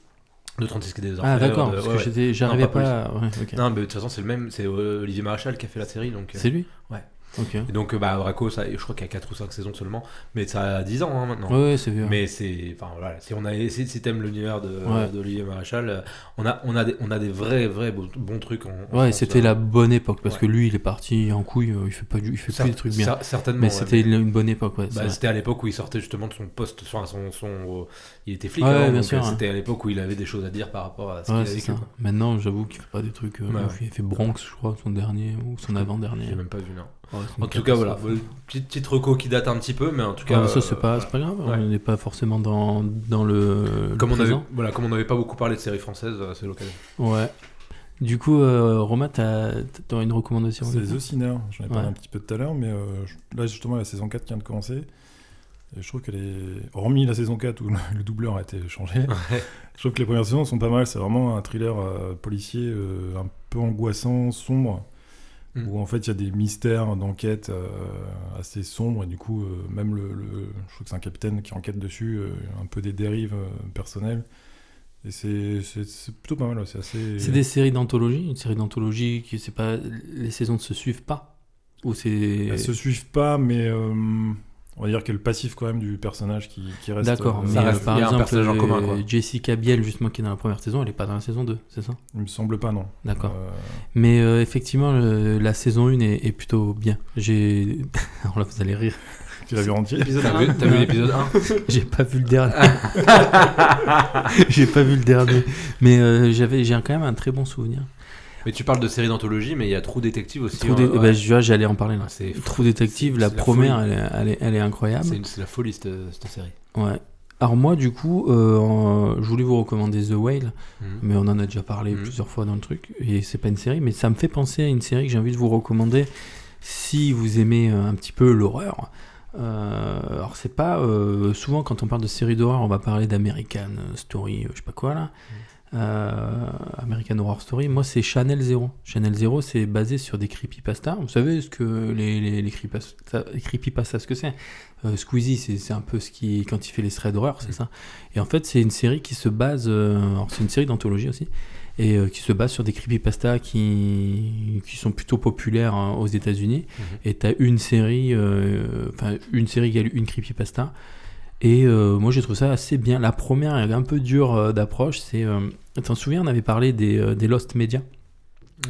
De 36 qui est ah des Orfèvres, d'accord, de- parce ouais, que ouais. j'étais- j'arrivais pas pas. à- ouais, ok. Non, mais de toute façon, c'est le même. C'est euh, Olivier Maréchal qui a fait la série. Donc, euh, C'est lui Ouais. Ok. et donc euh, bah, Braco, ça, je crois qu'il y a 4 ou 5 saisons seulement. Mais ça a 10 ans hein, maintenant. Ouais, ouais, c'est vieux. Mais c'est. Enfin, voilà. Si, on a, si, si t'aimes l'univers de- Ouais. d'Olivier Maréchal, euh, on a, on, a des, on a des vrais, vrais bons, bons trucs en. en Ouais, France, euh, c'était là. la bonne époque parce Ouais. que lui il est parti en couille, euh, il fait pas du, il fait Cer- plus des trucs bien. cer- certainement. mais ouais, c'était une, une bonne époque, ouais. c'est Bah, vrai. c'était à l'époque où il sortait justement de son poste, enfin son, son, euh, il était flic, Ouais, avant, bien donc, sûr, euh, hein. c'était à l'époque où il avait des choses à dire par rapport à ce Ouais, qu'il a c'est vécu. ça. quoi. Maintenant, j'avoue qu'il fait pas des trucs. euh, Ouais, ouais. Il a fait Bronx, je crois, son dernier ou son avant-dernier. J'ai même pas vu, non. Ouais, c'est une En tout cas, voilà. catastrophe. Petite, petite reco qui date un petit peu, mais en tout cas. Ah, ça, euh, c'est pas, c'est pas grave, ouais. on n'est pas forcément dans, dans le. le Comme on, avait, présent. voilà, comme on n'avait pas beaucoup parlé de séries françaises, euh, c'est l'occasion. Ouais. Du coup, euh, Romain, t'as t'aurais une recommandation C'est du coup The Sinner, j'en ai parlé Ouais. un petit peu tout à l'heure, mais euh, je- là justement la saison 4 qui vient de commencer. Et je trouve qu'elle est. Hormis la saison 4 où le doubleur a été changé, je trouve que les premières saisons sont pas mal. C'est vraiment un thriller euh, policier euh, un peu angoissant, sombre, Mm. où en fait il y a des mystères d'enquête euh, assez sombres, et du coup, euh, même le, le- Je trouve que c'est un capitaine qui enquête dessus, euh, un peu des dérives euh, personnelles. Et c'est- c'est c'est plutôt pas mal, ouais, c'est euh, assez. C'est des séries d'anthologie Une série d'anthologie qui, c'est pas. Les saisons ne se suivent pas Ou c'est. Bah, Elles se suivent pas, mais euh, on va dire qu'il y a le passif quand même du personnage qui, qui reste. D'accord, euh, mais ça euh, reste- par il y a un exemple, personnage en euh, commun, quoi. Jessica Biel, justement, qui est dans la première saison, elle est pas dans la saison 2, c'est ça Il me semble pas, non. D'accord. Euh, Mais euh, effectivement, le- la saison 1 est, est plutôt bien. J'ai. Alors là, vous allez rire. tu l'as vu entier Épisode Ah, T'as vu, 1. t'as vu l'épisode 1 J'ai pas vu le dernier. j'ai pas vu le dernier. Mais euh, j'avais, j'ai quand même un très bon souvenir. Mais tu parles de séries d'anthologie, mais il y a Trou Détective aussi. Trou hein, Dé- ouais. eh ben, je- j'allais en parler là. Ah, c'est Trou Détective, c'est- la c'est la première, folie. elle est, elle est- elle est incroyable. c'est une- c'est la folie cette, cette série. Ouais. Alors moi, du coup, euh, en- je voulais vous recommander The Whale, Mhm. mais on en a déjà parlé Mhm. plusieurs fois dans le truc, et c'est pas une série, mais ça me fait penser à une série que j'ai envie de vous recommander si vous aimez euh, un petit peu l'horreur. Euh, alors c'est pas euh, souvent quand on parle de séries d'horreur, on va parler d'American Story, euh, je sais pas quoi là. Euh, American Horror Story, moi c'est Channel Zero. Channel Zero c'est basé sur des creepypasta. Vous savez ce que les, les, les creepypasta, les creepypasta, ce que c'est euh, Squeezie, c'est c'est un peu ce qui, quand il fait les threads d'horreur, c'est ça. Et en fait, c'est une série qui se base, euh, alors c'est une série d'anthologie aussi, et euh, qui se base sur des creepypasta qui, qui sont plutôt populaires hein, aux États-Unis. Mhm. Et t'as une série, euh, enfin une série égale une creepypasta. Et euh, moi, j'ai trouvé ça assez bien. La première est un peu dure euh, d'approche. C'est, euh, t'en souviens, on avait parlé des, euh, des Lost Media.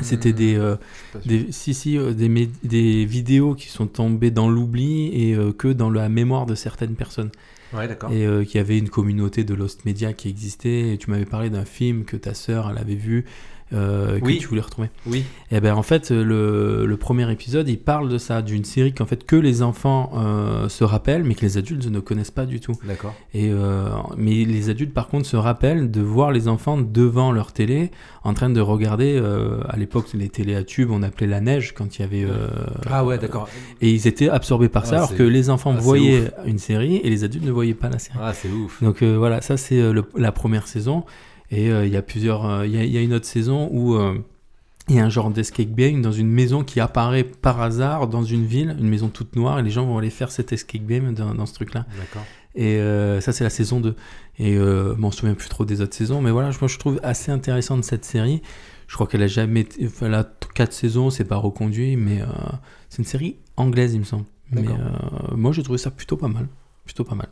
C'était des, euh, pas sûr. des, si, si, euh, des, mé- des vidéos qui sont tombées dans l'oubli et euh, que dans la mémoire de certaines personnes. Ouais, d'accord. Et euh, qu'il y avait une communauté de Lost Media qui existait. Et tu m'avais parlé d'un film que ta sœur, elle avait vu euh, que Oui. tu voulais retrouver. Oui. Et ben en fait, le, le premier épisode, il parle de ça, d'une série qu'en fait que les enfants euh, se rappellent, mais que les adultes ne connaissent pas du tout. D'accord. Et euh, mais les adultes, par contre, se rappellent de voir les enfants devant leur télé en train de regarder. euh, à l'époque, les télés à tubes, on appelait la neige quand il y avait. euh, Ah ouais, d'accord. Et ils étaient absorbés par Ah, ça, alors c'est- que les enfants ah, c'est voyaient une série et les adultes ne voyaient pas la série. Ah, c'est ouf. Donc euh, voilà, ça c'est euh, le- la première saison. Et euh, il y a plusieurs. euh, Il y, a- il y a une autre saison où euh, il y a un genre d'escape game dans une maison qui apparaît par hasard dans une ville, une maison toute noire, et les gens vont aller faire cet escape game dans, dans ce truc-là. D'accord. Et euh, ça c'est la saison 2. Et euh, bon, on se souvient plus trop des autres saisons, mais voilà, je- moi je trouve assez intéressante cette série. Je crois qu'elle a jamais. été- Enfin, là, 4 saisons, c'est pas reconduit, mais euh, c'est une série anglaise, il me semble. Mais D'accord. euh, moi j'ai trouvé ça plutôt pas mal. Plutôt pas mal.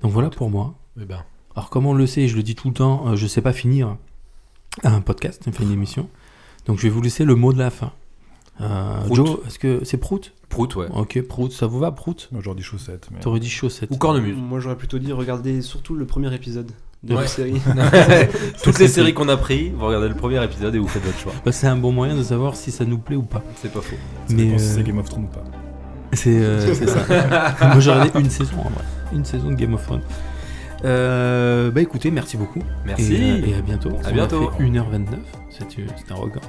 Donc voilà pour moi. Eh ben, Alors, comme on le sait, je le dis tout le temps, euh, je sais pas finir un podcast, enfin une émission. Donc, je vais vous laisser le mot de la fin. Euh, Prout. Joe, est-ce que c'est Prout Prout, ouais. Ok, Prout, ça vous va, Prout Moi, genre des chaussettes. Mais... T'aurais dit chaussette. Ou cornemuse. Moi j'aurais plutôt dit regardez surtout le premier épisode de Ouais. la série. Toutes les séries qu'on a pris, vous regardez le premier épisode et vous faites votre choix. Bah, c'est un bon moyen de savoir si ça nous plaît ou pas. C'est pas faux. Ça Mais dépend si c'est euh, Game of Thrones ou pas. c'est euh, c'est ça. Moi, j'ai regardé une saison, en vrai. Une saison de Game of Thrones. Euh, bah écoutez, merci beaucoup. euh, Merci. Et, euh, et à bientôt. On a bientôt. fait 1h29. C'est c'est un record.